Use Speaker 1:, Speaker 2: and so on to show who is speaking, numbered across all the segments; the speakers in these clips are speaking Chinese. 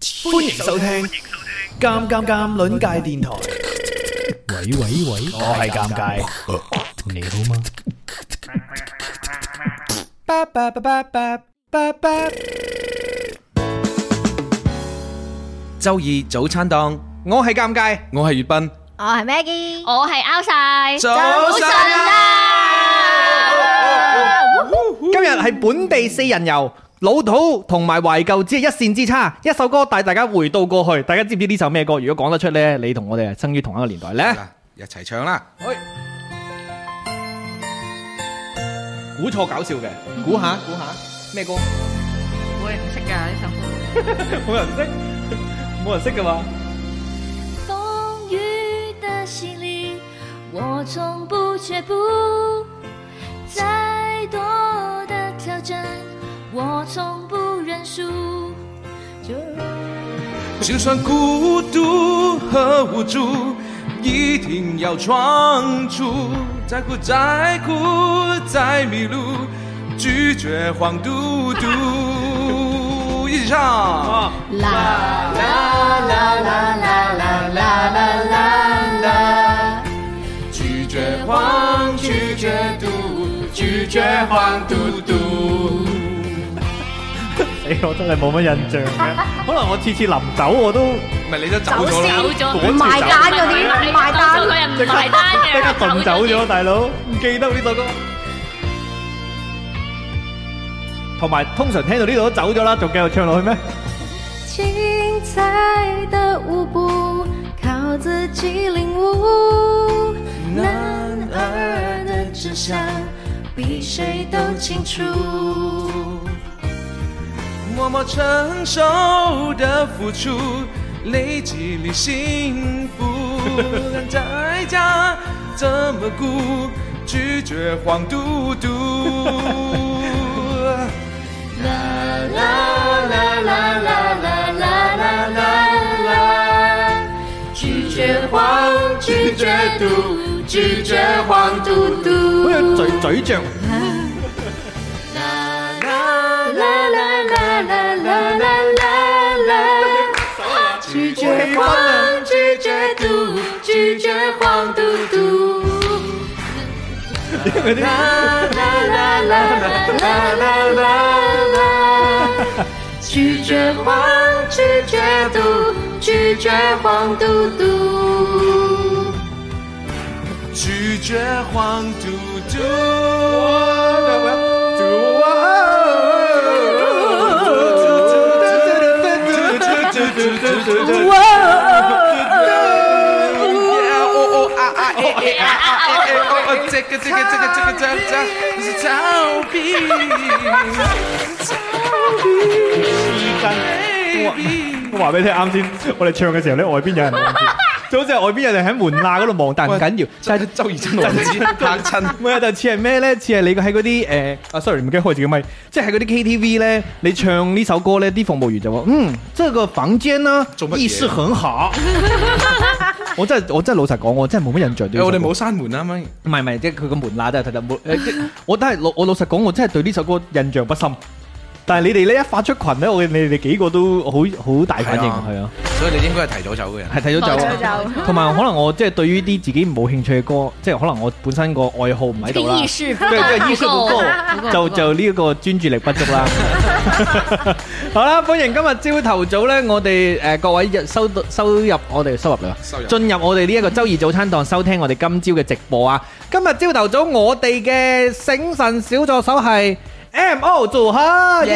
Speaker 1: 歡迎收聽《尷尷尷》鄰界電台。
Speaker 2: 喂喂喂，
Speaker 3: 哦
Speaker 1: 我係尷尬，
Speaker 2: 你好嗎？
Speaker 1: 巴巴巴巴巴巴巴。
Speaker 3: 周二早餐檔，我係尷尬，我係月斌。
Speaker 4: 我係 Maggie，
Speaker 5: 我係 out 晒，
Speaker 3: 早晨啊！今日係本地四人遊，老土同埋懷舊只係一線之差。一首歌帶大家回到過去，大家知唔知呢首咩歌？如果講得出呢，你同我哋係生於同一個年代呢。
Speaker 6: 一齊唱啦！
Speaker 3: 估錯搞笑 嘅，估下估下咩歌？
Speaker 5: 我唔識㗎呢首歌。
Speaker 3: 冇人識，冇人識㗎 嘛？
Speaker 4: 風雨的洗禮，我從不卻步。再多的挑戰，我從不認輸。就
Speaker 6: 就算孤獨和無助，一定要闖出。再苦再苦再迷路，拒絕黃嘟嘟。一起唱！
Speaker 4: 啦啦啦啦啦啦啦啦啦啦，
Speaker 6: 拒絕黃，拒絕嘟，拒絕黃嘟嘟。
Speaker 3: 哎
Speaker 2: 誒，我真係冇乜印象嘅，可能我次次臨走我都
Speaker 6: 唔係你都走咗啦，
Speaker 5: 走
Speaker 2: 咗
Speaker 4: 埋單嗰
Speaker 5: 係
Speaker 4: 啲埋單
Speaker 5: 多數。佢係唔埋單嘅，
Speaker 2: 即刻遁 走咗，大佬唔記得呢首歌。同埋通常聽到呢度都走咗啦，仲繼續唱落去咩？
Speaker 4: 精彩的舞步，靠自己領悟。男二的志向，比誰都清楚。
Speaker 6: 默默承受的付出，累積你幸福。但代價怎麼估？拒絕黃嘟嘟。
Speaker 4: 啦啦啦啦啦啦啦啦啦啦，拒絕黃，拒絕毒，拒絕黃嘟
Speaker 2: 好似
Speaker 4: 嘟。
Speaker 2: 嘴嘴著，
Speaker 4: 啦啦啦啦啦啦啦啦啦。拒絕黃，拒絕毒，拒絕黃嘟嘟。啦啦啦啦啦啦啦啦啦，拒絕黃，拒絕毒，拒絕黃嘟嘟。
Speaker 6: 拒絕黃嘟嘟。Ờ, 哦哦啊啊哎哎啊啊哎哎哦哦，這個這個這個這個這這是逃避。
Speaker 2: 真我話俾你聽，啱先我哋唱嘅時候咧，外邊有人望住，就好似係外邊有人喺門罅嗰度望，但唔緊要，但係
Speaker 6: 周怡真王子嚇親，
Speaker 2: 唔係，但似係咩咧？似係你喺嗰啲誒啊，sorry，唔記得開自己咪，即係喺嗰啲 KTV 咧，你唱呢首歌咧，啲服務員就話：嗯，這個房間呢
Speaker 6: 做乜，嘢
Speaker 2: 意思 很好。我真係我真係老實講，我真係冇乜印象對。
Speaker 6: 誒我哋冇閂門啊，咪
Speaker 2: 唔係唔係，即係佢個門罅都係睇得冇。誒即我都係老我老實講，我真係對呢首歌印象不深。但係你哋咧一發出群咧，我你哋幾個都好好大反應，
Speaker 6: 係啊
Speaker 2: 係啊，
Speaker 6: 所以你應該係提早走嘅人。
Speaker 2: 係睇咗
Speaker 5: 冇
Speaker 2: 就。同埋可能我即係對於啲自己冇興趣嘅歌，即係可能我本身個愛好唔喺度啦。
Speaker 5: 意識不
Speaker 2: 對對，意識啊好高， 就就呢個專注力不足啦。 好啦，歡迎今日朝頭早咧，我哋誒各位入收到收入我哋收入嚟啊，
Speaker 6: 收入
Speaker 2: 進入我哋呢一個週二早餐檔收聽我哋今朝嘅直播啊！今日朝頭早我哋嘅醒神小助手係 M O 做下，
Speaker 5: 野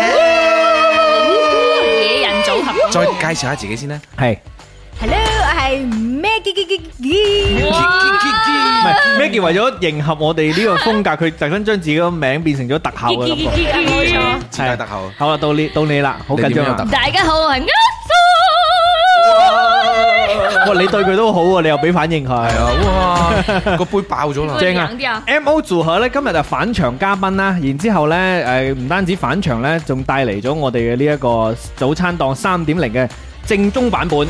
Speaker 5: 人組合。
Speaker 6: 再介紹下自己先啦。
Speaker 2: 係
Speaker 4: Hello，我係 Maggie。
Speaker 2: 唔係 Maggie 為咗迎合我哋呢個風格，佢特登將自己個名變成咗特效嘅感覺。
Speaker 5: 冇錯，
Speaker 6: 自帶特效。
Speaker 2: 好啦，到你到你啦，好緊張啊！
Speaker 5: 大家好，我係 out
Speaker 2: 哇，你對佢都好喎，你又俾反應佢
Speaker 6: 係。啊， 哇，個杯爆咗啦！
Speaker 2: 正啊
Speaker 5: 會養啲啊
Speaker 2: ！M.O. 組合咧今日就返場嘉賓啦，然之後咧誒唔單止返場咧，仲帶嚟咗我哋嘅呢一個早餐檔三點零嘅正宗版本。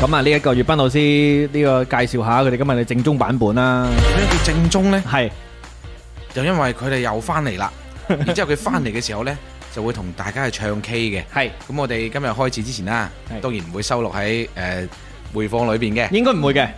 Speaker 2: 咁啊，呢一個粵斌老師呢個介紹下佢哋今日嘅正宗版本啦，
Speaker 6: 咩叫正宗咧？
Speaker 2: 係
Speaker 6: 就因為佢哋又翻嚟啦，然之後佢翻嚟嘅時候咧，就
Speaker 3: 就會同大家去唱 K 嘅。
Speaker 2: 係
Speaker 3: 咁我哋今日開始之前啦
Speaker 2: 係，
Speaker 3: 當然唔會收錄喺誒回放裏邊嘅，
Speaker 2: 應該唔會嘅。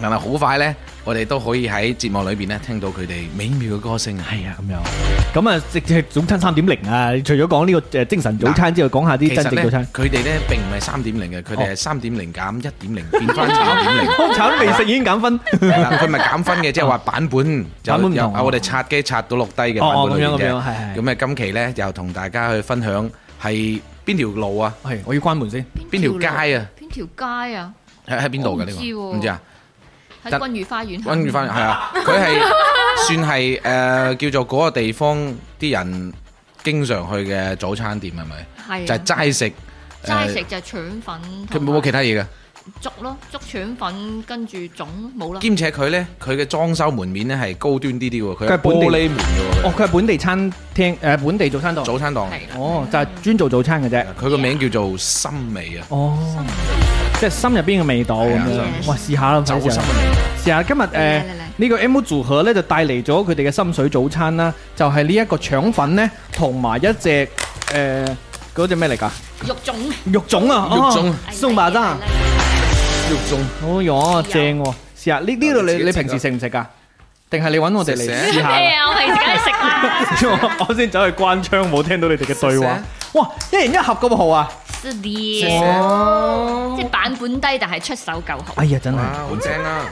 Speaker 3: 但係好快呢，我哋都可以喺節目裏邊呢聽到佢哋美妙嘅歌聲啊！
Speaker 2: 係啊，咁樣。咁啊，直接早餐三點零啊！除咗講呢個誒精神早餐之外，講下啲
Speaker 3: 其
Speaker 2: 真
Speaker 3: 實
Speaker 2: 正早餐
Speaker 3: 呢，。佢哋呢並唔係三點零嘅，佢哋係三點零減一點零變翻三點零。
Speaker 2: 空炒都未食已經減分。
Speaker 3: 係啦，佢咪減分嘅，即係話版本有
Speaker 2: 版本唔同
Speaker 3: 有
Speaker 2: 啊
Speaker 3: 我哋拆機拆到落低嘅版
Speaker 2: 哦
Speaker 3: 本裏邊
Speaker 2: 咁樣咁樣係
Speaker 3: 啫。
Speaker 2: 係
Speaker 3: 咁啊，今期咧又同大家去分享係邊條路啊，
Speaker 2: 係，我要關門先。
Speaker 3: 邊條街啊？
Speaker 5: 邊條街啊？
Speaker 3: 喺喺邊度嘅呢
Speaker 5: 我唔
Speaker 3: 個？
Speaker 5: 知喎
Speaker 3: 唔知啊，得
Speaker 5: 喺君如花園。
Speaker 3: 温宇翻係啊，佢係算係誒叫做嗰個地方啲人經常去嘅早餐店係咪？
Speaker 5: 係
Speaker 3: 就
Speaker 5: 啊
Speaker 3: 係齋食
Speaker 5: 齋
Speaker 3: 誒
Speaker 5: 食就係腸粉，
Speaker 3: 佢冇冇其他嘢嘅。
Speaker 5: 粥咯，粥腸粉跟住粽冇啦。
Speaker 3: 兼且佢咧，佢嘅裝修門面咧係高端啲啲喎，佢
Speaker 2: 佢
Speaker 3: 係
Speaker 2: 係本地
Speaker 3: 玻璃門嘅喎。
Speaker 2: 哦，佢係本地餐廳誒，本地早餐檔。
Speaker 3: 早餐檔嚟啊
Speaker 5: 係啦
Speaker 2: 哦，就係專做早餐嘅啫。
Speaker 3: 佢個名叫做心美啊。
Speaker 2: 哦，即係心入邊嘅味道咁
Speaker 3: 係
Speaker 2: 樣
Speaker 3: 啊。
Speaker 2: 哇，試下啦，
Speaker 3: 走
Speaker 2: 快啲
Speaker 3: 心
Speaker 2: 啊
Speaker 3: 啊你！
Speaker 2: 試下今日誒
Speaker 5: 嚟嚟
Speaker 2: 呢個 M 組合咧就帶嚟咗佢哋嘅深水早餐啦，就係呢一個腸粉咧同埋一隻誒嗰只咩嚟㗎？
Speaker 5: 肉粽，
Speaker 2: 肉粽啊！
Speaker 3: 肉粽
Speaker 2: 哦松麻渣。
Speaker 3: 肉粽。
Speaker 2: 好呀，正喎！試下呢呢度
Speaker 3: 自己
Speaker 2: 你你
Speaker 3: 整
Speaker 2: 平時食唔食㗎？定係你揾我哋嚟
Speaker 3: 食食
Speaker 2: 試下
Speaker 5: 咩
Speaker 2: 㗎？
Speaker 5: 啊？我係梗係食啦。
Speaker 2: 我我先走去關窗，冇聽到你哋嘅對話
Speaker 3: 食。
Speaker 2: 哇！一人一盒咁好啊！
Speaker 5: 是
Speaker 3: 食
Speaker 5: 啲，
Speaker 2: 哦
Speaker 5: 即係版本低，但係出手夠好。
Speaker 2: 哎呀，真係
Speaker 3: 哇，好正啊！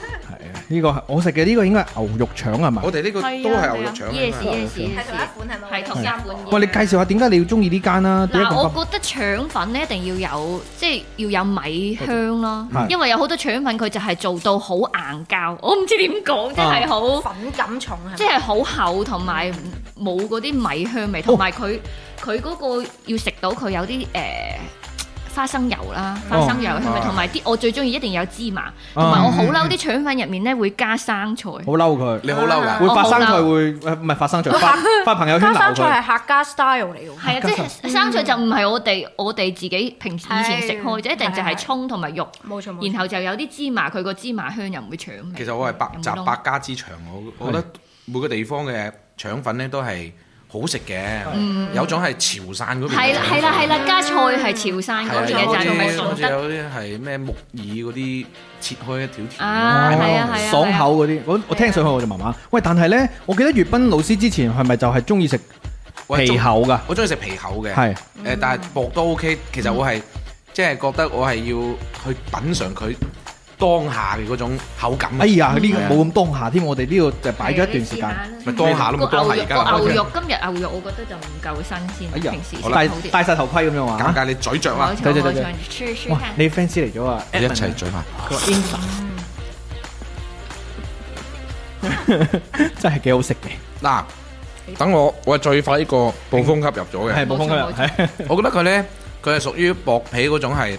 Speaker 2: 呢個係我食嘅呢個應該係牛肉腸係嘛？
Speaker 3: 我哋呢個都係牛肉腸啊嚟
Speaker 5: 啊 yes
Speaker 3: 㗎
Speaker 5: yes yes，
Speaker 7: 係同一款係咪？
Speaker 5: 係同一款。
Speaker 2: 哦喂，你介紹下點解你要中意呢間啊啦？點解
Speaker 5: 嗱，
Speaker 2: 咁
Speaker 5: 我覺得腸粉咧一定要有，即係要有米香啦
Speaker 2: 係，
Speaker 5: 因為有好多腸粉佢就係做到好硬膠，我唔知點
Speaker 7: 啊
Speaker 5: 講，即係好，
Speaker 7: 粉感重係咪？
Speaker 5: 即係好厚同埋冇嗰啲米香味，同埋佢佢嗰個要食到佢有啲誒。花生油啦，
Speaker 7: 嗯
Speaker 5: 花生油香味，同埋啲我最中意一定有芝麻，同埋我好嬲啲腸粉入面咧會加生菜，
Speaker 2: 好嬲佢？
Speaker 3: 你好嬲啊㗎
Speaker 2: 會
Speaker 5: 我
Speaker 2: 發
Speaker 5: 好
Speaker 2: 生菜
Speaker 5: 嬲
Speaker 2: 會誒唔係發生菜 發發朋友圈鬧佢。
Speaker 7: 加生菜係客家style嚟㗎喎。
Speaker 5: 係啊，即係生菜就唔係我哋我哋自己平時以前食開，
Speaker 7: 係
Speaker 5: 就一定就
Speaker 7: 係
Speaker 5: 係
Speaker 7: 係
Speaker 5: 葱同埋肉。
Speaker 7: 冇錯，冇錯。
Speaker 5: 然後就有啲芝麻，佢個芝麻香又唔會搶味。
Speaker 3: 其實我係百
Speaker 5: 又唔
Speaker 3: 集
Speaker 5: 會燶
Speaker 3: 百家之長，我我覺得每個地方嘅腸粉咧都係好食嘅，有種係潮汕嗰邊嘅腸粉，
Speaker 5: 係啦係啦係啦，加菜係潮汕
Speaker 3: 係
Speaker 5: 嗰
Speaker 3: 啊，
Speaker 5: 邊
Speaker 3: 有
Speaker 5: 嘅就係咪
Speaker 3: 啲好
Speaker 5: 順
Speaker 3: 似
Speaker 5: 德
Speaker 3: 有啲係咩木耳嗰啲切開一條條
Speaker 5: 啊？
Speaker 3: 擺
Speaker 5: 係啊
Speaker 3: 落
Speaker 5: 係啊，
Speaker 2: 哦
Speaker 5: 啊
Speaker 2: 爽口嗰啲，我我聽上去我就麻麻。喂，但係咧，我記得粵斌老師之前係咪就係中意食
Speaker 3: 喂
Speaker 2: 皮
Speaker 3: 中
Speaker 2: 厚㗎？
Speaker 3: 我中意食皮厚嘅，
Speaker 2: 係
Speaker 3: 誒，但係薄都 OK。其實我係即係覺得我係要去品嚐佢當下嘅嗰種口感。
Speaker 2: 哎呀，呢個
Speaker 3: 係啊
Speaker 2: 冇咁當下添，我哋呢度就擺咗一段時間。
Speaker 3: 咪當下都冇當下而家
Speaker 5: 個牛
Speaker 3: 開
Speaker 5: 肉今日牛肉，我覺得就唔夠新
Speaker 2: 哎
Speaker 5: 鮮，
Speaker 2: 呀
Speaker 5: 平時食好
Speaker 2: 戴
Speaker 5: 啲。
Speaker 2: 戴晒頭盔咁樣
Speaker 3: 尷
Speaker 2: 話。
Speaker 3: 尬，你咀嚼啦
Speaker 5: 冇，
Speaker 2: 對
Speaker 5: 錯
Speaker 2: 對對
Speaker 5: 冇
Speaker 2: 對
Speaker 5: 錯，你吃吃
Speaker 2: 哇
Speaker 5: 看！。
Speaker 2: 你 fans 嚟咗啊！
Speaker 3: 一
Speaker 2: Edmund
Speaker 3: 齊咀下。
Speaker 2: 佢話 Insta，真係幾好食嘅，
Speaker 3: 嗱，等我我係最快呢個暴風級入咗嘅
Speaker 2: 係。暴風
Speaker 5: 冇錯
Speaker 2: 今日係
Speaker 3: 我覺得佢呢，佢係屬於薄皮嗰種係，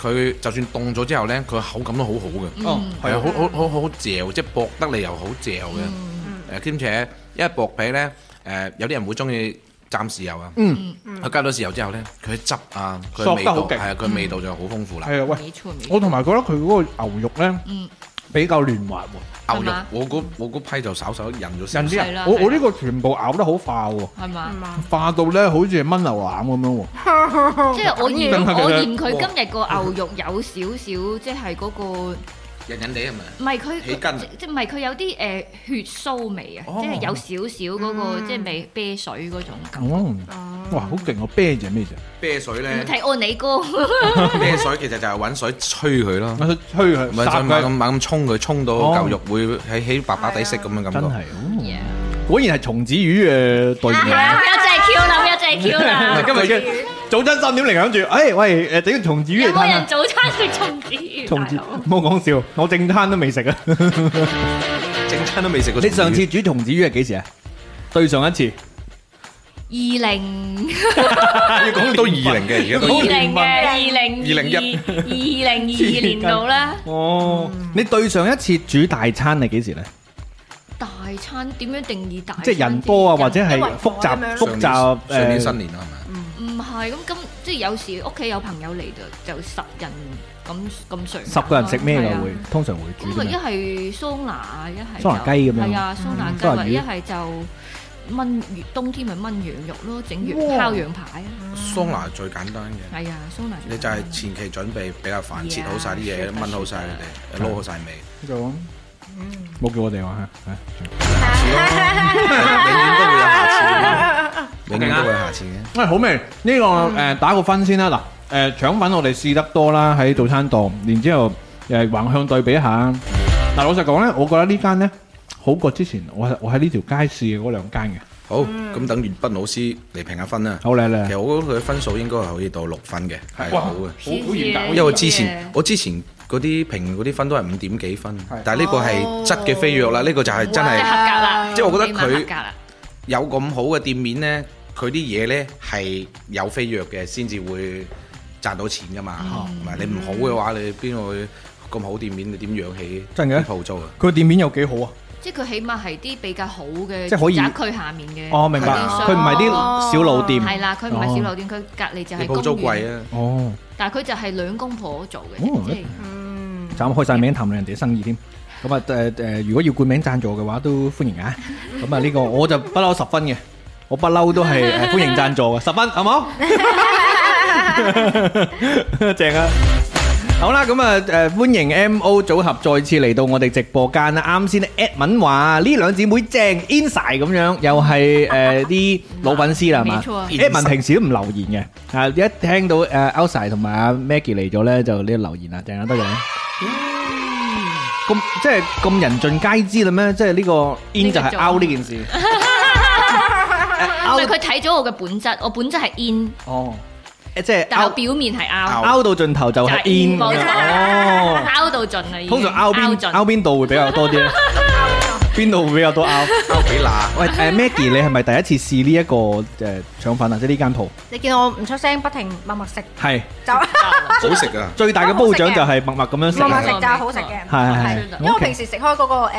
Speaker 3: 佢就算凍咗之後呢，佢口感都好好嘅，
Speaker 2: 哦
Speaker 5: 嗯，
Speaker 3: 係啊好好好好嚼，即係薄得嚟又好嚼嘅。誒，兼且因為薄皮呢，誒有啲人會中意蘸豉油啊，
Speaker 2: 嗯，
Speaker 3: 佢加咗豉油之後呢，佢汁啊，佢嘅
Speaker 2: 索
Speaker 3: 味
Speaker 2: 得
Speaker 3: 道
Speaker 2: 好勁
Speaker 3: 係啊，佢味道就好豐富啦。
Speaker 2: 係啊，喂，
Speaker 5: 冇錯
Speaker 2: 我同埋覺得佢嗰個牛肉咧
Speaker 5: 嗯，
Speaker 2: 比較嫩滑喎，
Speaker 3: 牛
Speaker 5: 係
Speaker 3: 肉
Speaker 5: 嘛
Speaker 3: 我嗰我嗰批就稍稍韌咗少
Speaker 2: 人
Speaker 3: 少，
Speaker 5: 係
Speaker 2: 啲
Speaker 5: 啦
Speaker 2: 啊，我
Speaker 5: 係啦啊
Speaker 2: 我呢個全部咬得好化喎，
Speaker 5: 係嘛？
Speaker 2: 化到咧好似係炆牛腩咁樣 喎，
Speaker 5: 即係我
Speaker 2: 咁
Speaker 5: 嫌
Speaker 2: 佢
Speaker 5: 我
Speaker 2: 就
Speaker 5: 嫌佢今日個牛肉有少少，即係嗰個。
Speaker 3: 韌韌地係咪？
Speaker 5: 唔係佢
Speaker 3: 起筋
Speaker 5: 即即唔係佢有啲誒、呃血酥味啊，
Speaker 3: 哦
Speaker 5: 即係有少少嗰個、
Speaker 7: 嗯
Speaker 5: 即係味啤水嗰種感覺。
Speaker 2: 嗯，哇，好勁喎，啤住係咩啫？
Speaker 3: 啤水
Speaker 5: 唔
Speaker 3: 呢，
Speaker 5: 睇我 你哥，
Speaker 3: 啤水其實就係揾水吹佢咯。
Speaker 2: 我吹佢，
Speaker 3: 咪
Speaker 2: 殺
Speaker 3: 再猛咁
Speaker 2: 佢，
Speaker 3: 猛咁衝佢，衝到
Speaker 2: 哦
Speaker 3: 嚿肉會喺起白白地色咁樣
Speaker 2: 真
Speaker 3: 感覺。
Speaker 2: 係， 哦果然係松子魚嘅代言人。
Speaker 5: 一隻 Q 啦，一隻 Q 啦。
Speaker 2: 今日嘅早餐三點零響住，哎喂，誒整個松子魚
Speaker 5: 有
Speaker 2: 嚟
Speaker 5: 冇
Speaker 2: 攤
Speaker 5: 人
Speaker 2: 啊！
Speaker 5: 早餐食松子魚？
Speaker 2: 松子
Speaker 5: 大佬，
Speaker 2: 冇講笑，我正餐都未食啊！
Speaker 3: 正餐都未食過。
Speaker 2: 你上次煮松子魚係幾時啊？對上一 次，
Speaker 5: 二零
Speaker 2: 要
Speaker 3: 講到二零嘅，而家
Speaker 5: 二
Speaker 3: 都
Speaker 5: 零嘅二零
Speaker 3: 2021
Speaker 5: 二零二二年度啦。
Speaker 2: 哦，你對上一次煮大餐係幾時咧？
Speaker 5: 大餐點樣定義大餐？
Speaker 2: 即係人多啊，或者係
Speaker 7: 因為
Speaker 2: 複
Speaker 7: 我咁
Speaker 2: 雜
Speaker 7: 樣
Speaker 2: 複雜
Speaker 3: 上年
Speaker 2: 誒
Speaker 3: 新年啦，啊係咪？
Speaker 5: 唔係咁咁，即係有時屋企有朋友嚟就就十人咁咁上下
Speaker 2: 十
Speaker 5: 啦。
Speaker 2: 個人食咩
Speaker 5: 係啊
Speaker 2: 㗎會？通常會
Speaker 5: 咁
Speaker 2: 煮
Speaker 5: 咪
Speaker 2: 啲
Speaker 5: 一
Speaker 2: 咩？
Speaker 5: 係桑拿，一係就
Speaker 2: 桑拿雞咁樣
Speaker 5: à, 係啊，桑拿雞或
Speaker 2: 桑拿魚
Speaker 5: 者一係就炆月冬天咪炆羊肉咯，整羊
Speaker 2: 哇
Speaker 5: 烤羊排啊，
Speaker 3: 桑拿最簡單嘅，
Speaker 5: 係啊，桑拿最
Speaker 3: 你就係前期準備比較煩，切好晒啲嘢，炆好晒佢哋，撈好晒味。
Speaker 2: 冇叫我哋玩吓，
Speaker 3: 永遠都會有下次嘅，永遠都會有下次嘅。
Speaker 2: 喂，好味呢個誒打個分先啦。嗱，誒腸粉我哋試得多啦，喺早餐檔，然之後誒橫向對比下。嗱，老實講咧，我覺得呢間咧好過之前我我喺呢條街試嘅嗰兩間嘅。
Speaker 3: 好，
Speaker 2: Ừ.
Speaker 3: 咁等粵斌老師嚟評下分啦。
Speaker 2: 好靚
Speaker 3: 其
Speaker 2: 靚，
Speaker 3: 實我覺得佢分數應該係可以到六分嘅，係
Speaker 2: 哇
Speaker 3: 好嘅。
Speaker 5: 好
Speaker 2: 好嚴格
Speaker 3: 因為我之前我之前嗰啲評嗰啲分都係五點幾分
Speaker 2: 係，
Speaker 3: 但係呢個係質嘅飛躍啦，呢個就係真
Speaker 5: 即係合
Speaker 3: 係
Speaker 5: 格啦，
Speaker 3: 即係我覺得
Speaker 5: 起碼合
Speaker 3: 佢
Speaker 5: 格啦，
Speaker 3: 有咁好嘅店面呢，佢啲嘢呢係有飛躍嘅先至會賺到錢噶嘛，唔係你唔好嘅話，你邊會咁好店面你點養起
Speaker 2: 真嘅
Speaker 3: 啲鋪租啊？
Speaker 2: 佢店面有幾好啊？
Speaker 5: 即係佢起碼係啲比較好嘅
Speaker 2: 即係可以
Speaker 5: 住宅區下面嘅，
Speaker 2: 哦，明白，佢唔係啲小老店。
Speaker 5: 係啦，佢唔係小樓店，佢隔離就
Speaker 3: 你
Speaker 5: 係
Speaker 3: 鋪
Speaker 5: 公
Speaker 3: 租
Speaker 5: 園
Speaker 3: 貴，啊！
Speaker 2: 哦，
Speaker 5: 但係佢就係兩公婆做嘅
Speaker 2: 哦
Speaker 5: 啫，即係
Speaker 2: 斬開晒名談論人哋生意添。咁啊誒誒，如果要冠名贊助嘅話，都歡迎啊。咁啊呢個我就不嬲十分嘅，我不嬲都係誒歡迎贊助嘅，十分好冇？正啊！好啦，咁啊，誒，歡迎 M O 組合再次嚟到我哋直播間啦。啱先 Ed 文話呢兩姊妹正 inside 咁樣，又係誒啲老粉絲啦，係嘛
Speaker 5: 冇錯啊
Speaker 2: ？Ed 文平時都唔留言嘅，啊，一聽到誒 outside 同埋阿 Maggie 嚟咗咧，就呢留言啦，正啊，得嘅。咁即係咁人盡皆知啦咩？即係呢個 in 就係 out 呢件事。
Speaker 5: 唔係
Speaker 2: out
Speaker 5: 佢睇咗我嘅本質，我本質係 in，
Speaker 2: 哦，誒即係
Speaker 5: 但係我
Speaker 2: out
Speaker 5: 表面係 out。
Speaker 2: out 到盡頭就係 in
Speaker 5: 就係 in，冇錯
Speaker 2: 哦。
Speaker 5: 拗到盡啦，已經
Speaker 2: 通常 out 邊
Speaker 5: 盡
Speaker 2: out 邊度會比較多啲咧？邊度會比較多 out？
Speaker 3: 包幾乸，
Speaker 2: 喂，誒 Maggie，你係咪第一次試呢一個誒腸粉啊？即係呢間鋪
Speaker 7: 你見我唔出聲，不停默默食
Speaker 2: 係
Speaker 7: 就
Speaker 3: 好食啊！
Speaker 2: 最大嘅褒獎就係默默咁樣食
Speaker 7: 默默食
Speaker 2: 啦。
Speaker 7: 就係好食嘅，
Speaker 2: 係係係
Speaker 7: 因為我
Speaker 2: Ờ. OK
Speaker 7: 平時食開嗰個誒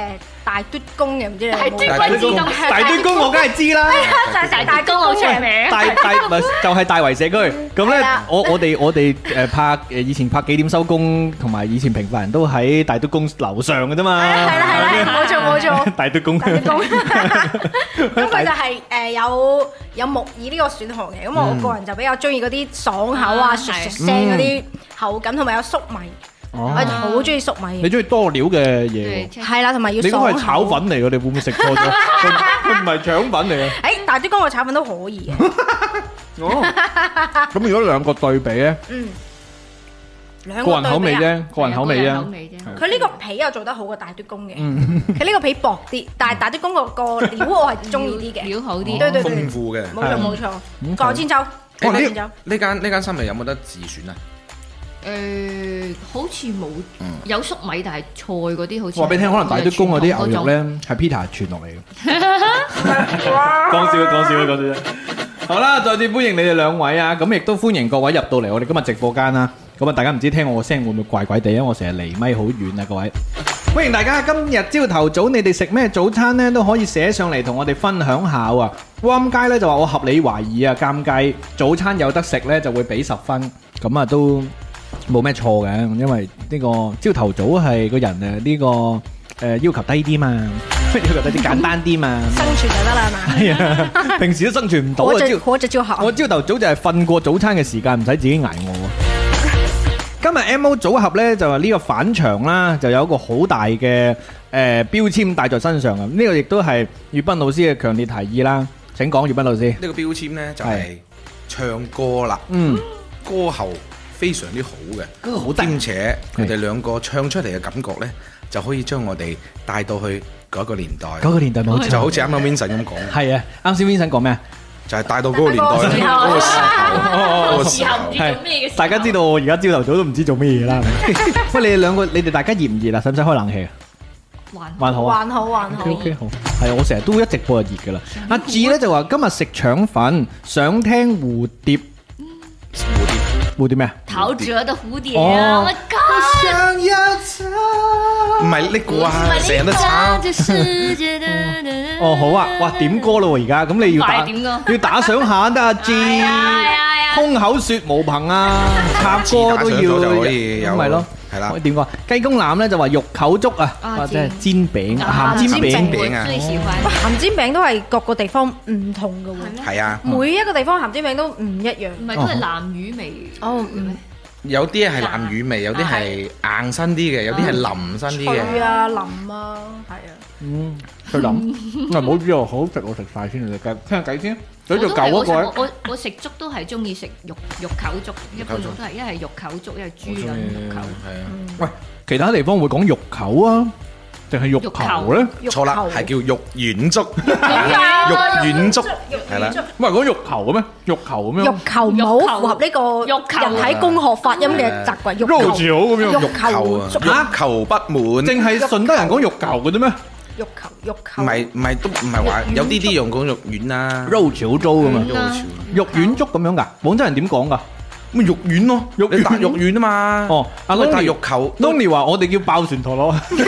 Speaker 7: 大嘟公嘅，唔知你有
Speaker 5: 係
Speaker 7: 冇
Speaker 5: 端
Speaker 3: 大
Speaker 5: 貴
Speaker 3: 端
Speaker 5: 自
Speaker 3: 公
Speaker 5: 動
Speaker 2: 大端公我梗係知啦，
Speaker 7: 就係食大公好出名。
Speaker 2: 大大咪就係大圍社區。咁
Speaker 7: 係
Speaker 2: 咧
Speaker 7: 啦，
Speaker 2: 我我哋我哋誒拍誒以前拍幾點收工，同埋以前平凡人都喺大端公樓上嘅啫嘛。
Speaker 7: 係啦係啦，冇錯冇 錯。
Speaker 2: 大端公。
Speaker 7: 大嘟 公，咁佢就係誒有有木耳呢個選項嘅，咁我個人就比較中意嗰啲爽口啊、
Speaker 5: 嗯
Speaker 7: 唰唰聲嗰啲口感，同埋有粟米，我
Speaker 2: 哦
Speaker 7: 好中意粟米
Speaker 2: 你
Speaker 7: 嘅，
Speaker 2: 中意多料嘅嘢喎。
Speaker 7: 係啦，同埋要
Speaker 2: 你嗰
Speaker 7: 爽
Speaker 2: 個
Speaker 7: 口。
Speaker 2: 係炒粉嚟嘅，你會唔會食錯咗？佢佢唔係腸粉嚟嘅。
Speaker 7: 誒，大啲公嘅炒粉都可 以嘅，
Speaker 2: 咁如果兩個對比咧，
Speaker 7: 嗯，兩
Speaker 2: 個
Speaker 7: 個
Speaker 2: 人口味
Speaker 7: 對比啊。
Speaker 2: 啫，個人口味
Speaker 5: 係啊個人口
Speaker 2: 啫。
Speaker 5: 味啫。
Speaker 7: 佢呢個皮又做得好過大啲公嘅，佢呢個皮薄啲，但係大啲公個個料我係中意啲嘅，
Speaker 5: 料好啲，
Speaker 7: 對對對
Speaker 3: 豐，富嘅。
Speaker 7: 冇錯冇錯，過千秋，過千秋
Speaker 3: 呢。呢間呢間三味有冇得自選啊？
Speaker 5: 誒好似冇有粟米，但係菜嗰啲好似
Speaker 2: 話俾你聽，可能大啲公嗰啲牛 肉咧係 Peter 傳落嚟嘅。講笑講笑講笑啫。好啦，再次歡迎你哋兩位啊！咁亦都歡迎各位入到嚟我哋今日直播間啦。咁啊，大家唔知聽我個聲會唔會怪怪地，因為我成日離咪好遠啊，各位。歡迎大家今日朝頭早你哋食咩早餐呢？都可以寫上嚟同我哋分享下啊。汪街呢就話我合理懷疑啊，尷尬早餐有得食呢就會俾十分，咁啊都冇咩錯嘅，因為呢個朝頭早係個人誒呢個誒、呃要求低啲嘛， 要求低啲簡單啲嘛。
Speaker 7: 生存就得啦係嘛，
Speaker 2: 係啊，平時都生存唔到啊！
Speaker 7: 活着
Speaker 2: 朝
Speaker 7: 活着就好
Speaker 2: 我。朝頭早就係瞓過早餐嘅時間，唔使自己挨餓啊。今日 M O 組合呢，就話呢個反場啦，就有一個好大嘅誒、呃、標籤帶在身上啊！呢、個亦都係粵斌老師嘅強烈提議啦。請講，粵斌老師。
Speaker 3: 呢個標籤呢，就
Speaker 2: 係
Speaker 3: 係唱歌啦。
Speaker 2: 嗯，
Speaker 3: 歌喉非常之好嘅，
Speaker 2: 嗰個好
Speaker 3: 兼且佢哋兩個唱出嚟嘅感覺呢，就可以將我哋帶到去嗰個年代，
Speaker 2: 嗰個年代冇錯，
Speaker 3: 就好似啱啱 Vincent 咁講，
Speaker 2: 係啊。啱先 Vincent 講咩啊？
Speaker 3: 就係帶到嗰個年代咧，嗰個時候，嗰個時候。
Speaker 5: 係咩嘅？
Speaker 2: 大家知道我而家朝頭早都唔知做咩嘢啦。係咪喂，你哋兩個，你哋大家熱唔熱啊？使唔使開冷氣啊？
Speaker 5: 還
Speaker 2: 還好啊。
Speaker 7: 還好還好
Speaker 2: O，K 好，係我成日都一直播就熱噶啦。阿志咧就話今日食腸粉，想聽蝴蝶蝴蝶咩啊？
Speaker 5: 陶喆的蝴蝶啊！
Speaker 2: 哦
Speaker 5: 我靠，
Speaker 3: 唔係呢個啊，成日都
Speaker 5: 啊
Speaker 3: 抄。
Speaker 5: 這世界的哦
Speaker 2: 哦好啊，哇點歌咯喎而家，咁你要打
Speaker 5: 快點歌
Speaker 2: 要打賞下得阿志，
Speaker 4: Dạ,
Speaker 5: 係啊係啊係啊，
Speaker 2: 空口說無憑 啊，插歌都要，
Speaker 3: 打上咗就可以有
Speaker 2: 咁咪咯，
Speaker 3: 係啦
Speaker 2: 喂點講？雞公腩咧就話肉球粥啊，
Speaker 5: 啊
Speaker 2: 或者係煎餅、
Speaker 5: 啊
Speaker 2: 鹹煎
Speaker 3: 煎
Speaker 2: 餅
Speaker 3: 餅。餅啊
Speaker 5: 最喜歡。
Speaker 7: 鹹煎餅都係各個地方唔同嘅喎，
Speaker 3: 係啊，
Speaker 7: 每一個地方鹹煎餅都唔一樣。
Speaker 5: 唔係都係南乳味。
Speaker 7: 哦嗯
Speaker 3: 有啲係南乳味，有啲係硬身啲嘅，有啲係腍身啲
Speaker 7: 脆
Speaker 3: 嘅。
Speaker 7: 啊、淋啊，係啊。
Speaker 2: 嗯，去諗，唔好知道好食我食晒先，你計聽下計先。
Speaker 5: 我都
Speaker 2: 嘴做
Speaker 5: 係
Speaker 2: 舊
Speaker 5: 我
Speaker 2: 嗰個咧，
Speaker 5: 我我食粥都係中意食肉肉球粥，一般我都係一係肉球粥，一係豬
Speaker 3: 我鍾
Speaker 5: 潤
Speaker 3: 意
Speaker 5: 肉球。
Speaker 3: 係啊，
Speaker 2: 其他地方會講肉球啊，定係肉
Speaker 5: 肉
Speaker 2: 球
Speaker 5: 球
Speaker 2: 咧？
Speaker 7: 肉
Speaker 3: 錯啦，
Speaker 7: 球
Speaker 3: 係叫肉丸粥，
Speaker 7: 啊
Speaker 3: 肉丸粥
Speaker 7: 肉
Speaker 3: 係啦
Speaker 7: 丸粥。
Speaker 2: 唔係講肉球嘅咩？肉球咁樣
Speaker 7: 肉。球冇符合呢個
Speaker 5: 肉球
Speaker 7: 人體工學發音嘅習慣，
Speaker 2: 肉
Speaker 7: 肉球
Speaker 2: 條咁樣，
Speaker 7: 肉
Speaker 3: 肉球啊，
Speaker 7: 粥
Speaker 3: 欲求不滿。
Speaker 2: 淨係順德人講肉球嘅啫咩？
Speaker 7: 肉球肉球，
Speaker 3: 唔係唔係都唔係話有啲啲用講肉丸啦，
Speaker 2: 肉條粥咁啊，
Speaker 3: 肉丸
Speaker 2: 肉丸粥咁樣噶。廣州人點講噶？
Speaker 3: 咪肉丸咯，
Speaker 2: 肉丸
Speaker 3: 你搭肉丸啊嘛，
Speaker 2: 哦阿
Speaker 3: 你搭
Speaker 2: Lonnie-
Speaker 3: 肉球
Speaker 2: Lonny 話我哋叫爆旋陀螺，唔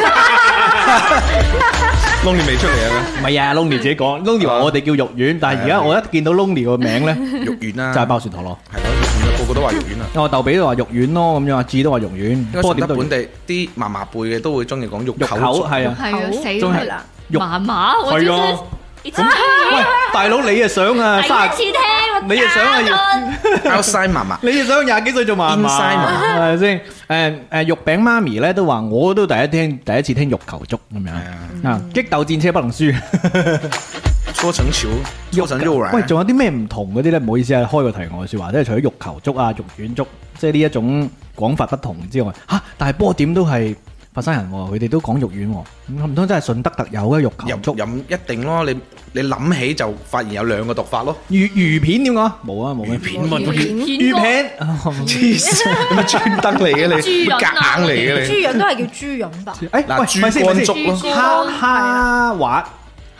Speaker 3: ，Lonnie 未出嚟啊，哦
Speaker 2: 係啊，Lonny 自己講，Lonny 話我哋叫肉丸，但係而家我一見到 Lonny 個名咧，
Speaker 3: 肉丸啦，
Speaker 2: 就係爆旋陀螺。
Speaker 3: 係咯，肉丸啊，個個都話肉丸啊，
Speaker 2: 我豆比都話肉丸咯，咁樣阿志都話肉丸，
Speaker 3: 因
Speaker 2: 不
Speaker 3: 為
Speaker 2: 過
Speaker 3: 順
Speaker 2: 點
Speaker 3: 德
Speaker 2: 都
Speaker 3: 本地啲麻麻輩嘅都會中意講肉
Speaker 2: 肉
Speaker 3: 球
Speaker 2: 口係啊。
Speaker 5: 係啊，死
Speaker 2: 仲係
Speaker 5: 啦！
Speaker 2: 肉
Speaker 5: 麻麻，我真
Speaker 2: 係
Speaker 5: 係
Speaker 2: 啊，
Speaker 5: 你真係
Speaker 2: 喂，大佬你啊想 啊，
Speaker 5: 第一次
Speaker 2: 卅
Speaker 5: 聽我
Speaker 2: 你又想啊
Speaker 5: 打咗
Speaker 3: ，outside 麻麻，
Speaker 2: 你啊想廿幾歲做嫲嫲
Speaker 3: Inside
Speaker 2: 係咪先？誒誒，肉餅媽咪咧都話，我都第一聽第一次聽肉球粥咁樣
Speaker 3: 係啊
Speaker 2: 啊，激鬥戰車不能輸。
Speaker 3: 搓成球，搓成肉
Speaker 2: 喂，
Speaker 3: 丸，
Speaker 2: 仲有啲咩唔同嗰啲咧？唔好意思啊，開個題外説話，即係除咗肉球粥啊、肉丸粥，即係呢一種講法不同之外，嚇、但係波點都係佛山人喎、佢哋都講肉丸喎、咁唔通真係順德特有嘅肉球
Speaker 3: 飲
Speaker 2: 粥？
Speaker 3: 飲一定咯，你你諗起就發現有兩個讀法咯，
Speaker 2: 魚魚片點講？冇啊，冇咩。
Speaker 3: 片
Speaker 5: 個
Speaker 2: 魚
Speaker 5: 魚
Speaker 2: 片，
Speaker 3: 黐線，咪專登嚟嘅你，
Speaker 5: 豬
Speaker 3: 咪
Speaker 5: 潤啊
Speaker 3: 夾硬嚟嘅你，
Speaker 7: 豬潤都係叫豬潤吧？
Speaker 2: 誒，
Speaker 3: 嗱
Speaker 2: 喂
Speaker 3: 豬
Speaker 2: 咪先
Speaker 3: 肝
Speaker 2: 咪先
Speaker 3: 粥
Speaker 5: 咯
Speaker 2: 蝦蝦滑，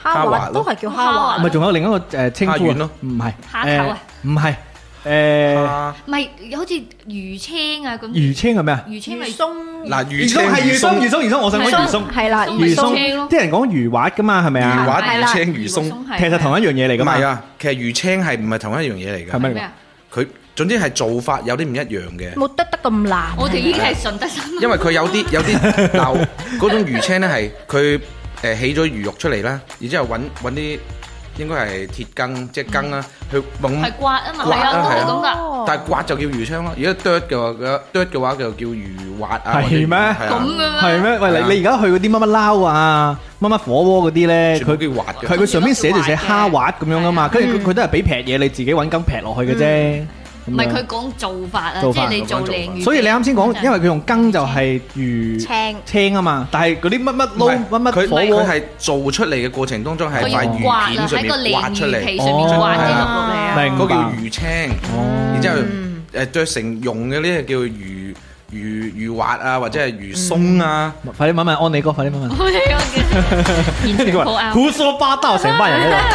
Speaker 7: 蝦
Speaker 3: 滑
Speaker 7: 滑
Speaker 3: 咯
Speaker 7: 都係叫蝦
Speaker 5: Ờ.
Speaker 7: 滑
Speaker 2: 咪，仲有另一個誒稱
Speaker 3: 蝦
Speaker 2: 呼
Speaker 3: 丸
Speaker 2: 啊
Speaker 3: 咯
Speaker 2: 唔係
Speaker 5: 蝦頭啊
Speaker 2: 誒唔係誒
Speaker 3: 啊
Speaker 5: 唔係好似魚青啊咁，
Speaker 2: 魚青係咩啊？
Speaker 5: 魚青咪
Speaker 7: 魚鬆
Speaker 3: 嗱
Speaker 2: 鬆
Speaker 3: 魚青
Speaker 2: 係魚鬆，魚鬆魚鬆，我想講魚鬆，
Speaker 7: 係啦，
Speaker 5: 鬆咪鬆
Speaker 2: 魚鬆
Speaker 5: 青咯，
Speaker 2: 啲人講魚滑噶嘛，係咪啊？
Speaker 3: 魚滑
Speaker 5: 係啦
Speaker 3: 魚青魚鬆
Speaker 5: 係
Speaker 2: 其實同一樣嘢嚟噶
Speaker 3: 唔
Speaker 2: 嘛，
Speaker 3: 係啊，其實魚青係唔係同一樣嘢嚟
Speaker 2: 係
Speaker 3: 嘅？
Speaker 2: 咪
Speaker 5: 咩？啊？
Speaker 3: 佢總之係做法有啲唔一樣嘅，
Speaker 7: 冇得得咁難。
Speaker 5: 我哋已經係順德新聞
Speaker 3: 因為佢有 啲有啲嗱嗰種魚青咧係佢誒起咗魚肉出嚟啦，然之後揾揾啲應該係鐵羹即係羹啦，去
Speaker 5: 係
Speaker 3: 掹，
Speaker 5: 刮啊嘛，
Speaker 3: 刮
Speaker 5: 係
Speaker 3: 啊
Speaker 5: 啊，都係
Speaker 3: 係啊
Speaker 5: 咁噶，
Speaker 7: 哦
Speaker 3: 但係刮就叫魚青咯。如果剁嘅話，剁嘅話就叫魚滑啊。
Speaker 2: 係
Speaker 3: 或者
Speaker 2: 咩
Speaker 3: 係啊
Speaker 5: 咁嘅
Speaker 2: 係
Speaker 5: 咩？
Speaker 2: 咩？
Speaker 3: 係
Speaker 2: 喂，
Speaker 3: 啊
Speaker 2: 你你而家去嗰啲乜乜撈啊、乜乜火鍋嗰啲咧，
Speaker 3: 全部
Speaker 2: 佢
Speaker 3: 叫滑嘅
Speaker 2: 佢佢上面寫住寫蝦滑咁樣噶嘛，
Speaker 5: 嗯
Speaker 2: 跟住佢佢都係俾劈嘢，你自己揾羹劈落去嘅啫。
Speaker 5: 唔
Speaker 2: 咁
Speaker 5: 係
Speaker 2: 樣
Speaker 5: 佢講做法啊，即
Speaker 2: 做法
Speaker 5: 係你做靚魚。
Speaker 2: 所以你啱先講，因為佢用羹就係魚
Speaker 7: 青
Speaker 2: 青啊嘛，但係嗰啲乜乜
Speaker 3: 唔係
Speaker 2: 撈乜乜
Speaker 3: 佢
Speaker 2: 火
Speaker 3: 佢
Speaker 2: 鍋，
Speaker 3: 係做出嚟嘅過程當中係
Speaker 5: 佢
Speaker 3: 塊
Speaker 5: 要刮
Speaker 3: 魚
Speaker 5: 啦，
Speaker 3: 片上
Speaker 5: 喺個
Speaker 3: 面刮
Speaker 5: 靚
Speaker 3: 出嚟
Speaker 5: 魚。皮上面刮啲落落嚟啊。
Speaker 2: 明
Speaker 3: 嗰叫
Speaker 2: 白
Speaker 3: 魚青，然之後誒剁成蓉嘅呢個叫魚魚魚滑啊，或者係魚鬆啊，
Speaker 2: 快啲問問安利哥，快啲問問。
Speaker 5: 我哋嘅 現
Speaker 2: 佢
Speaker 5: 場好
Speaker 2: 話
Speaker 5: 啱，
Speaker 2: 胡說八道，成 班人喺度。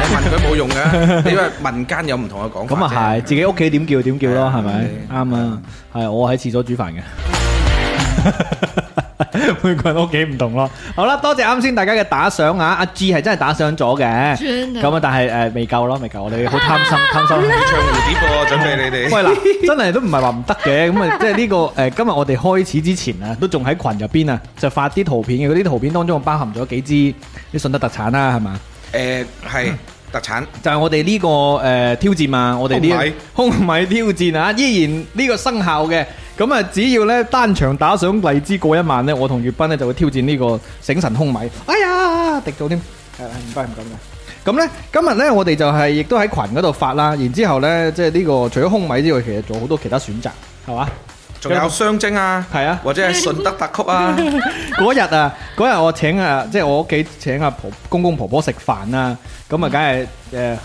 Speaker 3: 你問佢冇用嘅，因為民間有唔同嘅講法啫。
Speaker 2: 咁啊係，自己屋企點叫點叫咯，係咪？
Speaker 3: 係
Speaker 2: 啱啊，係我喺廁所煮飯嘅。 每個人屋企唔同咯。好啦，多謝啱先大家嘅打賞啊！阿 G 係真係打賞咗嘅，
Speaker 5: 真係
Speaker 2: 咁啊，但係誒未夠咯，未夠，我哋 好貪心，貪心。
Speaker 3: 唱蝴蝶喎，準備你哋。
Speaker 2: 喂嗱，真係都唔係話唔得嘅，咁啊，即係呢個 誒，今日我哋開始之前啊，都仲喺群入邊啊，就發啲圖片嘅，嗰啲圖片當中包含咗幾支啲順德特產啦，係嘛？
Speaker 3: 誒係特產，
Speaker 2: 就係我哋呢個誒挑戰啊，我哋呢空米挑戰啊，依然呢個生效嘅。咁啊，只要咧單場打賞荔枝過一萬咧，我同月斌咧就會挑戰呢個醒神空米。哎呀，滴到添，係係唔該唔該唔該。咁咧今日咧我哋就係亦都喺群嗰度發啦，然之後咧即係呢個除咗空米之外，其實仲有好多其他選擇，係嘛？
Speaker 3: 仲有雙蒸啊，
Speaker 2: 係啊
Speaker 3: 或者係順德特曲啊，
Speaker 2: 嗰日啊，嗰日我請啊，即係我屋企請阿婆公公婆婆食飯啊，咁啊，梗係誒誒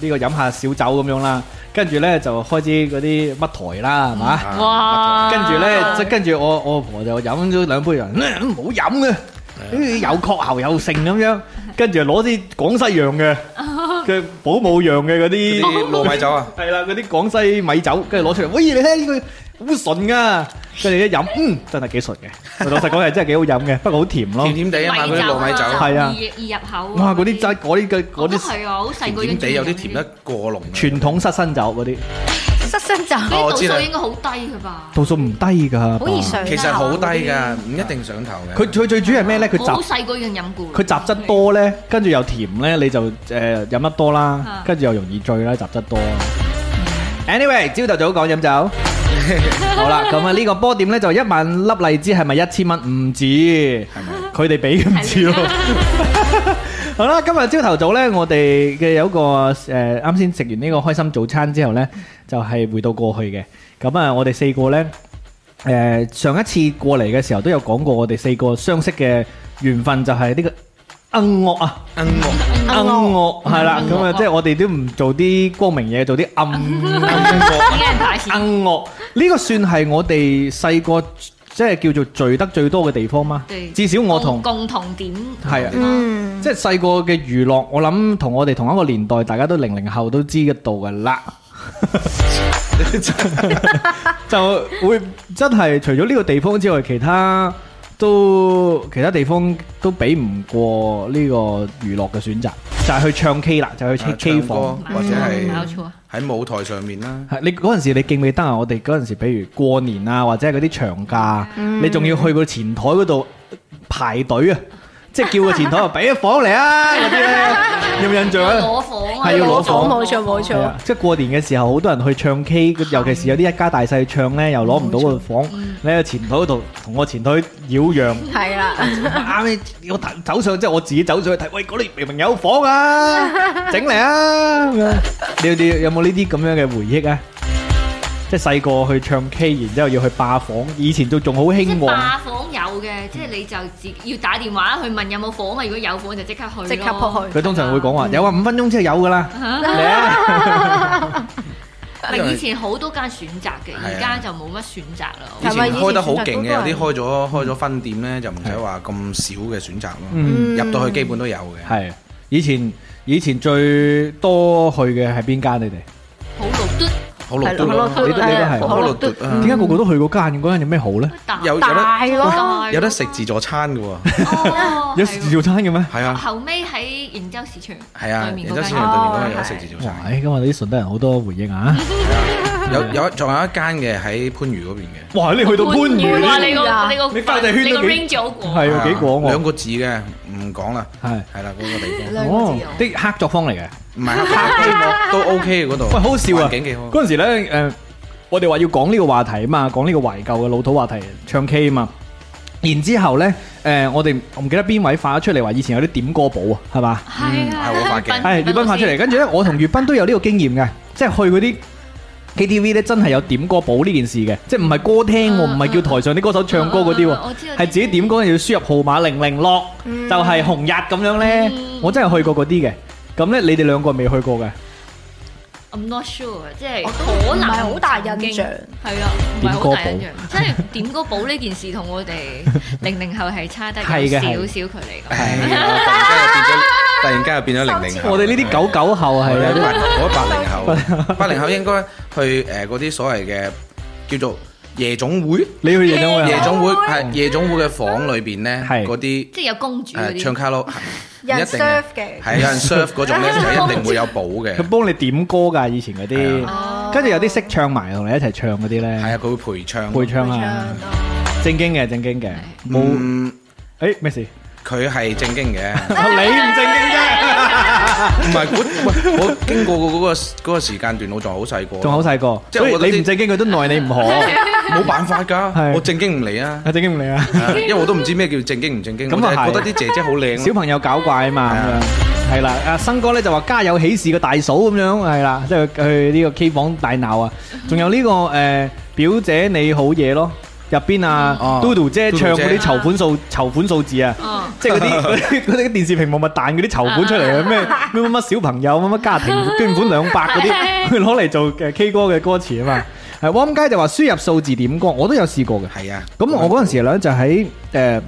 Speaker 2: 呢個飲下小酒咁樣啦，跟住咧就開支嗰啲乜台啦，係嘛？
Speaker 3: 啊
Speaker 5: 哇！
Speaker 2: 跟住咧，即係跟住我我婆就飲咗兩杯人，唔好飲嘅，有確喉有剩咁樣，跟住攞啲廣西釀嘅
Speaker 4: Ờ.
Speaker 2: 嘅保姆釀嘅嗰啲
Speaker 3: 啲。糯米酒啊，
Speaker 2: 係啦，嗰啲廣西米酒，跟住攞出嚟，喂，你睇呢個好純噶，跟住一飲，嗯，真係幾純嘅。老實講係真係幾好飲嘅，不過好甜咯
Speaker 3: 甜。甜地啊嘛，嗰啲糯米酒
Speaker 5: à,
Speaker 2: 係，啊
Speaker 5: 易易入口。
Speaker 2: 哇！嗰啲真嗰啲嘅
Speaker 5: 我
Speaker 2: 嗰
Speaker 5: 都
Speaker 2: 啲
Speaker 5: 係啊，好細
Speaker 3: 甜
Speaker 5: 個已經
Speaker 3: 甜地有啲
Speaker 5: 中
Speaker 3: 甜
Speaker 5: 意飲
Speaker 3: 得過濃啊。
Speaker 2: 傳統失身酒嗰啲，
Speaker 7: 失身就
Speaker 5: 嗰啲
Speaker 3: 哦我
Speaker 5: 度
Speaker 3: 知啦
Speaker 5: 數應該好低㗎吧？
Speaker 2: 度數唔低㗎。
Speaker 7: 好易上，
Speaker 3: 其實好低㗎，唔一定上頭嘅。
Speaker 2: 佢佢最主要係咩咧？佢
Speaker 5: 我好
Speaker 2: 雜
Speaker 5: 細個已經飲過。
Speaker 2: 佢雜質。多咧，跟住又甜咧，你就誒飲得多啦
Speaker 5: 啊，
Speaker 2: 跟住又容易醉啦，雜質多。Anyway，朝頭早講 飲酒，好啦，咁啊呢個波點咧就一萬粒荔枝係咪一千蚊？唔止，係咪？佢哋俾嘅唔止咯。 好啦，今日朝頭早咧，我哋嘅有一個誒啱先食完呢個開心早餐之後咧，就係回到過去嘅。咁啊，我哋四個咧。誒、上一次過嚟嘅時候都有講過，我哋四個相識嘅緣分就係呢個暗惡啊，
Speaker 3: 嗯我
Speaker 2: 暗惡係啦，咁啊即係我哋都唔做啲光明嘢，做啲暗
Speaker 5: 已經係大錢。
Speaker 2: 暗惡，呢個算係我哋細個即係叫做聚得最多嘅地方嗎
Speaker 5: 對？
Speaker 2: 至少我同
Speaker 5: 共共同點
Speaker 2: 係啊。
Speaker 7: 嗯，
Speaker 2: 即係細個嘅娛樂，我諗同我哋同一個年代，大家都零零後都知得到噶啦。 就會真係除咗呢個地方之外，其他都其他地方都比唔過呢個娛樂嘅選擇，就係、去唱 K 啦，就去
Speaker 3: 啊
Speaker 2: 去 K
Speaker 3: 唱歌
Speaker 2: 房。
Speaker 3: 或者
Speaker 5: 搞
Speaker 3: 係
Speaker 5: 錯啊！
Speaker 3: 喺舞台上面啦。
Speaker 2: 係你嗰陣時，你記唔記得啊？我哋嗰陣時，譬如過年啊，或者係嗰啲長假，你仲要去個前台嗰度排隊啊，即係叫個前台話俾一房嚟啊嗰啲咧，有冇印象啊？
Speaker 5: 攞火啊！
Speaker 2: 係要攞火
Speaker 7: 冇錯冇錯
Speaker 2: 係啊即係過年嘅時候，好多人去唱 K，尤其是有啲一家大細唱咧，又攞唔到個房，你喺前台嗰度同我前台擾攘，
Speaker 7: 係啦，
Speaker 2: 啊 啱啱我走上即係我自己走上去睇，喂，嗰度明明有房啊，整嚟啊！咁樣你你有冇呢啲咁樣嘅回憶啊？即係細個去唱 K，然之後要去霸房，以前都仲好
Speaker 5: 即
Speaker 2: 興
Speaker 5: 係
Speaker 2: 旺，
Speaker 5: 霸房有嘅，即係你就自要打電話去問有冇房啊！如果有房就即刻去，
Speaker 7: 即刻撲去
Speaker 2: 佢通常會講話有啊，五分鐘之後有噶啦，嚟啊！
Speaker 5: 咪以前好多間選擇嘅，
Speaker 3: 係啊
Speaker 5: 而家就冇乜選擇啦。
Speaker 3: 以
Speaker 7: 係咪
Speaker 3: 前開得好
Speaker 7: 以
Speaker 3: 勁嘅，
Speaker 7: 前
Speaker 3: 有
Speaker 7: 選擇
Speaker 3: 啲開咗開咗分店咧，就唔使話咁少嘅選擇咯。
Speaker 2: 嗯，
Speaker 3: 入到去基本都有嘅。
Speaker 2: 係以前以前最多去嘅係邊間？你哋？
Speaker 5: 好老嘟
Speaker 3: 好落都咯，
Speaker 2: 你都你都係
Speaker 3: 好落都
Speaker 2: 點解個個都去嗰間？嗰間有咩好咧？
Speaker 5: 大
Speaker 3: 有有得
Speaker 7: 大咯，
Speaker 3: 有得食自助餐嘅喎，
Speaker 5: 哦，
Speaker 2: 有時自助餐嘅咩？
Speaker 3: 係啊
Speaker 5: 後尾喺瀛洲市場
Speaker 3: 係啊，
Speaker 5: 對
Speaker 3: 然
Speaker 5: 面
Speaker 3: 之後
Speaker 5: 嗰
Speaker 3: 先
Speaker 5: 間
Speaker 3: 人對面嗰
Speaker 7: 哦
Speaker 3: 間有食自助
Speaker 2: 哇！哎
Speaker 3: 餐，
Speaker 2: 今日啲順德人好多回 憶啊！
Speaker 3: 有有仲有一間嘅喺番禺嗰邊嘅，
Speaker 2: 哇！你去到番禺
Speaker 7: 番禺
Speaker 5: 哇！
Speaker 2: 添，
Speaker 5: 你個你個
Speaker 2: 你翻地圈都
Speaker 5: 你個
Speaker 2: 幾
Speaker 5: range 好廣，
Speaker 2: 係啊，幾廣
Speaker 3: 兩
Speaker 2: 喎，
Speaker 3: 個字嘅，唔講啦，
Speaker 2: 係
Speaker 3: 係啦，嗰個地方
Speaker 7: 兩個字
Speaker 2: 哦，啲黑作坊嚟嘅。
Speaker 3: 唔係黑基我都 OK 嘅嗰度，
Speaker 2: 喂，好笑啊！
Speaker 3: 環境幾好。
Speaker 2: 嗰陣時咧，誒，我哋話要講呢個話題啊嘛，講呢個懷舊嘅老土話題，唱 K 啊嘛。然之後咧，誒，我哋我唔記得邊位發咗出嚟話以前有啲點歌簿啊，係嘛？
Speaker 5: 係啊，
Speaker 3: 係我發
Speaker 5: 笨
Speaker 3: 嘅
Speaker 2: 係粵斌發出嚟，跟住 咧，我同粵斌都有呢個經驗嘅，即係去嗰啲 KTV 咧，真係有點歌簿呢件事嘅，即係唔係歌廳喎，
Speaker 5: 嗯
Speaker 2: 唔係叫台上啲歌手唱歌嗰啲
Speaker 5: 嗯嗯嗯我知
Speaker 2: 喎，
Speaker 5: 道
Speaker 2: 係自己點歌要輸入號碼零零六，就係紅日咁樣咧
Speaker 5: 嗯，
Speaker 2: 我真係去過嗰啲嘅。咁咧，你哋兩個未去過嘅，
Speaker 5: I'm not sure，即係
Speaker 7: 我都
Speaker 5: 可能
Speaker 7: 唔係好大印象
Speaker 5: 曾經係啊，唔係好大印象
Speaker 2: 點。
Speaker 5: 即係點歌簿呢件事同我哋零零後係差得有
Speaker 2: 係嘅
Speaker 5: 少
Speaker 2: 係
Speaker 5: 少距離㗎。
Speaker 3: 唉突然間又變咗，突然間又變咗零零後。
Speaker 2: 我哋呢啲九九後係
Speaker 3: 係啊，
Speaker 2: 有啲
Speaker 3: 我八零後，八零後應該去誒嗰啲所謂嘅叫做夜總會，
Speaker 2: 你去夜總會
Speaker 3: 夜
Speaker 2: 啊？
Speaker 3: 總會係夜總會嘅房裏邊咧，
Speaker 2: 係
Speaker 3: 嗰 啲
Speaker 5: 即係有公主嗰
Speaker 3: 誒
Speaker 5: 啲，
Speaker 3: 唱卡拉
Speaker 7: 人 serve 嘅
Speaker 3: 係有人 serve 嗰種咧，就一定會有保嘅
Speaker 2: 佢。 幫你點歌㗎，以前嗰
Speaker 5: 哦
Speaker 2: 啲，跟住有啲識唱埋同你一齊唱嗰啲
Speaker 3: 啊係
Speaker 2: 咧，
Speaker 3: 啊，佢會陪唱。
Speaker 2: 配唱啊，
Speaker 5: 哦
Speaker 2: 正經嘅，正經嘅，冇
Speaker 3: 嗯，
Speaker 2: 誒咩事？
Speaker 3: 佢係正經嘅，
Speaker 2: 你唔正經啫。
Speaker 3: 唔係我我我經過嗰個嗰個時間段，我仲好細個，
Speaker 2: 仲好細個，
Speaker 3: 哦即係
Speaker 2: 所以
Speaker 3: 我覺得
Speaker 2: 你唔
Speaker 3: 啲
Speaker 2: 正經佢都奈你唔 可，係
Speaker 3: 冇辦法
Speaker 2: 係
Speaker 3: 㗎，我正經唔嚟啊，
Speaker 2: 正經唔理啊！
Speaker 3: 係啊因為我都唔知咩叫正經唔正經，
Speaker 2: 咁
Speaker 3: 我
Speaker 2: 啊
Speaker 3: 就係
Speaker 2: 係
Speaker 3: 覺得啲姐姐好靚
Speaker 2: 小
Speaker 3: 咯。
Speaker 2: 朋友搞怪啊嘛，咁
Speaker 3: 係啊
Speaker 2: 樣係啦。阿生哥咧就話家有喜事嘅大嫂咁樣，係啦，即係去呢個 K 房大鬧啊。仲有呢個誒表姐你好嘢咯，入邊啊
Speaker 3: 哦
Speaker 2: Dodo 姐唱嗰
Speaker 3: Dodo
Speaker 2: 啲
Speaker 3: 姐
Speaker 2: 籌款數籌款數字啊。
Speaker 5: 哦，
Speaker 2: 即係嗰 啲嗰啲嗰啲電視屏幕咪彈嗰啲籌款出嚟嘅咩咩乜乜小朋友乜乜家庭捐款兩百嗰啲，佢攞嚟做嘅 K 歌嘅歌詞啊嘛。係汪佳就話輸入數字點歌，我都有試過嘅。
Speaker 3: 係啊，
Speaker 2: 咁我嗰陣時咧就喺誒、呃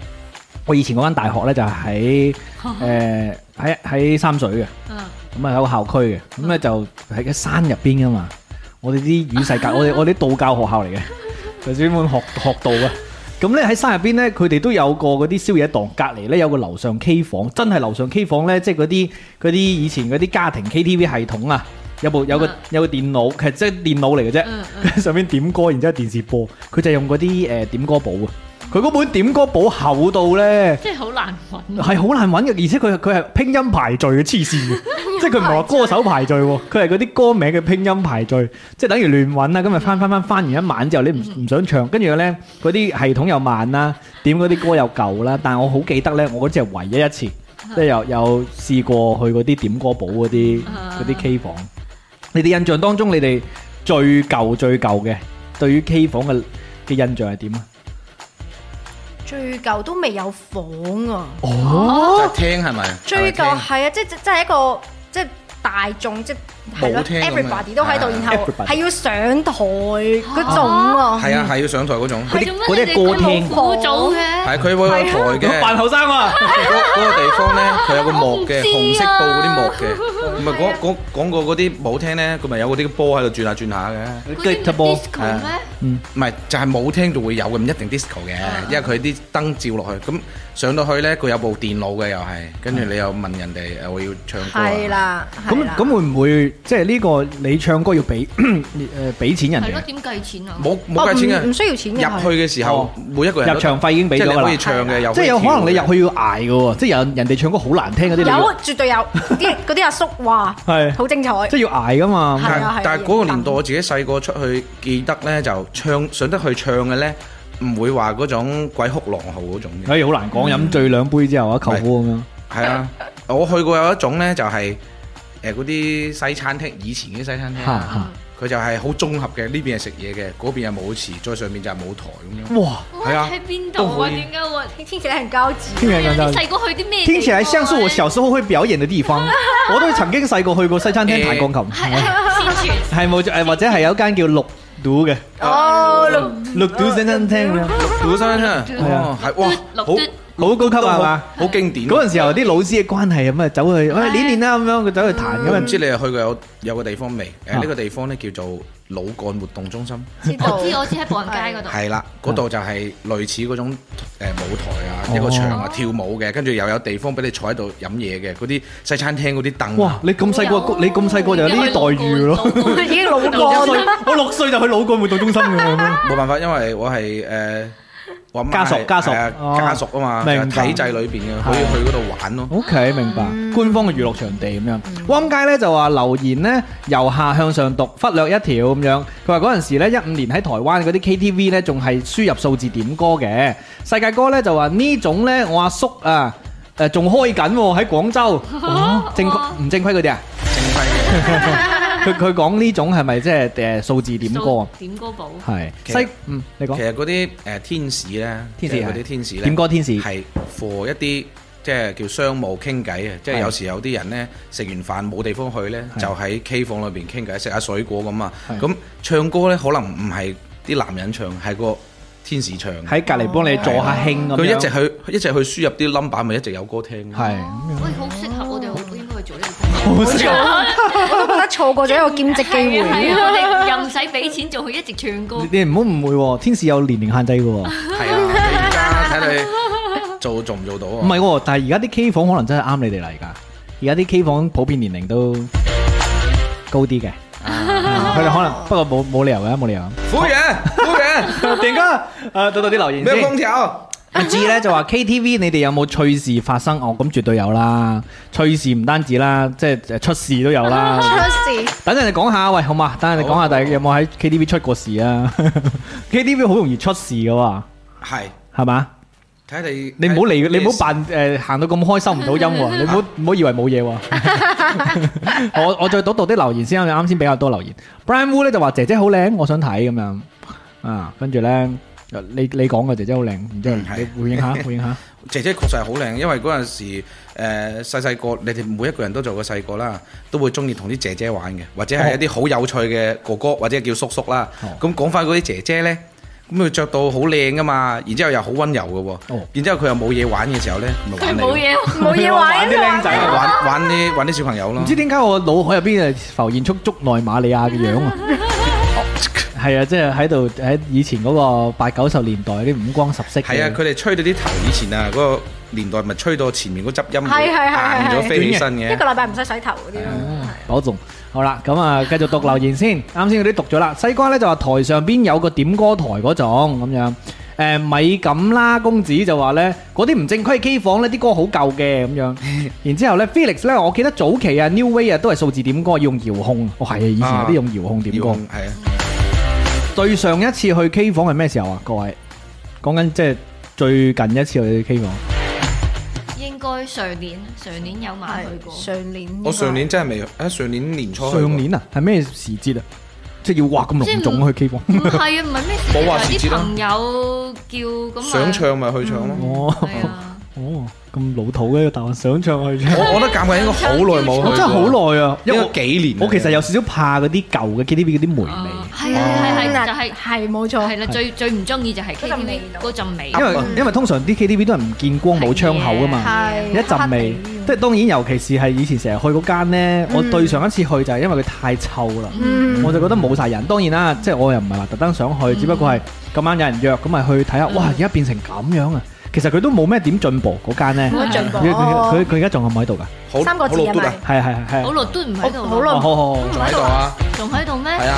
Speaker 2: 我以前嗰間大學咧 就喺誒喺喺三水嘅，
Speaker 5: 嗯
Speaker 2: 咁啊喺個校區嘅， 咁咧就喺個山入邊噶嘛。我哋啲與世隔，我哋我哋啲道教學校嚟嘅，就專門學學到嘅。咁咧喺山入邊咧，佢哋都有個嗰啲宵夜檔，隔離咧有個樓上 K 房，真係樓上 K 房咧，即係嗰啲嗰啲以前嗰啲家庭 KTV 系統啊，有部有個
Speaker 5: 嗯
Speaker 2: 有個電腦，其實即係電腦嚟嘅啫，
Speaker 5: 嗯
Speaker 2: 上面點歌，然之後電視播，佢就用嗰啲誒點歌簿啊，佢嗰本點歌簿厚到咧。
Speaker 5: 即係好難揾。
Speaker 2: 係好難揾嘅，而且佢佢係拼音排序嘅黐線嘅，即係佢唔係話歌手排序喎，佢係嗰啲歌名嘅拼音排序，即係等於亂揾啦。今日翻翻翻翻完一晚之後，你唔唔想唱，跟住咧嗰啲系統又慢啦，點嗰啲歌又舊啦。但係我好記得咧，我嗰次係唯一一次，即係有有試過去嗰啲點歌簿嗰啲
Speaker 5: 啊
Speaker 2: 嗰啲 K 房。你哋印象當中，你哋最舊最舊嘅對於 K 房嘅嘅印象係點啊？
Speaker 7: 最舊都未有房啊！
Speaker 3: 哦就係聽係咪？
Speaker 7: 最
Speaker 3: 係咪
Speaker 7: 舊
Speaker 3: 聽
Speaker 7: 係啊，即即即係一個即係大眾即係咯
Speaker 3: 舞廳咁樣
Speaker 7: ，everybody 都喺度，
Speaker 3: 係啊
Speaker 7: 然後
Speaker 2: everybody
Speaker 7: 係要上台嗰種啊，
Speaker 3: 係啊，係要上台嗰種，
Speaker 5: 係做
Speaker 2: 嗰
Speaker 5: 乜
Speaker 2: 啲
Speaker 5: 你哋
Speaker 2: 歌廳
Speaker 5: 咁古早嘅？
Speaker 3: 係佢會有個台 嘅。
Speaker 2: 扮後生啊！
Speaker 3: 嗰嗰個地方咧，佢有個幕嘅，
Speaker 5: 我唔知啊
Speaker 3: 紅色布嗰啲幕嘅，唔係講講講過嗰啲舞廳咧，佢咪有嗰啲波喺度轉下轉下嘅，
Speaker 5: 嗰啲
Speaker 2: Glitter
Speaker 5: disco
Speaker 3: 係
Speaker 5: 咩？
Speaker 7: 嗯
Speaker 3: 唔係就係舞廳就會有嘅，唔一定 disco 嘅，
Speaker 7: 啊
Speaker 3: 因為佢啲燈照落去，咁上到去咧，佢有部電腦嘅又係，跟住你又問人哋誒我要唱歌啊
Speaker 7: 啊係，啦，
Speaker 2: 咁
Speaker 7: 係啦
Speaker 2: 咁會唔會即係呢個你唱歌要俾 誒俾錢人
Speaker 5: 係咯，
Speaker 2: 哋
Speaker 5: 點計錢啊？
Speaker 3: 冇
Speaker 7: 哦
Speaker 3: 冇計
Speaker 7: 唔
Speaker 3: 錢
Speaker 7: 唔需要錢嘅
Speaker 3: 嘅，入去嘅時候
Speaker 2: 哦
Speaker 3: 每一個
Speaker 2: 嘅？
Speaker 3: 人都
Speaker 2: 入場費已經俾
Speaker 3: 即係
Speaker 2: 咗
Speaker 3: 你
Speaker 2: 㗎
Speaker 3: 可以
Speaker 2: 啦，
Speaker 3: 唱
Speaker 7: 啊
Speaker 3: 嘅，又
Speaker 2: 即係
Speaker 3: 以
Speaker 2: 有可能你
Speaker 3: 跳嘅
Speaker 2: 入去要捱嘅喎，即係有人人哋唱歌好難聽嗰啲，你
Speaker 7: 有
Speaker 2: 要
Speaker 7: 絕對有啲嗰啲阿叔話
Speaker 2: 係
Speaker 7: 好精彩，
Speaker 2: 即係要捱㗎嘛。
Speaker 7: 係
Speaker 3: 但
Speaker 7: 啊係啊
Speaker 3: 但係嗰個年代，我自己細個出去記得咧，就唱上得去唱嘅咧，唔會話嗰種鬼哭狼嚎嗰種嘅。
Speaker 2: 哎，好難講，飲醉兩杯之後啊，舅父咁樣。
Speaker 3: 嗯係啊，我去過有一種咧，就係誒嗰啲西餐廳，以前啲西餐廳
Speaker 2: 嚇
Speaker 3: 啊，
Speaker 2: 嚇
Speaker 3: 佢就係好綜合嘅，呢邊係食嘢嘅，嗰邊係舞池，再上面就係舞台咁樣。
Speaker 2: 哇！
Speaker 5: 哇
Speaker 3: 係啊
Speaker 5: 喺邊度啊？點解我？
Speaker 7: 天氣很高級。
Speaker 2: 聽起
Speaker 5: 你
Speaker 2: 來像
Speaker 5: 細個去啲咩地方啊？
Speaker 2: 聽起來像是 我小時候會表演嘅 地方。我都曾經細個去過西餐廳彈鋼琴，
Speaker 5: 先傳
Speaker 2: 係冇錯誒，或者係有一間叫綠島嘅
Speaker 4: Ờ,
Speaker 7: 哦，六
Speaker 2: 綠島西餐廳咁樣，
Speaker 3: 古山啊，
Speaker 5: 嗯
Speaker 3: 哦，係哇，
Speaker 5: 六
Speaker 3: 好
Speaker 5: 嘟
Speaker 2: 好高級啊係嘛？
Speaker 3: 好經典。
Speaker 2: 嗰陣時候啲老師嘅關係咁啊，走去喂練練啦咁樣，佢走去彈咁
Speaker 3: 我唔
Speaker 2: 樣。
Speaker 3: 知你係去過有有個地方未？
Speaker 2: 啊
Speaker 3: 誒呢個地方咧叫做老幹活動中心。
Speaker 7: 知道
Speaker 5: 我知我知喺步行街嗰度。
Speaker 3: 係啦，嗰度就係類似嗰種誒舞
Speaker 2: 哦
Speaker 3: 台啊，一個場啊跳舞嘅，跟住又有地方俾你坐喺度飲嘢嘅，嗰啲西餐廳嗰啲凳
Speaker 2: 哇
Speaker 3: 啊！，
Speaker 2: 你咁細個，你咁細個就有呢啲待遇咯。
Speaker 7: 已經老
Speaker 2: 我
Speaker 7: 過
Speaker 2: 六歲我六歲就去老幹活動中心嘅，
Speaker 3: 冇辦法，因為我係誒我阿媽
Speaker 2: 家屬
Speaker 3: 係
Speaker 2: 家屬
Speaker 3: 係啊
Speaker 2: 哦
Speaker 3: 家屬啊嘛，
Speaker 2: 明白
Speaker 3: 體制裏邊嘅，可以去嗰度玩咯。
Speaker 2: O K，明白。官方嘅娛樂場地咁樣。汪街咧就話留言咧由下向上讀，忽略一條咁樣。佢話嗰陣時咧一五年喺台灣嗰啲 K T V 咧仲係輸入數字點歌嘅。世界歌咧就話呢種咧我阿叔啊誒仲開緊喎喺廣州，哦正規唔正規嗰啲啊？
Speaker 3: 正規嘅，
Speaker 2: 佢佢講呢種係咪即係誒數字點歌啊？
Speaker 5: 點歌簿。
Speaker 2: 係
Speaker 3: 其實
Speaker 2: 西嗯，你
Speaker 3: 其
Speaker 2: 講
Speaker 3: 實嗰啲誒天使咧，
Speaker 2: 天使
Speaker 3: 即係
Speaker 2: 係
Speaker 3: 嗰啲天使咧，
Speaker 2: 點歌天使
Speaker 3: 係 for 一啲即係叫商務傾偈嘅，即係
Speaker 2: 係
Speaker 3: 有時有啲人呢，食完飯冇地方去呢，
Speaker 2: 係
Speaker 3: 就喺 K 房裏邊傾偈，食下水果咁啊。
Speaker 2: 係
Speaker 3: 咁唱歌呢，可能唔係啲男人唱，係個天使唱。
Speaker 2: 喺隔離幫你助下興咁
Speaker 3: 佢
Speaker 2: 樣
Speaker 3: 一直去一直去輸入啲 number，咪一直有歌聽。
Speaker 2: 係
Speaker 5: 喂，好適合我哋，好應該去做呢
Speaker 2: 好
Speaker 5: 個工作。
Speaker 2: 適合
Speaker 7: 我都覺得錯過咗一個兼職機
Speaker 5: 係啊係
Speaker 7: 會。
Speaker 5: 啊，我哋又唔使俾錢做，佢一直唱歌
Speaker 2: 你。你唔好誤會喎，天使有年齡限制嘅喎，唔
Speaker 3: 係啊，你而家睇你做做唔做
Speaker 7: 哦
Speaker 3: 到啊？
Speaker 2: 係喎，但係而家啲 K 房可能真係啱你哋嚟㗎。而家啲 K 房普遍年齡都高 啲嘅，啊佢哋可能不過冇冇理由嘅，冇理由。
Speaker 3: 服務員，服務員，
Speaker 2: 定哥，誒讀到啲留言
Speaker 3: 有冇有空調？
Speaker 2: 阿志咧就話 KTV 你哋有冇趣事發生？哦，咁絕對有啦，趣事唔單止啦，即係出事都有 啦。
Speaker 7: 出事
Speaker 2: 等陣你講下，喂，好嘛？等陣你講下，但係有冇喺 KTV 出過事啊 ？KTV 好容易出事嘅喎，
Speaker 3: 係
Speaker 2: 係嘛？
Speaker 3: 睇你
Speaker 2: 你唔好嚟，
Speaker 3: 睇
Speaker 2: 你唔好扮誒行到咁開心唔到音喎，你唔好唔好以為冇嘢喎。我我再讀讀啲留言先，因為啱先比較多留言。Brian Wu 咧就話姐姐好靚，我想睇咁樣啊，跟住咧。你你講嘅姐姐好靚，然之後
Speaker 3: 嗯係
Speaker 2: 你回應 下，回應下。
Speaker 3: 姐姐確實係好靚，因為嗰陣時誒細細個，你哋每一個人都做過細個啦，都會中意同啲姐姐玩嘅，或者係一啲好有趣嘅哥哥或者叫叔叔啦
Speaker 2: 哦。
Speaker 3: 咁講翻嗰啲姐姐呢，咁佢着到好靚噶嘛，然之後又好温柔嘅喎
Speaker 2: 哦，
Speaker 3: 然之後佢又冇嘢玩嘅時候呢，咪
Speaker 5: 佢
Speaker 3: 玩你
Speaker 5: 冇
Speaker 3: 咯，
Speaker 5: 嘢，
Speaker 7: 冇 嘢玩
Speaker 2: 玩啲靚仔
Speaker 7: 啊！
Speaker 3: 玩玩啲玩啲小朋友咯
Speaker 2: 唔。知點解我腦海入邊係浮現出竹內瑪利亞嘅樣啊，係啊，即係喺度喺以前嗰個八九十年代啲五光十色嘅。
Speaker 3: 係啊，佢哋吹到啲頭以前啊，嗰、個年代咪吹到前面嗰執
Speaker 2: 哦
Speaker 3: 音會
Speaker 7: 係係係係
Speaker 3: 硬咗飛起身
Speaker 7: 一個
Speaker 3: 嘅。
Speaker 7: 禮拜唔使洗頭嗰啲咯。
Speaker 2: 保重。好啦，咁啊，繼續讀留言先。啱先嗰啲讀咗啦。西瓜呢就話台上邊有個點歌台嗰種咁樣。誒、米錦啦公子就話呢，嗰啲唔正規機房呢啲歌好舊嘅咁 樣。然之後呢 Felix 呢，我記得早期啊 New Way 啊都係數字點歌，要用遙控。哦，係啊，以前有啲用遙控點歌。
Speaker 3: 要係啊，
Speaker 2: 最上一次去 K 房係咩時候啊？各位，講緊即係最近一次去 K 房。
Speaker 5: 應該上年上年有埋去過，
Speaker 7: 上年
Speaker 3: 我上年真係未，啊上年年初去過
Speaker 2: 上年啊，係咩時節啊？即係要話咁隆重去 K 房。
Speaker 5: 唔係啊，唔係咩 事，
Speaker 3: 冇話事
Speaker 5: 有
Speaker 3: 節
Speaker 5: 啲
Speaker 3: 咯
Speaker 5: 朋友叫咁啊
Speaker 3: 想，唱咪去唱咯。
Speaker 2: 哦
Speaker 5: 係啊，
Speaker 2: 哦，咁老土嘅，但我想唱去唱。
Speaker 3: 我我覺得尷尬應該好耐冇去過，
Speaker 2: 我真係好耐啊，因為
Speaker 3: 應
Speaker 2: 我
Speaker 3: 該幾年啊。
Speaker 2: 我其實有少少怕嗰啲舊嘅 KTV 嗰啲霉味，
Speaker 5: 啊係啊係係就係
Speaker 7: 係冇錯
Speaker 5: 係。啦，最最唔中意就係
Speaker 7: 嗰陣味
Speaker 5: KTV
Speaker 7: 道
Speaker 5: 嗰陣味，
Speaker 2: 因為因為通常啲 KTV 都係唔見光冇窗口噶嘛，
Speaker 7: 嗯係啊
Speaker 2: 一陣味，即係當然尤其是係以前成日去嗰間咧，
Speaker 7: 嗯
Speaker 2: 我對上一次去就係因為佢太臭啦，我就覺得冇晒人。當然啦，即係我又唔係話特登想
Speaker 7: 嗯
Speaker 2: 去，只不過係咁啱有人約咁咪去睇下，哇！而家變成咁樣啊！其實佢都冇咩點進步嗰間咧，
Speaker 7: 冇乜進步
Speaker 2: 佢佢佢佢而家仲喺唔喺度㗎？
Speaker 3: 好
Speaker 7: 三個字
Speaker 3: 好老
Speaker 7: 係咪
Speaker 3: 嘟啊
Speaker 2: 係係係
Speaker 5: 好
Speaker 2: 係，
Speaker 5: 耐都唔喺度，
Speaker 7: 好耐
Speaker 2: 哦好好好，
Speaker 3: 仲喺度啊，
Speaker 5: 仲喺度咩？
Speaker 3: 係啊，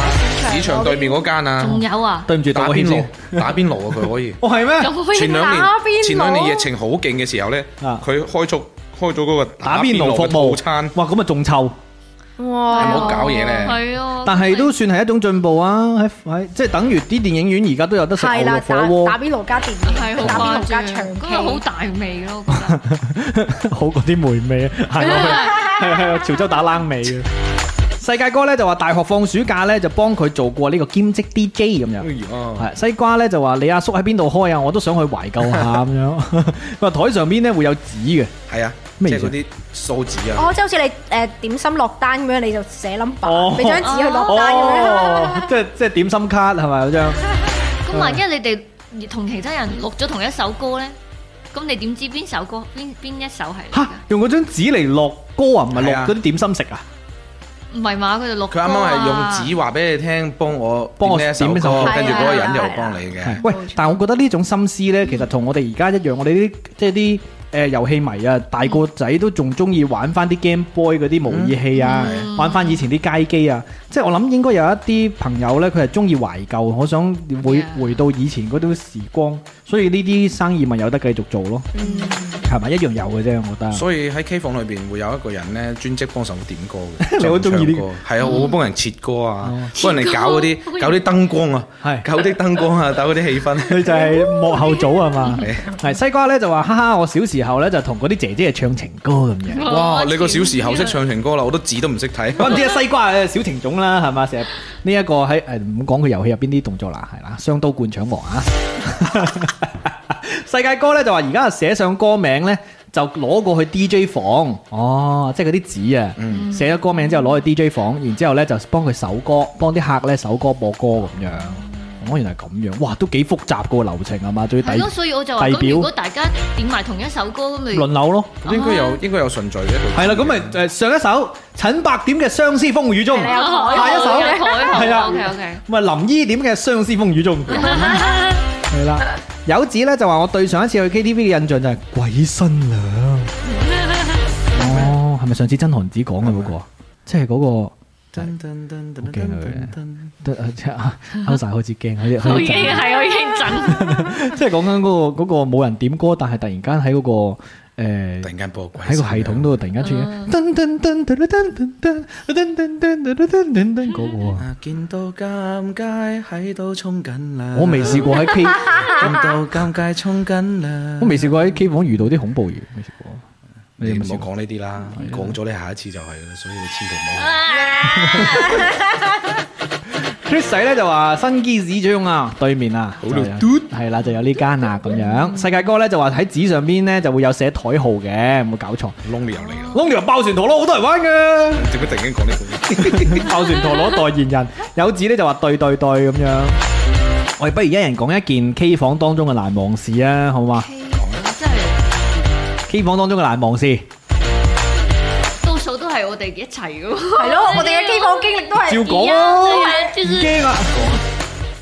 Speaker 3: 市場對面嗰間啊，
Speaker 5: 仲有啊，
Speaker 2: 對唔住，道
Speaker 3: 打
Speaker 2: 個歉
Speaker 3: 邊爐
Speaker 2: 先。，
Speaker 3: 打邊爐啊，佢可以。
Speaker 2: 哦係咩？
Speaker 5: 仲可以
Speaker 3: 前兩年
Speaker 7: 打邊爐
Speaker 3: 前兩年疫情好勁嘅時候咧，
Speaker 2: 啊
Speaker 3: 佢開咗開咗嗰個
Speaker 2: 打邊爐服
Speaker 3: 嘅
Speaker 2: 務
Speaker 3: 套餐，
Speaker 2: 哇，咁啊仲臭，
Speaker 7: 哇
Speaker 3: 係咪好搞嘢咧？
Speaker 5: 係啊，
Speaker 2: 但係都算係一種進步啊！喺喺即係等於啲電影院而家都有得食牛
Speaker 7: 係
Speaker 2: 肉
Speaker 7: 啦，
Speaker 2: 火
Speaker 7: 打打
Speaker 2: 鍋，
Speaker 7: 邊爐加電
Speaker 5: 係
Speaker 7: 影，打邊
Speaker 5: 好
Speaker 7: 爐
Speaker 5: 誇
Speaker 7: 加
Speaker 5: 張，
Speaker 7: 長
Speaker 5: 嗰
Speaker 7: 期，
Speaker 5: 個好大味咯，我覺得
Speaker 2: 好過啲梅 味啊，係係係啊，潮州打冷味嘅。世界哥咧就話大學放暑假咧就幫佢做過呢個兼職 DJ 咁樣。
Speaker 3: 哦，
Speaker 2: 係西瓜咧就話你阿叔喺邊度開啊？我都想去懷舊下咁樣。 佢話台上邊咧會有紙嘅，
Speaker 3: 係啊，即
Speaker 2: 咩
Speaker 3: 係
Speaker 2: 意思
Speaker 3: 嗰啲數字啊，
Speaker 7: 哦，即係好似你誒點心落單咁樣，你就寫 number，
Speaker 2: 哦
Speaker 7: 俾張紙去落單咁樣。
Speaker 2: 哦，即係即係點心卡係咪有張？
Speaker 5: 咁萬一你哋同其他人錄咗同一首歌咧，咁你點知邊首歌邊邊一首係嚟
Speaker 2: 嚇
Speaker 5: 㗎？，
Speaker 2: 用嗰張紙嚟落歌啊，唔係落
Speaker 3: 係啊
Speaker 2: 嗰啲點心食啊？
Speaker 5: 唔係嘛？佢哋錄
Speaker 3: 佢啱啱係用紙話俾你聽，幫我
Speaker 2: 幫我
Speaker 3: 點呢一首
Speaker 2: 點一首
Speaker 3: 歌
Speaker 2: 歌，
Speaker 3: 跟住嗰個人
Speaker 7: 係啊係
Speaker 3: 又
Speaker 7: 啊
Speaker 3: 幫你嘅。
Speaker 2: 喂
Speaker 7: 冇錯，
Speaker 2: 但係我覺得呢種心思呢，其實同我哋而家一樣，我哋啲即係啲誒遊戲迷啊，大個仔都仲中意玩翻啲 Game Boy 嗰啲模擬器啊，
Speaker 7: 嗯
Speaker 2: 玩翻以前啲街機啊，即係我諗應該有一啲朋友呢，佢係中意懷舊，我想回
Speaker 5: Yeah
Speaker 2: 回到以前嗰種時光，所以呢啲生意咪有得繼續做咯，
Speaker 7: 嗯
Speaker 2: 係咪一樣有嘅啫？我覺得。
Speaker 3: 所以喺 K 房裏邊會有一個人咧，專職幫手點歌 嘅。
Speaker 2: 你好鍾意呢嗯哦個
Speaker 3: 個？係啊，我會幫人切歌啊，幫人哋搞 嗰
Speaker 5: 切歌
Speaker 3: 啲搞啲燈光啊，
Speaker 2: 係
Speaker 3: 搞啲燈光啊，搞 嗰啲氣氛。
Speaker 2: 佢就係幕後組係嘛
Speaker 3: 係？
Speaker 2: 係西瓜呢就話：哈哈，我小時候呢，就同嗰啲姐姐唱情歌咁 樣。
Speaker 3: 哇！你個小時候識唱情歌啦，我都字都唔識睇。
Speaker 2: 我唔知啊，西瓜誒小情種啦，係嘛？成日呢一個喺誒唔講佢遊戲入邊啲動作啦，係啦，雙刀灌腸王啊！ 世界哥咧就話而家寫上歌名咧，就攞過去 DJ 房，哦，即係嗰啲紙啊，
Speaker 3: 嗯
Speaker 2: 寫咗歌名之後攞去 DJ 房，然之後咧就幫佢搜歌，幫啲客咧搜歌播歌咁樣。哦，原來係咁樣，哇，都幾複雜個流程係嘛？最底
Speaker 5: 係咯，所以我就話
Speaker 2: 遞
Speaker 5: 咁，如
Speaker 2: 表
Speaker 5: 果哦大家點埋同一首歌咁咪
Speaker 2: 輪流咯。
Speaker 3: 應該有應該有順序嘅。佢
Speaker 2: 係啦，咁咪誒上一首陳百點嘅《相思風雨中》，下一首
Speaker 5: 係
Speaker 2: 係啊
Speaker 5: OK OK，
Speaker 2: 咪林依點嘅《相思風 雨中》係啦。友子咧就話我對上一次去 KTV 嘅印象就係鬼新娘。哦，係咪上次真韓子講嘅嗰個？啊即係嗰個。好驚佢得啊！即係啊，歐晒開始驚，佢
Speaker 5: 我
Speaker 2: 佢
Speaker 5: 已經係我已經震，
Speaker 2: 即係講緊嗰個嗰個冇人點歌，但係突然間喺嗰個誒
Speaker 3: 突然間播鬼
Speaker 2: 喺個系統度突然間出現噔噔噔噔噔噔噔噔噔噔噔噔噔嗰個啊！
Speaker 6: 啊，見到尷尬喺度沖緊涼，
Speaker 2: 我未試過喺 K，
Speaker 6: 見到尷尬沖緊涼。
Speaker 2: 我未試過喺 K 房遇到啲恐怖嘢，未試過。
Speaker 3: 你
Speaker 2: 有
Speaker 3: 唔
Speaker 2: 冇
Speaker 3: 好
Speaker 2: 試過？
Speaker 3: 講呢啲啦，
Speaker 2: 嗯啊
Speaker 3: 講咗你下一次就係啦，所以你千祈唔好。
Speaker 2: Chris 仔咧就話新機市張啊，對面啊，好
Speaker 3: 老
Speaker 2: 係啦，就有呢間啊咁樣。世界哥咧就話喺紙上邊咧就會有寫台號嘅，冇搞錯。
Speaker 3: Lonely 又嚟 啦，
Speaker 2: 龍條爆旋陀螺好多人玩嘅。
Speaker 3: 點解突然間講呢個？
Speaker 2: 爆旋陀螺代言人，有子咧就話對對對咁樣。我哋不如一人講一件 K 房當中嘅難忘事啊，好嘛
Speaker 5: 真係
Speaker 2: ？K 房當中嘅難忘事，
Speaker 5: 多數都係我哋一齊嘅喎。
Speaker 7: 係咯，我哋嘅機房經歷都係
Speaker 2: 照講
Speaker 5: 一樣
Speaker 2: 咯，
Speaker 5: 對啊
Speaker 2: 唔
Speaker 5: 就是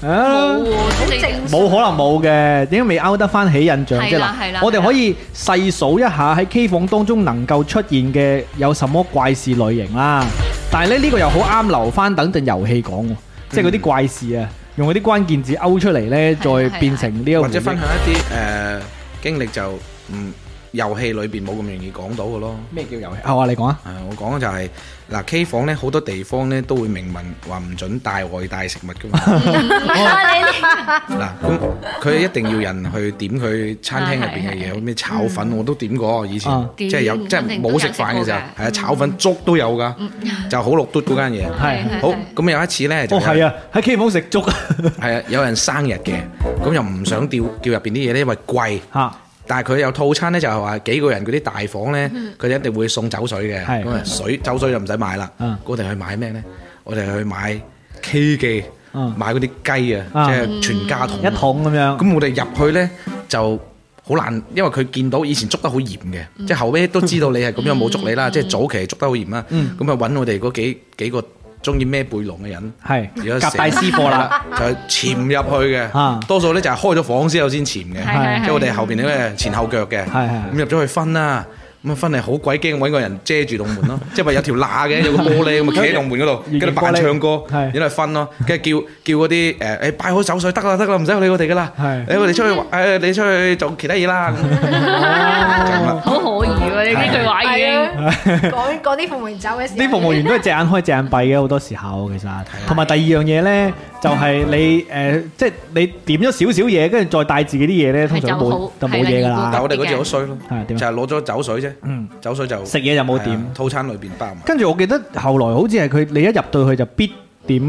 Speaker 2: 驚啊！啊
Speaker 5: 冇喎，即係
Speaker 7: 正
Speaker 2: 冇可能冇嘅，點解未勾得翻起印象啫？
Speaker 5: 係
Speaker 2: 嗱
Speaker 5: 啦係啦，
Speaker 2: 我哋可以細數一下喺 K 房當中能夠出現嘅有什麼怪事類型啦。但係咧呢個又好啱留翻等陣遊戲講喎，即
Speaker 3: 嗯
Speaker 2: 係嗰啲怪事啊，用嗰啲關鍵字勾出嚟呢，
Speaker 5: 係啊啦
Speaker 2: 再變成呢一個
Speaker 3: 或者
Speaker 2: 回憶
Speaker 3: 分享一啲誒經歷就唔遊戲裏邊冇咁容易講到嘅咯。
Speaker 2: 咩叫遊戲？啊，你講啊，
Speaker 3: 誒，我講嘅就係嗱，K 房咧好多地方咧都會明文話唔準帶外帶食物 噶嘛。嗱，咁佢一定要人去點佢餐廳入邊
Speaker 5: 係
Speaker 3: 嘅
Speaker 5: 係
Speaker 3: 嘢，咩炒粉我都點過，以前
Speaker 2: 啊
Speaker 3: 即係有
Speaker 5: 點
Speaker 3: 即係冇食飯嘅時
Speaker 5: 肯定都有食
Speaker 3: 候，
Speaker 5: 過嘅
Speaker 3: 係啊，炒粉粥都有噶，就好綠嘟嗰間嘢。
Speaker 2: 係
Speaker 5: 係
Speaker 3: 好，咁有一次咧就
Speaker 2: 哦
Speaker 3: 有
Speaker 2: 係啊，喺 K 房食粥啊，
Speaker 3: 係啊，有人生日嘅，咁又唔想叫叫入邊啲嘢咧，因為貴。
Speaker 2: 嚇
Speaker 3: 但係佢有套餐咧，就係話幾個人嗰啲大房咧，佢就一定會送酒水嘅。
Speaker 2: 嗯係
Speaker 3: 咁啊，水酒水就唔使買啦
Speaker 2: 嗯。
Speaker 3: 我哋去買咩咧？我哋去買 K 記，
Speaker 2: 嗯
Speaker 3: 買嗰啲雞啊，
Speaker 2: 啊
Speaker 3: 即係全家桶
Speaker 2: 一。桶咁樣，
Speaker 3: 咁我哋入去咧就好難，因為佢見到以前捉得好嚴嘅，
Speaker 2: 嗯
Speaker 3: 即係後尾都知道你係咁樣冇捉你啦，即係早期捉得好嚴啦。
Speaker 2: 嗯
Speaker 3: 咁啊揾我哋嗰幾幾個中意孭背囊嘅人。
Speaker 2: 係夾帶私貨啦，
Speaker 3: 就係潛入去
Speaker 2: 啊
Speaker 3: 嘅，多數咧就係開咗房之後先潛嘅，
Speaker 5: 係係係
Speaker 3: 即係我哋後邊咧前後腳嘅，
Speaker 2: 係係
Speaker 3: 咁入咗去分啦，咁啊分係好鬼驚，揾個人遮住棟門咯，即係話有條罅嘅，有個玻璃咁啊企喺棟門嗰度，
Speaker 2: 越
Speaker 3: 跟住
Speaker 2: 過
Speaker 3: 扮
Speaker 2: 呢
Speaker 3: 唱歌
Speaker 2: 係，
Speaker 3: 然後分咯，跟住叫叫嗰啲誒誒擺好酒水得啦得啦，唔使理我哋噶啦，
Speaker 2: 係
Speaker 3: 誒我哋出去玩誒你出去做其他嘢啦，咁就咁啦
Speaker 5: 好可疑喎！你呢句話已經
Speaker 7: 係啊，講講啲服務員走嘅時候，
Speaker 2: 啲服務員都係隻眼開隻眼閉嘅，好多時候其實。同埋第二樣嘢呢，就係你誒，即係你點咗少少嘢，跟住再帶自己啲嘢呢，通常
Speaker 5: 係就
Speaker 2: 都冇就
Speaker 5: 好
Speaker 2: 冇嘢㗎
Speaker 5: 係啦
Speaker 3: 但係
Speaker 2: 啦
Speaker 5: 如。
Speaker 3: 我哋嗰次好衰咯，
Speaker 2: 係
Speaker 3: 就
Speaker 2: 點啊？
Speaker 3: 係攞咗酒水啫，
Speaker 2: 嗯
Speaker 3: 酒水就
Speaker 2: 食嘢就冇點
Speaker 3: 係啊套餐裏邊包埋。
Speaker 2: 跟住我記得後來好似係佢，你一入到去就必點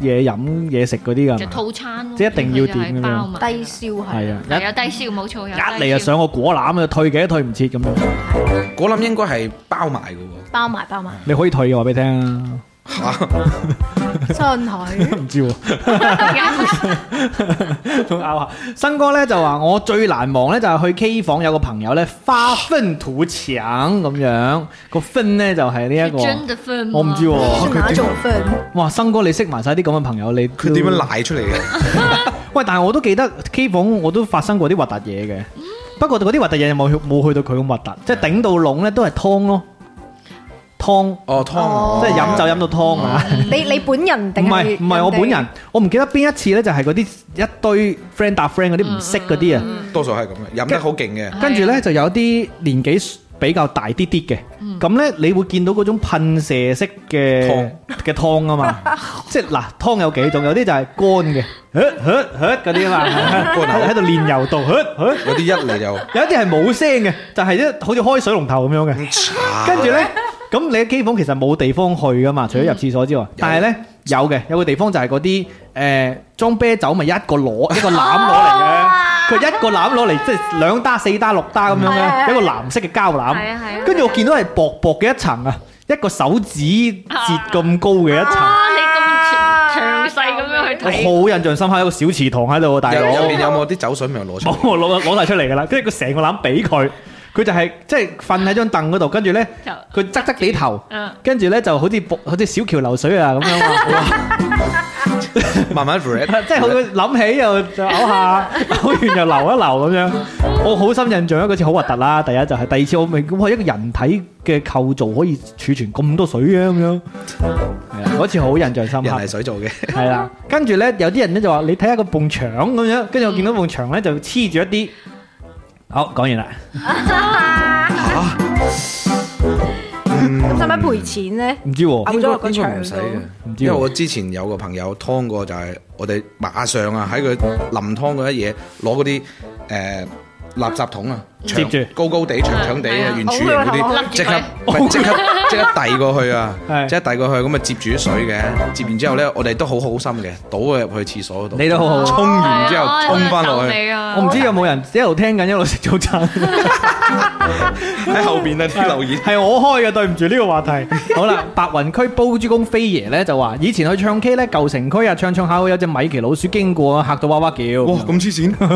Speaker 2: 嘢飲嘢食嗰啲㗎
Speaker 5: 就
Speaker 2: 嘛，
Speaker 5: 套餐咯，
Speaker 2: 即係一定要
Speaker 5: 佢
Speaker 2: 點
Speaker 5: 就係包埋
Speaker 7: 低消
Speaker 2: 係
Speaker 7: 係。
Speaker 2: 啊，
Speaker 5: 係有低消冇錯，有
Speaker 2: 一
Speaker 5: 低
Speaker 2: 嚟就
Speaker 5: 消
Speaker 2: 上個果籃啊，退幾都退唔切咁樣，
Speaker 3: 我諗應該係包埋嘅喎。
Speaker 7: 包埋包埋，
Speaker 2: 你可以退嘅話俾你聽啊，
Speaker 7: 信佢
Speaker 2: 唔知喎。 仲拗下，啊新哥咧就話我最難忘咧就係去 K 房有個朋友咧花分土牆咁樣，個分咧就係呢一個，
Speaker 5: 真的分
Speaker 2: 我唔知喎、
Speaker 7: 是哪種分？
Speaker 2: 哇，新哥你識埋晒啲咁嘅朋友，你
Speaker 3: 佢點樣？賴出嚟嘅？
Speaker 2: 喂，但係我都記得 K 房我都發生過啲核突嘢嘅，不過嗰啲核突嘢有冇去冇去到佢咁核突，即係頂到籠咧都係湯咯，湯。
Speaker 3: 哦，湯啊
Speaker 7: 哦
Speaker 2: 即係飲酒飲到湯啊！
Speaker 7: 你你本人
Speaker 2: 唔
Speaker 7: 定
Speaker 2: 係唔係我本人，我唔記得邊一次咧，就係嗰啲一堆 friend 搭 friend 嗰啲唔識嗰啲啊，
Speaker 3: 多數係咁嘅，飲得好勁嘅。
Speaker 2: 跟住呢，就有啲年紀比較大啲啲嘅，咁呢，你會見到嗰種噴射式嘅嘅湯啊 嘛，即係嗱湯有幾種，有啲就係乾嘅，呵 呵呵嗰啲啊嘛，
Speaker 3: 乾
Speaker 2: 喺
Speaker 3: 啊
Speaker 2: 喺度練柔道，呵呵，
Speaker 3: 有啲一嚟就
Speaker 2: 有一啲係冇聲嘅，就係一好似開水龍頭咁樣嘅，跟住呢，咁你喺機房其實冇地方去噶嘛，除咗入廁所之外，但係呢，有嘅，有個地方就係嗰啲誒裝啤酒咪一個攞一個攬攞嚟嘅。佢一個籃攞嚟，即係兩打、四打、六打咁
Speaker 7: 係
Speaker 2: 樣
Speaker 7: 啊
Speaker 2: 咧，
Speaker 7: 係啊
Speaker 2: 一個藍色嘅膠
Speaker 5: 係啊係
Speaker 2: 籃。
Speaker 5: 啊
Speaker 2: 跟住我見到係薄薄嘅一層啊，一個手指節咁高嘅一層，
Speaker 4: Ờ,
Speaker 5: 啊！你咁詳詳細咁樣去
Speaker 2: 我
Speaker 5: 睇，
Speaker 2: 好印象深刻，有個小池塘喺度喎，大
Speaker 3: 入
Speaker 2: 佬。
Speaker 3: 入邊有冇啲酒水咪攞出
Speaker 2: 冇
Speaker 3: 嚟？
Speaker 2: 我攞攞晒出嚟㗎啦，跟住佢成個籃俾佢，佢就係即係瞓喺張凳嗰度，跟住咧
Speaker 5: 就
Speaker 2: 佢側側地頭
Speaker 5: 嗯，
Speaker 2: 跟住咧就好似薄好似小橋流水啊咁樣啊。
Speaker 3: 慢慢 r e
Speaker 2: 即係好諗起又就嘔下，嘔完又流一流咁樣。我好深印象一個次好核突啦，第一就係、第二次我明咁我一個人體嘅構造可以儲存咁多水嘅咁樣，係啊，嗰次好印象深
Speaker 3: 人
Speaker 2: 刻
Speaker 3: 係。水做嘅，
Speaker 2: 係啦，跟住咧有啲人咧就話你睇下個埲牆咁樣，跟住我見到埲牆咧就黐住一啲。好，講完啦。
Speaker 7: 使唔使賠錢咧？
Speaker 2: 唔知喎，
Speaker 7: 嘔咗落個
Speaker 3: 應該
Speaker 7: 牆
Speaker 3: 唔使
Speaker 7: 度
Speaker 3: 嘅。
Speaker 2: 唔知
Speaker 3: 因為我
Speaker 2: 喎，
Speaker 3: 之前有個朋友湯過，就係我哋馬上啊喺佢淋湯嗰一嘢攞嗰啲誒垃圾桶啊，長
Speaker 2: 接住
Speaker 3: 高高地、長長地
Speaker 5: 係
Speaker 3: 嘅
Speaker 5: 啊
Speaker 3: 圓柱形嗰
Speaker 7: 好
Speaker 3: 啲，
Speaker 5: 嘅
Speaker 3: 即刻唔
Speaker 2: 好
Speaker 3: 係即刻即刻遞過去啊
Speaker 2: 係！
Speaker 3: 即刻遞過去咁啊，接住啲水嘅，接完之後咧，我哋都好好心嘅，倒佢入去廁所嗰度。
Speaker 2: 你都好好。
Speaker 3: 沖完之後
Speaker 5: 哦哎呀
Speaker 3: 沖翻落
Speaker 5: 真係
Speaker 3: 去
Speaker 5: 鬥你啊
Speaker 2: 我唔知有冇人一路聽緊一路食 早餐。
Speaker 3: 喺後邊啊
Speaker 2: À.
Speaker 3: 啲留言。
Speaker 2: 係我開嘅，對唔住呢個話題。 好啦，白雲區煲珠公飛爺咧就話，以前去唱 K 咧，舊城區啊，唱唱下會有隻米奇老鼠經過，嚇到哇哇叫。
Speaker 3: 哇，
Speaker 2: 咁
Speaker 3: 咁黐線！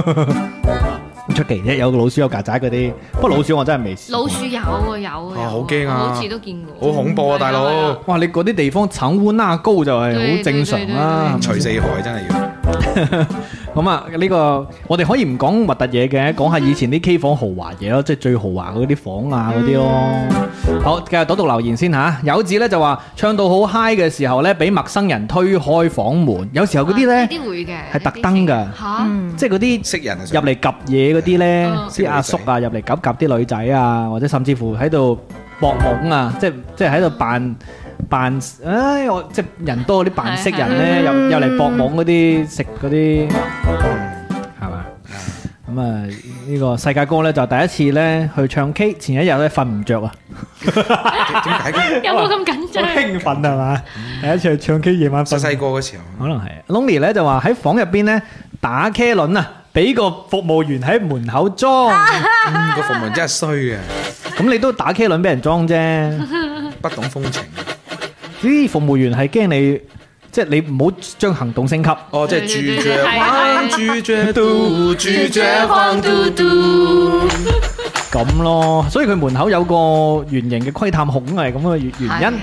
Speaker 2: 出奇啫，有個老鼠有曱甴嗰啲，不過老鼠我真係未試過。
Speaker 5: 老鼠有啊有啊，有
Speaker 3: 好驚啊
Speaker 2: 哦
Speaker 5: 好似都見過，
Speaker 3: 好恐怖啊，
Speaker 5: 係
Speaker 3: 大
Speaker 5: 啊係
Speaker 3: 佬
Speaker 5: 啊！
Speaker 2: 哇！你嗰啲地方橙烏鴉高就係好正常啦。
Speaker 5: 對嗯
Speaker 3: 除四害真係要。
Speaker 2: 咁啊，呢個我哋可以唔講核突嘢嘅，講下以前啲 K 房豪華
Speaker 5: 嗯
Speaker 2: 嘢咯，即係最豪華嗰啲房啊嗰啲咯。好，繼續讀讀留言先吓。有字咧就話唱到好 high 嘅時候咧，俾陌生人推開房門，有時候嗰啲
Speaker 5: 啊呢
Speaker 2: 咧
Speaker 5: 啲會嘅，
Speaker 2: 係特登㗎
Speaker 5: 嚇，
Speaker 4: Ừ.
Speaker 2: 即係嗰啲。
Speaker 3: 識人啊
Speaker 2: 入嚟及嘢嗰啲咧
Speaker 5: 嗯，
Speaker 2: 啲阿叔啊入嚟及及啲女仔啊，或者甚至乎喺度搏懵啊，即係即係喺度扮扮，唉我即係人多嗰啲扮識人咧，又又嚟搏懵嗰啲食嗰啲，係嘛？
Speaker 3: 嗯
Speaker 2: 咁啊，呢個世界哥咧就第一次咧去唱 K，前一日咧瞓唔着啊，
Speaker 3: 點解 嘅？
Speaker 5: 有冇咁緊
Speaker 2: 好
Speaker 5: 張？
Speaker 2: 興奮啊係嘛？第一次去唱 K 夜晚瞓
Speaker 3: 細
Speaker 2: 唔
Speaker 3: 細個嘅時候，
Speaker 2: 可能係 Lonely 咧就話喺房入邊咧打茄輪啊，俾個服務員喺門口裝，
Speaker 3: 嗯個服務員真係衰啊嘅，
Speaker 2: 咁你都打茄輪俾人裝啫。
Speaker 3: 不懂風情。
Speaker 2: 啲服務員係驚你，即係你唔好將行動升級。
Speaker 3: 哦，即
Speaker 5: 對
Speaker 3: 係
Speaker 5: 對
Speaker 3: 豬
Speaker 5: 對
Speaker 3: 腳
Speaker 5: 係
Speaker 3: 彎，
Speaker 5: 係
Speaker 3: 豬腳嘟，豬腳彎嘟嘟。
Speaker 2: 咁咯，所以佢門口有個圓形嘅窺探孔係咁嘅原原因，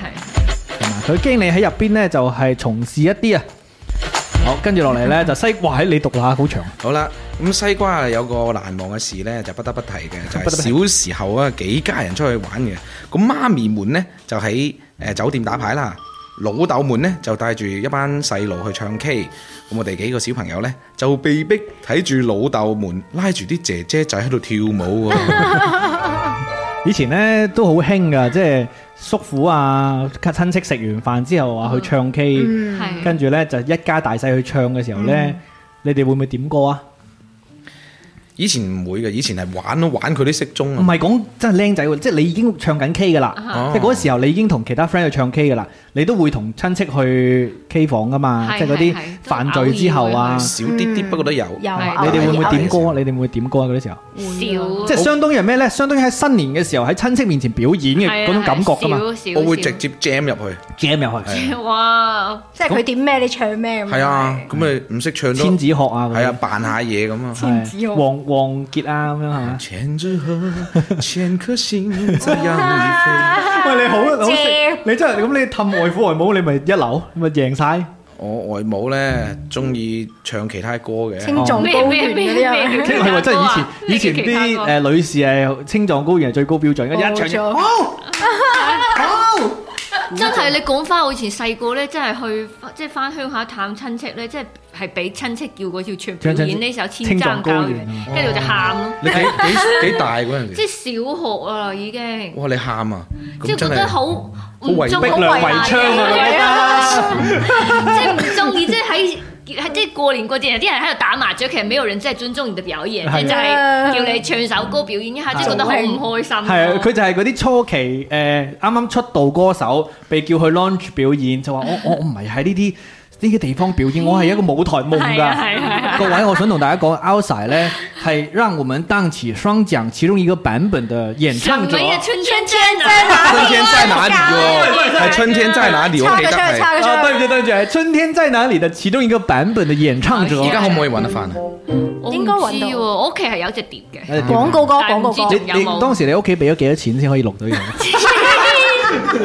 Speaker 2: 同埋佢驚你喺入邊咧就係從事一啲啊。好，跟住落嚟咧就西，哇！喺你讀啦，好長。啊
Speaker 3: 好啦，咁西瓜啊有個難忘嘅事呢，就不得不提嘅，就係、小時候啊幾家人出去玩嘅，咁媽咪們呢，就喺誒、呃酒店打牌啦，老豆們呢，就帶住一班細路去唱 K，咁我哋幾個小朋友呢，就被逼睇住老豆們拉住啲姐姐仔喺度跳舞喎，
Speaker 2: 以前咧都好興噶，即係叔父啊、親戚食完飯之後話去唱 K，、
Speaker 5: 係
Speaker 2: 跟住咧就一家大細去唱嘅時候咧，你哋會唔會點歌啊？
Speaker 3: 以前唔會嘅，以前係玩咯，玩佢啲骰盅
Speaker 2: 唔
Speaker 3: 啊，
Speaker 2: 係講真係僆仔喎，即係你已經唱緊 K 噶
Speaker 5: 啊
Speaker 3: 哦
Speaker 2: 啦，即係嗰時候你已經同其他 friend 去唱 K 噶啦，你都會同親戚去 K 房噶嘛，
Speaker 5: 係
Speaker 2: 即係嗰啲
Speaker 5: 係係
Speaker 2: 犯罪之後啊，
Speaker 3: 少啲啲，不過都有。
Speaker 7: 有
Speaker 5: 係
Speaker 2: 你哋會唔會點歌
Speaker 3: 偶
Speaker 2: 啊？你哋會唔會點歌啊？嗰啲時候，
Speaker 5: 少，
Speaker 2: 即係相當於係咩咧？相當於喺新年嘅時候喺親戚面前表演嘅嗰種感覺噶嘛
Speaker 5: 啊少少
Speaker 3: 我會直接 jam 入去，
Speaker 2: ，jam 入去，
Speaker 5: 少哇！
Speaker 7: 即係佢點咩你唱咩咁。
Speaker 3: 哎係啊，咁咪唔識唱都
Speaker 2: 千紙鶴啊，嗰啲
Speaker 3: 係啊，扮下嘢咁啊。
Speaker 7: 千紙鶴
Speaker 2: 係黃黃傑啊咁樣係嘛？
Speaker 3: 千纸鹤，千颗心在摇曳 飞。
Speaker 2: 喂，你好啊，好
Speaker 7: 正
Speaker 2: 你真係咁你氹外父外母，你咪一流，咪贏晒。
Speaker 3: 我外母咧中意唱其他歌
Speaker 7: 青
Speaker 3: 嘅，
Speaker 7: 藏高原嗰啲啊。
Speaker 2: 係喎，真 係以前以前啲誒女士係青藏高原係最高標準，一
Speaker 7: 冇
Speaker 2: 唱
Speaker 7: 錯
Speaker 2: 就好
Speaker 5: 真係你講翻我以前細個咧，真係去即係翻鄉下探親戚咧，即係係俾親戚叫過要唱表演呢首《千山
Speaker 2: 青藏
Speaker 5: 教
Speaker 2: 高
Speaker 5: 原
Speaker 2: 原》，
Speaker 5: 跟住我就喊咯，
Speaker 3: 你幾幾幾大嗰陣
Speaker 5: 即
Speaker 3: 時？
Speaker 5: 係小學啊啦已經，
Speaker 3: 哇！你喊啊！
Speaker 5: 即係覺
Speaker 3: 咁真
Speaker 5: 得
Speaker 3: 係
Speaker 5: 好唔中
Speaker 3: 逼
Speaker 5: 好
Speaker 2: 梁
Speaker 5: 為
Speaker 2: 圍
Speaker 5: 難
Speaker 2: 窗啊
Speaker 5: 嘅
Speaker 2: 咁
Speaker 3: Ừ.
Speaker 5: 即係唔中意，即係喺。喺即係過年過節，有啲人喺度打麻雀，其實沒有人真係尊重你嘅表演，
Speaker 2: 係啊
Speaker 5: 即係叫你唱首歌表演一下，即係覺得好唔開心咯。
Speaker 2: 係啊！佢就係嗰啲初期誒啱啱出道歌手，被叫去 launch 表演，就話我我我唔係喺呢啲呢啲地方表演，我係一個舞台夢
Speaker 5: 係啊係啊係
Speaker 2: 㗎。各位，我想同大家講 o u t s i d e 咧係讓我們盪起雙槳其中一個版本的演
Speaker 5: 什
Speaker 2: 唱哎
Speaker 5: 麼
Speaker 2: 者。
Speaker 5: 呀？春天真啊！
Speaker 3: 春天在哪裡喎？係哎春
Speaker 2: 哦
Speaker 3: 天在哪裡？我
Speaker 7: 插
Speaker 3: 記
Speaker 7: 佢
Speaker 3: 得
Speaker 7: 出去，插佢
Speaker 2: 啊，
Speaker 3: 係。
Speaker 7: 出
Speaker 2: 對唔住對唔住，係《春天在哪裡》的其中一個版本的演唱者。
Speaker 5: 好
Speaker 3: 而哦家可唔可以揾得翻啊？
Speaker 5: 我唔
Speaker 7: 應該揾到
Speaker 5: 知喎，我屋企係有隻碟嘅。
Speaker 2: 誒啊
Speaker 7: 去。廣告歌，廣告
Speaker 5: 但係唔
Speaker 7: 歌
Speaker 5: 知。
Speaker 2: 哎 你你當時你屋企俾咗幾多錢先可以錄到呢 樣？
Speaker 5: 哎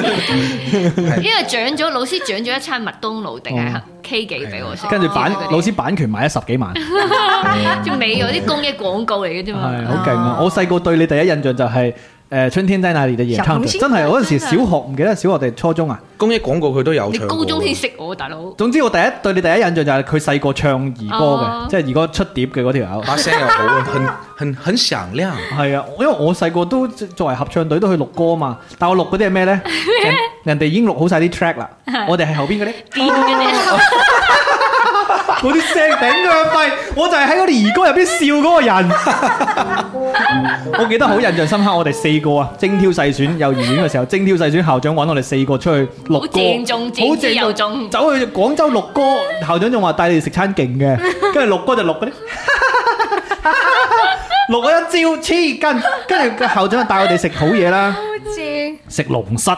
Speaker 5: 因為獎咗老師獎咗一餐麥當勞定係 K 記俾我食，
Speaker 2: 啊
Speaker 5: 哦
Speaker 2: 跟住
Speaker 3: 哦
Speaker 2: 版老 師版權買咗十幾萬，係
Speaker 5: 仲未有啲公益廣告嚟嘅啫嘛。
Speaker 2: 好勁
Speaker 3: 哦
Speaker 2: 啊！我細個對你第一印象就係誒《春天在哪裡》嘅演唱者，
Speaker 7: 小
Speaker 2: 真係嗰陣時
Speaker 5: 真
Speaker 2: 小
Speaker 5: 係
Speaker 2: 學唔記得小學定初中啊。
Speaker 3: 啊公益廣告佢都有
Speaker 5: 你
Speaker 3: 唱過。
Speaker 5: 高中先識我大佬，
Speaker 2: 總之我第一對你第一印象就係佢細個唱兒歌
Speaker 5: 哦
Speaker 2: 嘅，即係兒歌出碟嘅嗰條友。
Speaker 3: 把聲又好，啊很很很響亮。
Speaker 2: 係啊，因為我細個都作為合唱隊都去錄歌嘛，但我錄嗰啲係咩 呢？人人哋已經錄好晒啲 track 啦，我哋係後邊嗰啲。
Speaker 5: 癲嘅啫，
Speaker 2: 嗰啲聲頂佢肺，我就係喺嗰啲兒歌入邊笑嗰個人。 我記得好印象深刻，我哋四個啊，精挑細選幼兒園嘅時候，精挑細選校長揾我哋四個出去錄
Speaker 5: 好
Speaker 2: 歌，
Speaker 5: 鄭重
Speaker 2: 好
Speaker 5: 戰之又
Speaker 2: 鄭
Speaker 5: 重
Speaker 2: 重，走去廣州錄歌，校長仲話帶你哋食餐勁 嘅，跟住錄歌就錄嗰啲。錄咗一招黐筋，跟住個校長就帶我哋食好嘢啦，食龍蝨。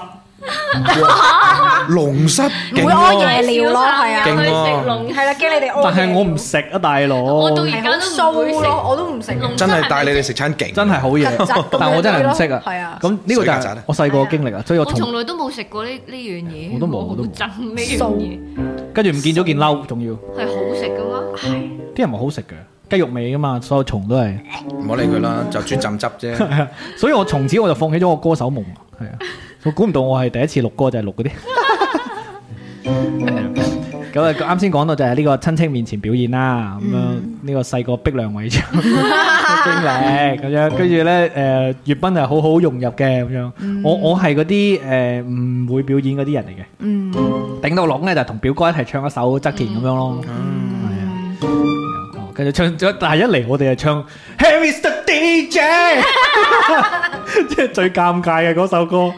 Speaker 3: 龍室
Speaker 7: 唔
Speaker 3: 勁
Speaker 7: 會屙
Speaker 3: 喎，
Speaker 7: 夜尿咯，係啊
Speaker 3: 勁，喎
Speaker 5: 食龍
Speaker 7: 係啦，驚你哋
Speaker 2: 但
Speaker 7: 屙。
Speaker 2: 係我唔食啊，大佬。
Speaker 5: 我到而
Speaker 7: 係
Speaker 5: 家都唔
Speaker 7: 好
Speaker 5: 會食
Speaker 7: 騷咯，我都唔食。
Speaker 5: 龍
Speaker 3: 真 係帶你哋食餐勁。
Speaker 2: 真係好
Speaker 7: 曱甴咁，
Speaker 2: 嘢
Speaker 7: 樣
Speaker 2: 但我真係唔識啊。
Speaker 7: 係啊
Speaker 2: 咁呢個就係我細個嘅經歷啊，所以我
Speaker 5: 我從
Speaker 2: 從
Speaker 5: 來都冇食過呢呢樣嘢，
Speaker 2: 我都冇
Speaker 5: 好
Speaker 2: 我都冇
Speaker 5: 憎呢樣嘢。
Speaker 2: 跟住唔見咗件褸，仲要
Speaker 5: 係好食噶嘛？
Speaker 2: 啲人話好食嘅，雞肉味噶啊嘛，所有蟲都係。
Speaker 3: 唔好理佢啦，就專浸汁啫。
Speaker 2: 所以我從此我就放棄咗我歌手夢，係啊，我估唔到我係第一次錄歌就係錄嗰啲。 咁啊，啱先講到就係呢個親戚面前表演啦，咁樣啊呢個細個逼梁偉唱嘅經歷，咁樣跟住咧，誒，粵斌係好好融入嘅咁樣。我我係嗰啲誒唔會表演嗰啲人嚟嘅，頂到籠咧就同表哥一齊唱一首側田咁樣咯。係啊，跟住唱咗，但係一嚟我哋就唱 Harry's the DJ，即係最尷尬嘅嗰首歌，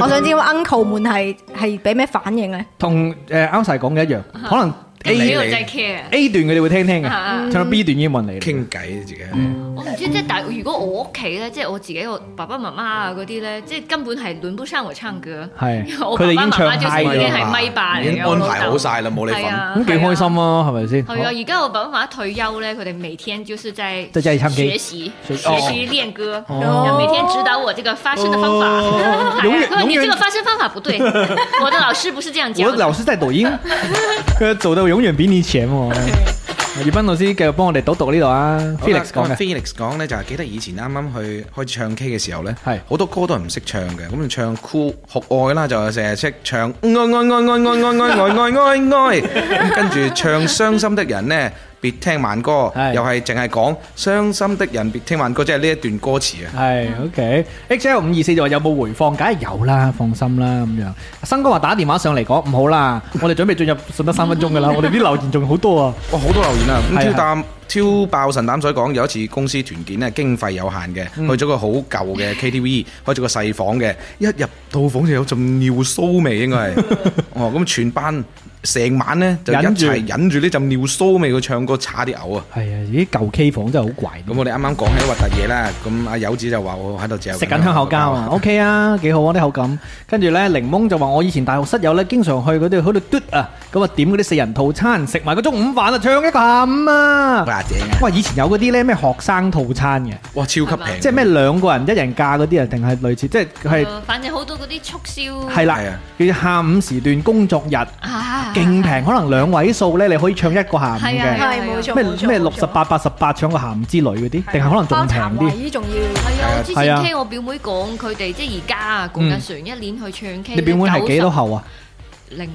Speaker 7: 我想知 uncle 們係係俾咩反應咧？
Speaker 2: 同誒啱晒講嘅一樣，可能
Speaker 5: 呢
Speaker 2: A
Speaker 5: 個真係 care。
Speaker 2: A 段佢哋會聽聽嘅，
Speaker 5: 啊
Speaker 2: 唱到 à? B 段已經冇人嚟啦。
Speaker 3: 傾偈自己，
Speaker 2: Ừ.
Speaker 5: 我唔知，即係但係如果我屋企咧，即係我自己個爸爸媽媽啊嗰啲咧，即係根本係輪不上我唱歌。
Speaker 2: 係
Speaker 5: 因為我爸爸
Speaker 2: 佢哋已經
Speaker 5: 媽
Speaker 2: 唱
Speaker 5: 媽就
Speaker 2: high 咗
Speaker 5: 已經係咪霸
Speaker 3: 已
Speaker 5: 嚟
Speaker 3: 經
Speaker 5: 嘅，我
Speaker 3: 安
Speaker 5: 老豆
Speaker 3: 排好晒啦，冇你
Speaker 5: 係
Speaker 3: 份。
Speaker 5: 啊
Speaker 2: 咁幾開心啊，係咪先？
Speaker 5: 係啊，而家我爸爸媽媽退休咧，佢哋每天就是在
Speaker 2: 在家裏唱
Speaker 5: 學
Speaker 2: K
Speaker 5: 習
Speaker 2: 學
Speaker 5: 學
Speaker 2: 哦
Speaker 5: 習練歌，
Speaker 2: 哦
Speaker 5: 然後每天指導我這個發聲的方法。
Speaker 2: 哦
Speaker 5: 哎
Speaker 2: 永
Speaker 5: 呀
Speaker 2: 遠
Speaker 5: 他說你
Speaker 2: 永遠
Speaker 5: 這個發聲方法不 對，我的老師不是這樣
Speaker 2: 我
Speaker 5: 教的。
Speaker 2: 老師在抖音，佢做到永遠比你前喎。葉斌老師繼續幫我哋讀讀呢度啊，Felix 講嘅
Speaker 3: Ờ, Felix 講咧就係記得以前啱啱去開始唱 K 嘅時候咧，
Speaker 2: 係
Speaker 3: 好多歌都係唔識唱嘅，咁就唱酷酷愛啦，就成日識唱愛愛愛愛愛愛愛愛愛愛，咁跟住唱傷心的人咧，別聽慢歌，
Speaker 2: 係
Speaker 3: 又係淨係講傷心的人別聽慢歌，即係呢一段歌詞啊。
Speaker 2: 係 OK。HL 五二四就話有冇回放，梗係有啦，放心啦咁樣。生哥話打電話上嚟講唔好啦，我哋準備進入剩得三分鐘㗎 啦，我哋啲留言仲好多啊。
Speaker 3: 哇，好多留言啊！
Speaker 2: 係
Speaker 3: 咁挑擔挑爆神膽水講，有一次公司團建咧，經費有限嘅，去咗個好舊嘅 KTV，開咗個細房嘅，一入到房就有陣尿騷味，應該係哦。咁全班成晚咧就一
Speaker 2: 忍住
Speaker 3: 齊忍住呢陣尿騷味，佢唱歌差啲嘔啊！
Speaker 2: 係啊，啲舊 K 房真係好怪。
Speaker 3: 咁我哋啱啱講起核突嘢啦，咁阿友子就話我喺度嚼
Speaker 2: 食緊香口
Speaker 3: 哦
Speaker 2: 膠啊，OK 啊，幾好啊啲口感。跟住咧，檸檬就話我以前大學室友咧，經常去嗰啲喺度嘟啊，咁啊點嗰啲四人套餐，食埋個中午飯啊，唱一個下午啊。
Speaker 3: 哇正啊！
Speaker 2: 哇！以前有嗰啲咧咩學生套餐嘅，
Speaker 3: 哇，超級
Speaker 5: 係咪
Speaker 3: 平，
Speaker 2: 即係咩兩個人一人價嗰啲啊，定係類似，即係佢係
Speaker 5: 呃反正好多嗰啲促銷
Speaker 2: 係啦
Speaker 3: 係啊，
Speaker 2: 叫下午時段工作日，
Speaker 5: 啊，
Speaker 2: 勁平，可能兩位數咧，你可以唱一個下
Speaker 5: 係啊
Speaker 2: 午
Speaker 5: 係
Speaker 2: 嘅。
Speaker 5: 啊
Speaker 7: 係冇錯，
Speaker 2: 咩
Speaker 7: 冇錯啊
Speaker 2: 咩六
Speaker 7: 冇錯
Speaker 2: 十八八十八唱個下午之類嗰啲，定係可能仲平
Speaker 7: 包
Speaker 2: 啲
Speaker 7: 茶。位仲要
Speaker 5: 係啊！我之
Speaker 2: 係
Speaker 5: 前
Speaker 2: 啊嗯
Speaker 5: 聽我表妹講，佢哋即係而家啊，共緊船一年去唱 K，
Speaker 2: 你表妹係幾多後啊？
Speaker 5: 零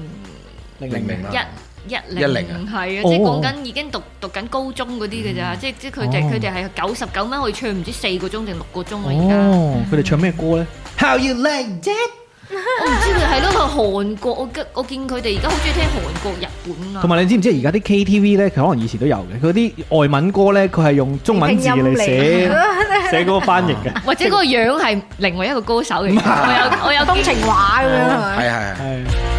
Speaker 2: 零
Speaker 3: 零零啦，
Speaker 5: 一一
Speaker 2: Dạ,
Speaker 3: 一
Speaker 5: 零
Speaker 3: 零啊
Speaker 5: 係啊，
Speaker 2: 哦
Speaker 5: 即係講緊已經讀讀緊高中嗰啲嘅咋，即係即係佢哋
Speaker 2: 哦
Speaker 5: 佢哋係九十九蚊可以唱唔知四個鐘定六個鐘啊！而家
Speaker 2: 哦，佢哋唱咩歌咧？How you like that？
Speaker 5: 我唔知佢係咯，佢韓國我見我見佢哋而家好中意聽韓國、日本啊，
Speaker 2: 同埋你知唔知而家啲 KTV 咧，佢可能以前都有嘅，佢啲外文歌咧，佢係用中文字嚟寫 寫嗰個翻譯嘅。
Speaker 5: 或者嗰個樣係另外一個歌手嚟嘅。我有我有
Speaker 7: 風情畫咁樣係咪？
Speaker 3: 係係係，
Speaker 2: 係係啦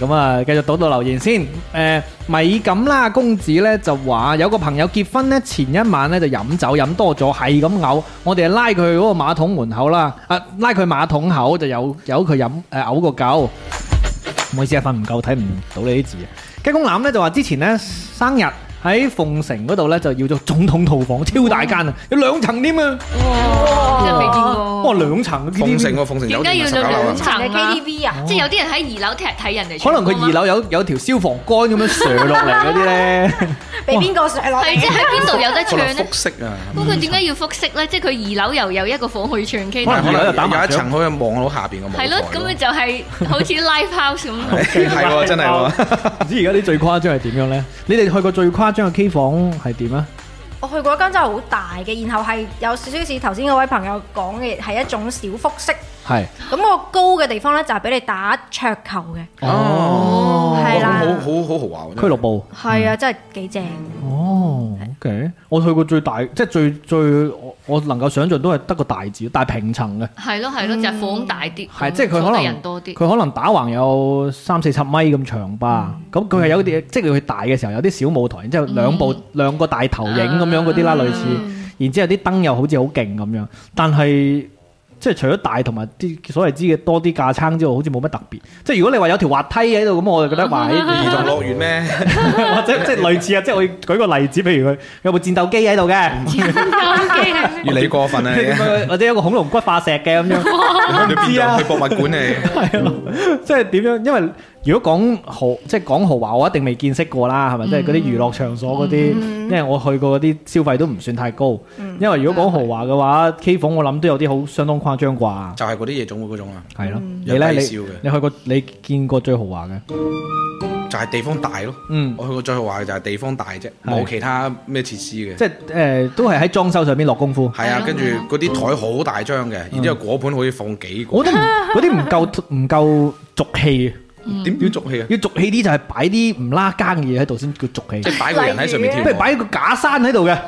Speaker 2: 咁啊，繼續讀到留言先。誒、米咁啦，公子咧就話有個朋友結婚咧，前一晚咧就飲酒飲多咗，係咁嘔。我哋拉佢去嗰個馬桶門口啦，啊拉佢馬桶口就有有佢飲誒嘔個夠。唔好意思啊，瞓唔夠睇唔到你啲字啊。雞公欖咧就話之前咧生日喺鳳城嗰度咧就要咗總統套房，超大間啊，有兩層添啊！
Speaker 5: 真係未見
Speaker 2: 哇，
Speaker 5: 過。
Speaker 2: 兩層嘅
Speaker 3: 鳳城
Speaker 2: KTV，
Speaker 3: 喎，鳳城
Speaker 5: 點
Speaker 3: 酒
Speaker 5: 解
Speaker 3: 店
Speaker 5: 要
Speaker 3: 十九樓啊
Speaker 5: 兩
Speaker 7: 兩
Speaker 5: 層
Speaker 7: 層嘅
Speaker 5: 啊
Speaker 7: KTV 啊，
Speaker 5: 即係有啲人喺二樓踢睇人哋
Speaker 2: 可
Speaker 5: 唱歌
Speaker 2: 能
Speaker 5: 嘛，
Speaker 2: 佢二樓有有條消防杆咁樣射落嚟嗰啲咧。
Speaker 7: 俾邊個上落嚟
Speaker 5: 係即係喺邊度有得
Speaker 3: 可
Speaker 5: 唱咧
Speaker 3: 能複？式啊。
Speaker 5: 咁佢點解要複式咧？即係佢二樓又有一個房可以唱 K，
Speaker 2: 可能
Speaker 3: 可能
Speaker 2: 有一層
Speaker 3: 有一層可以望到下邊個舞台
Speaker 5: 係咯，咁咪就係好似 live house 咁。
Speaker 3: 係喎，真係喎。
Speaker 2: 唔知而家啲最誇張係點樣咧？你哋去過最誇張嘅 K 房係點啊？
Speaker 7: 我去過一間真係好大嘅，然後係有少少似頭先嗰位朋友講嘅，係一種小複式。
Speaker 2: 係
Speaker 7: 咁個高嘅地方咧就係俾你打桌球嘅，
Speaker 3: 哦
Speaker 7: 係
Speaker 3: 好
Speaker 7: 啦，
Speaker 3: 好好好豪華喎，
Speaker 2: 俱樂部。
Speaker 7: 係啊，真係幾正。
Speaker 2: 哦，OK，我去過最大，即係最最我我能夠想象都係得個大字，但係平層嘅，
Speaker 5: 係咯係咯，就係房大啲，
Speaker 2: 係即係佢可
Speaker 5: 房得
Speaker 2: 能
Speaker 5: 哦人多啲。
Speaker 2: 佢可能打橫有三四十米咁長
Speaker 5: 嗯
Speaker 2: 吧。咁佢係有啲即係佢大嘅時候有啲小舞台，然之後兩
Speaker 5: 嗯
Speaker 2: 部兩個大投影咁樣嗰啲
Speaker 5: 啊
Speaker 2: 啦，類似。然之後啲燈又好似好勁咁樣，但係即係除咗大同埋啲所謂知嘅多啲架撐之外，好似冇乜特別。即係如果你話有條滑梯喺度，咁我 就覺得話咦
Speaker 3: 兒童樂園咩？
Speaker 2: 或者即係類似啊，即係我舉個例子，譬如佢有部戰鬥機喺度嘅，
Speaker 5: 啊
Speaker 3: 越嚟越過分啊！你
Speaker 2: 或者有個恐 龍骨化石嘅咁樣，我唔
Speaker 3: 你邊
Speaker 2: 知啊
Speaker 3: 度去，博物館嚟？
Speaker 2: 係啊，即係點樣？因為如果講豪，即係講豪華，我一定未見識過啦，
Speaker 3: 嗯
Speaker 2: 係咪？即係嗰啲娛樂場所嗰啲，因為我去過嗰啲消費都唔算太高。
Speaker 3: 嗯
Speaker 2: 因為如果講豪華嘅話，K 房我諗都有啲好相當誇張啩。
Speaker 3: 就係嗰啲夜總會嗰種啊，
Speaker 2: 係咯，你
Speaker 3: 有
Speaker 2: 咧
Speaker 3: 低
Speaker 2: 你
Speaker 3: 消嘅
Speaker 2: 你去過你見過最豪華嘅？
Speaker 3: 就係地方大咯。
Speaker 2: 嗯
Speaker 3: 我去過最豪華嘅就係地方大啫，
Speaker 2: 係
Speaker 3: 冇其他咩設施嘅。
Speaker 2: 即係誒都係喺裝修上面落功夫。
Speaker 3: 係
Speaker 5: 係
Speaker 3: 啊，
Speaker 5: 咯
Speaker 3: 跟住嗰啲台好大張嘅，然之後果盤可以放幾個
Speaker 2: 嗯我。都唔嗰啲唔夠唔夠俗氣啊！
Speaker 3: 點點俗氣啊？
Speaker 2: 要俗氣啲就係擺啲唔拉更嘅嘢喺度先叫俗氣
Speaker 3: 即，係擺個人喺上面跳
Speaker 2: 不如
Speaker 3: 舞。
Speaker 2: 擺個假山喺度嘅，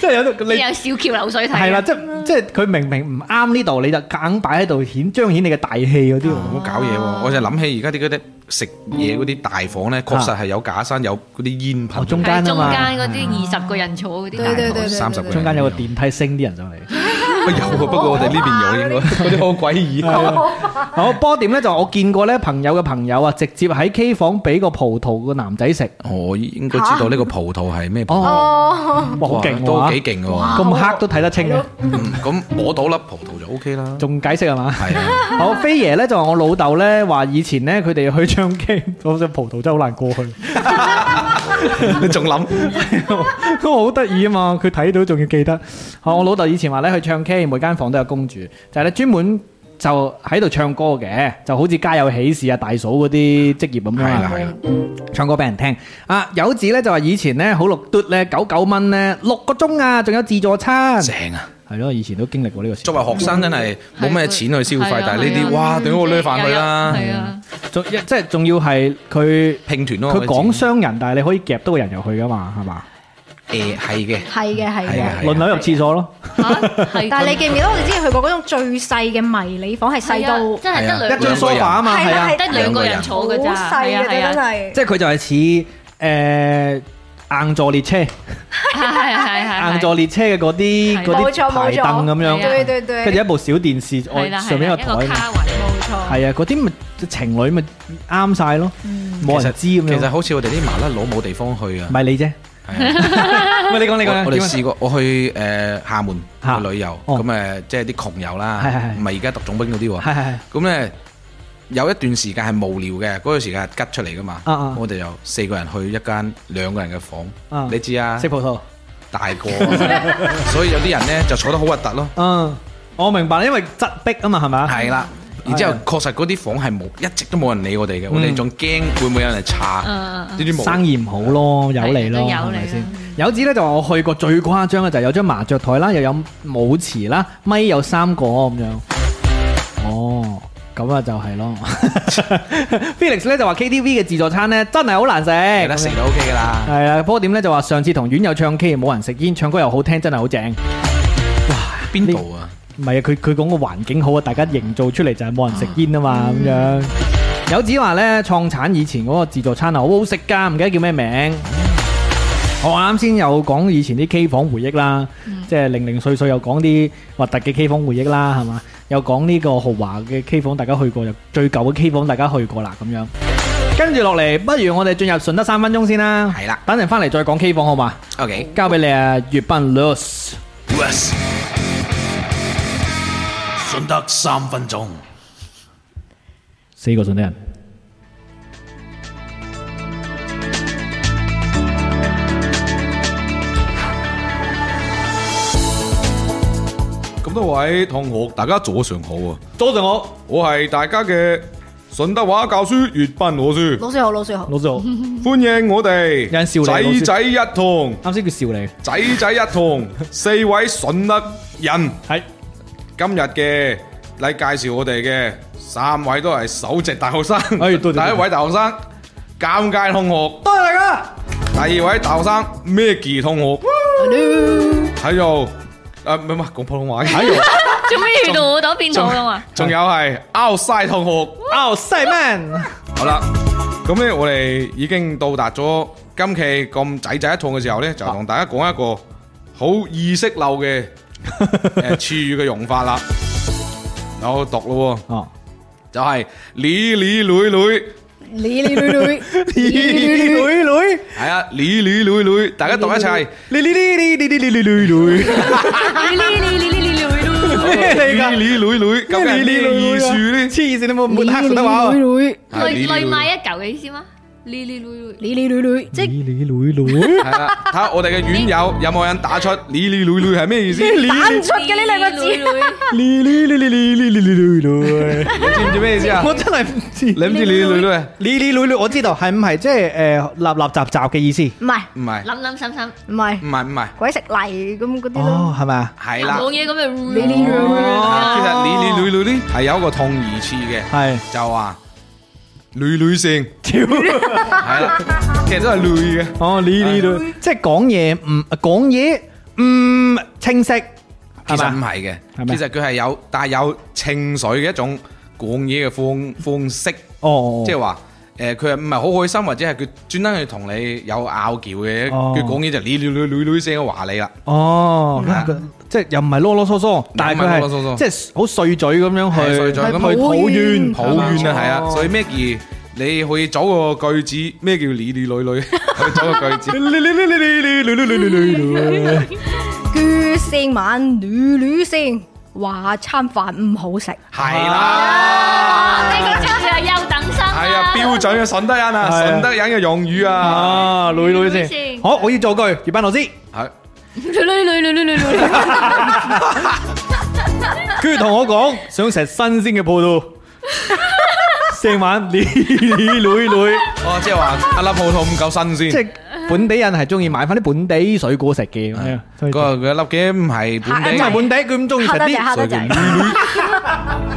Speaker 2: 即係有啲
Speaker 5: 你
Speaker 2: 你
Speaker 5: 有小橋流水睇啊。
Speaker 2: 係啦，即係即係佢明明唔啱呢度，你就硬擺喺度顯彰顯你嘅大氣嗰啲喎。
Speaker 3: 唔好搞嘢
Speaker 2: 啊
Speaker 3: 喎！我就諗起而家啲嗰啲食嘢嗰啲大房咧，確實係有假山，有嗰啲煙
Speaker 2: 哦，
Speaker 3: 噴。
Speaker 2: 中間
Speaker 5: 係
Speaker 2: 啊
Speaker 5: 中
Speaker 2: 嘛，
Speaker 5: 間嗰啲二十個人坐嗰啲
Speaker 7: 對
Speaker 5: 大
Speaker 7: 對
Speaker 5: 堂
Speaker 7: 對
Speaker 3: 三十個人
Speaker 2: 中間有個電梯升啲人 上嚟。
Speaker 3: 啊有嗯啊，不過我哋呢邊有應該嗰啲好詭異。
Speaker 2: 啊好波點咧就我見過咧朋友嘅朋友啊，直接喺 K 房俾個葡萄個男仔食，
Speaker 3: 我應該知道呢個葡萄係咩葡萄，
Speaker 2: 哦，
Speaker 7: 哦，
Speaker 2: 哇好勁
Speaker 3: 都
Speaker 2: 喎
Speaker 3: 幾勁嘅喎。
Speaker 2: 咁黑都睇得清嘅，
Speaker 3: 嗯咁摸到粒葡萄就 OK 啦。
Speaker 2: 仲解釋係嘛？
Speaker 3: 係啊，
Speaker 2: 好，飛爺咧就話我老豆咧話以前咧佢哋去唱 K，我想葡萄真係好難過去，
Speaker 3: 你仲諗
Speaker 2: 都好得意啊嘛！佢睇到仲要記得。好，我老豆以前話咧去唱 K，每間房都有公主，就係咧專門就喺度唱歌嘅，就好似家有喜事啊、大嫂嗰啲職業咁樣
Speaker 3: 係啦
Speaker 2: 啊，
Speaker 3: 係啦，
Speaker 2: 唱歌俾人聽。啊，友子咧就話以前咧好六嘟咧九九蚊咧六個鐘啊，仲有自助餐，
Speaker 3: 正啊！
Speaker 2: 係咯，以前都經歷過呢個時代。
Speaker 3: 作為學生真係冇咩錢去消
Speaker 5: 係
Speaker 3: 費
Speaker 5: 啊，
Speaker 3: 但係呢啲
Speaker 5: 係啊
Speaker 3: 哇，屌我孭飯去啦，
Speaker 5: 係啊，
Speaker 2: 仲一即係仲要係佢
Speaker 3: 拼團咯。
Speaker 2: 佢講商人，但係你可以夾到個人入去噶嘛，係嘛？
Speaker 3: 誒係嘅，
Speaker 7: 係嘅係
Speaker 3: 係
Speaker 7: 嘅
Speaker 3: 啊。
Speaker 2: 輪流入廁所咯。
Speaker 5: 嚇係
Speaker 7: 但係你記唔記得我哋之前去過嗰種最細嘅迷你房，係細到
Speaker 5: 係啊真係得兩
Speaker 2: 一張
Speaker 3: 張梳
Speaker 2: sofa 啊嘛，
Speaker 7: 係
Speaker 2: 係
Speaker 7: 啦
Speaker 2: 啊
Speaker 7: 係，
Speaker 5: 得兩個人
Speaker 7: 好
Speaker 5: 坐㗎咋，
Speaker 7: 細
Speaker 5: 係啊
Speaker 7: 嘅
Speaker 5: 係
Speaker 7: 真
Speaker 5: 啊，
Speaker 7: 係。
Speaker 2: 即係佢就係似誒硬座列車、
Speaker 5: 係係係係
Speaker 2: 硬座列車嘅嗰啲
Speaker 5: 係
Speaker 2: 嗰
Speaker 7: 冇
Speaker 2: 啲
Speaker 7: 錯
Speaker 2: 排
Speaker 7: 冇錯
Speaker 2: 凳咁
Speaker 5: 係啊
Speaker 2: 樣，
Speaker 7: 對對對，
Speaker 2: 跟住一部小電視，
Speaker 5: 係啦
Speaker 2: 我上面一
Speaker 5: 係啦
Speaker 2: 個
Speaker 5: 一個
Speaker 2: 台啊嘛，
Speaker 5: 卡位，
Speaker 7: 冇錯。
Speaker 2: 係啊，嗰啲咪情侶咪啱晒咯，
Speaker 7: 嗯
Speaker 2: 冇人知咁
Speaker 3: 其實
Speaker 2: 樣，
Speaker 3: 好似我哋啲麻甩佬冇地方去啊
Speaker 2: 唔。係你啫，
Speaker 3: 係啊
Speaker 2: 喂你講你
Speaker 3: 我
Speaker 2: 講，
Speaker 3: 我哋
Speaker 2: 點啊
Speaker 3: 試過，我去誒廈門
Speaker 2: 嚇
Speaker 3: 去旅遊，
Speaker 2: 哦
Speaker 3: 咁誒即係啲窮遊啦
Speaker 2: 係係係，
Speaker 3: 唔係而家特種兵嗰啲
Speaker 2: 係
Speaker 3: 喎。
Speaker 2: 係係
Speaker 3: 咁咧有一段時間係無聊嘅，嗰段時間係吉出嚟噶嘛。
Speaker 2: 啊啊
Speaker 3: 我哋就四個人去一間兩個人嘅
Speaker 2: 啊
Speaker 3: 房，你知啊
Speaker 2: 食，葡萄，
Speaker 3: 大個，啊 所以有啲人咧就坐得好核突咯。
Speaker 2: 嗯，我明白，因為擠逼啊嘛，係咪啊？嗯
Speaker 3: 係啦，然之後確實嗰啲房係冇一直都冇人理我哋嘅，我哋仲驚會唔會有人嚟查
Speaker 5: 嗯嗯
Speaker 3: 呢
Speaker 5: 嗯
Speaker 3: 啲冇
Speaker 2: 生意唔好咯，有你咯，
Speaker 5: 係都有
Speaker 2: 係咪
Speaker 5: 你
Speaker 2: 先
Speaker 5: 啦？
Speaker 2: 有指咧就話我去過最誇張嘅就係有張麻雀台啦，又有舞池啦，咪有三個咁樣。哦，咁啊就係咯。Felix 咧就話 KTV 嘅自助餐咧真係好難食。
Speaker 3: 係啦，食就 OK 噶啦。
Speaker 2: 係啊，波點咧就話上次同院友唱 K 冇人食煙，唱歌又好聽，真係好正。
Speaker 3: 邊度啊？
Speaker 2: 唔係啊，佢佢講個環境好啊，大家營造出嚟就係冇人食煙啊嘛，
Speaker 3: 嗯
Speaker 2: 咁樣。有子話呢，創產以前嗰個自助餐啊，好好食㗎，唔記得叫咩名。我啱先有講以前啲 K 房回憶啦，即係零零碎碎又講啲核突嘅 K 房回憶啦，係嘛？又講呢個豪華嘅 K 房，大家去過就最舊嘅 K 房，大家去過啦咁樣。跟住落嚟，不如我哋進入順德三分鐘先啦。
Speaker 3: 係啦
Speaker 2: 等陣翻嚟再講 K 房好嘛？
Speaker 3: OK，
Speaker 2: 交俾你啊，粵賓 Louis。
Speaker 6: 順德三分鐘。
Speaker 2: 四個順德人。
Speaker 3: 咁多位同學，大家早上好啊！
Speaker 2: 多謝我，
Speaker 3: 我係大家嘅順德話教書粵賓老師，
Speaker 7: 老鼠好，老鼠好。
Speaker 2: 老師好。
Speaker 3: 歡迎我哋
Speaker 2: 人笑你老師
Speaker 3: 仔仔一堂，
Speaker 2: 啱先佢笑你，
Speaker 3: 仔仔一堂，四位順德人。
Speaker 2: 係
Speaker 3: 今日嘅你介紹我哋嘅三位都係首席大學生，
Speaker 2: 哎多謝
Speaker 3: 第一位大學生尷尬同學，
Speaker 2: 多謝大家。
Speaker 3: 第二位大學生 Maggie 同學，喺度誒唔係唔係講普通話嘅，喺度
Speaker 5: 做咩遇到我打邊度㗎嘛？
Speaker 3: 仲有係 Outside 同學。
Speaker 2: 哦，西 man，
Speaker 3: 好啦，咁咧我哋已經到達咗今期咁仔仔一趟嘅時候咧，就同大家講一個好意識流 嘅誒詞語嘅用法啦。有讀咯喎，
Speaker 2: 哦，
Speaker 3: 就係你你女女，
Speaker 7: 你你女女，
Speaker 2: 女女女，
Speaker 3: 係啊，你你女女，大家讀一齊。
Speaker 2: 你你你你你你你女女，
Speaker 5: 你你你你你你你
Speaker 2: 咩嚟㗎
Speaker 3: 女女女，究竟係
Speaker 2: 咩
Speaker 3: 咩意思咧？
Speaker 2: 黐線，你冇抹黑順德話啊！
Speaker 3: 係
Speaker 5: 累
Speaker 3: 呢啲
Speaker 5: 累買一嚿嘅意思嗎？呢呢呢呢
Speaker 2: 你你女女，
Speaker 3: 系啦，睇下我哋嘅院友有冇人打出你你女女係咩意思？你
Speaker 2: 你你你你你你你女女，
Speaker 3: 知唔知咩意思啊？
Speaker 2: 我真係唔知。
Speaker 3: 你唔知你你女女啊？
Speaker 2: 你你女女，我知道係唔係即係誒立立雜雜嘅意思？
Speaker 3: 唔係，
Speaker 5: 諗諗諗諗，
Speaker 3: 唔係，唔係，
Speaker 2: 哦，係咪啊？
Speaker 3: 係啦。
Speaker 5: 冇嘢咁嘅。
Speaker 3: 其實你你女女呢係有一個同義詞嘅，
Speaker 2: 係
Speaker 3: 就話女女性，係啦，其實都係女嘅。
Speaker 2: 哦，你你女，即係講嘢唔講嘢唔清晰，
Speaker 3: 其
Speaker 2: 係
Speaker 3: 實唔
Speaker 2: 嘛？
Speaker 3: 係
Speaker 2: 係
Speaker 3: 嘅，
Speaker 2: 咪
Speaker 3: 其實佢係有，但係有情緒嘅一種講嘢嘅方方式，
Speaker 2: 哦，
Speaker 3: 即係話誒佢係唔係好開心，或者係佢專登去同你有拗撬嘅，
Speaker 2: 哦
Speaker 3: 佢講嘢就你你女女女聲話你啦。
Speaker 2: Ờ, 哦，佢即係又唔係囉囉嗦嗦，但係佢
Speaker 3: 又唔係囉囉
Speaker 2: 係
Speaker 3: 嗦嗦
Speaker 2: 即係好碎嘴咁樣去
Speaker 3: 係碎嘴咁
Speaker 2: 去抱怨
Speaker 3: 抱怨啊，係啊，所以 Maggie，你可以組個句子，咩叫你你女女？可以組個句子，係啦，
Speaker 5: 啊，呢個就係優等生
Speaker 3: 係啊，
Speaker 5: 啦。
Speaker 3: 標準嘅順德人啊，
Speaker 2: 係啊
Speaker 3: 順德人嘅用語啊，
Speaker 2: 啊，女女
Speaker 5: 女
Speaker 2: 先，
Speaker 5: 先
Speaker 2: 好，我要做句，葉斌老師，
Speaker 3: 係
Speaker 2: 跟住同我講想食新鮮嘅葡萄，成晚你女女，
Speaker 3: 哦，即係話阿粒葡萄唔夠新
Speaker 2: 即
Speaker 3: 鮮，
Speaker 2: 係本地人係中意買翻啲本地水果食嘅，係啊，所以
Speaker 3: 嗰個佢粒嘅唔係本
Speaker 2: 唔係
Speaker 3: 地，
Speaker 2: 本地，佢咁中意食啲。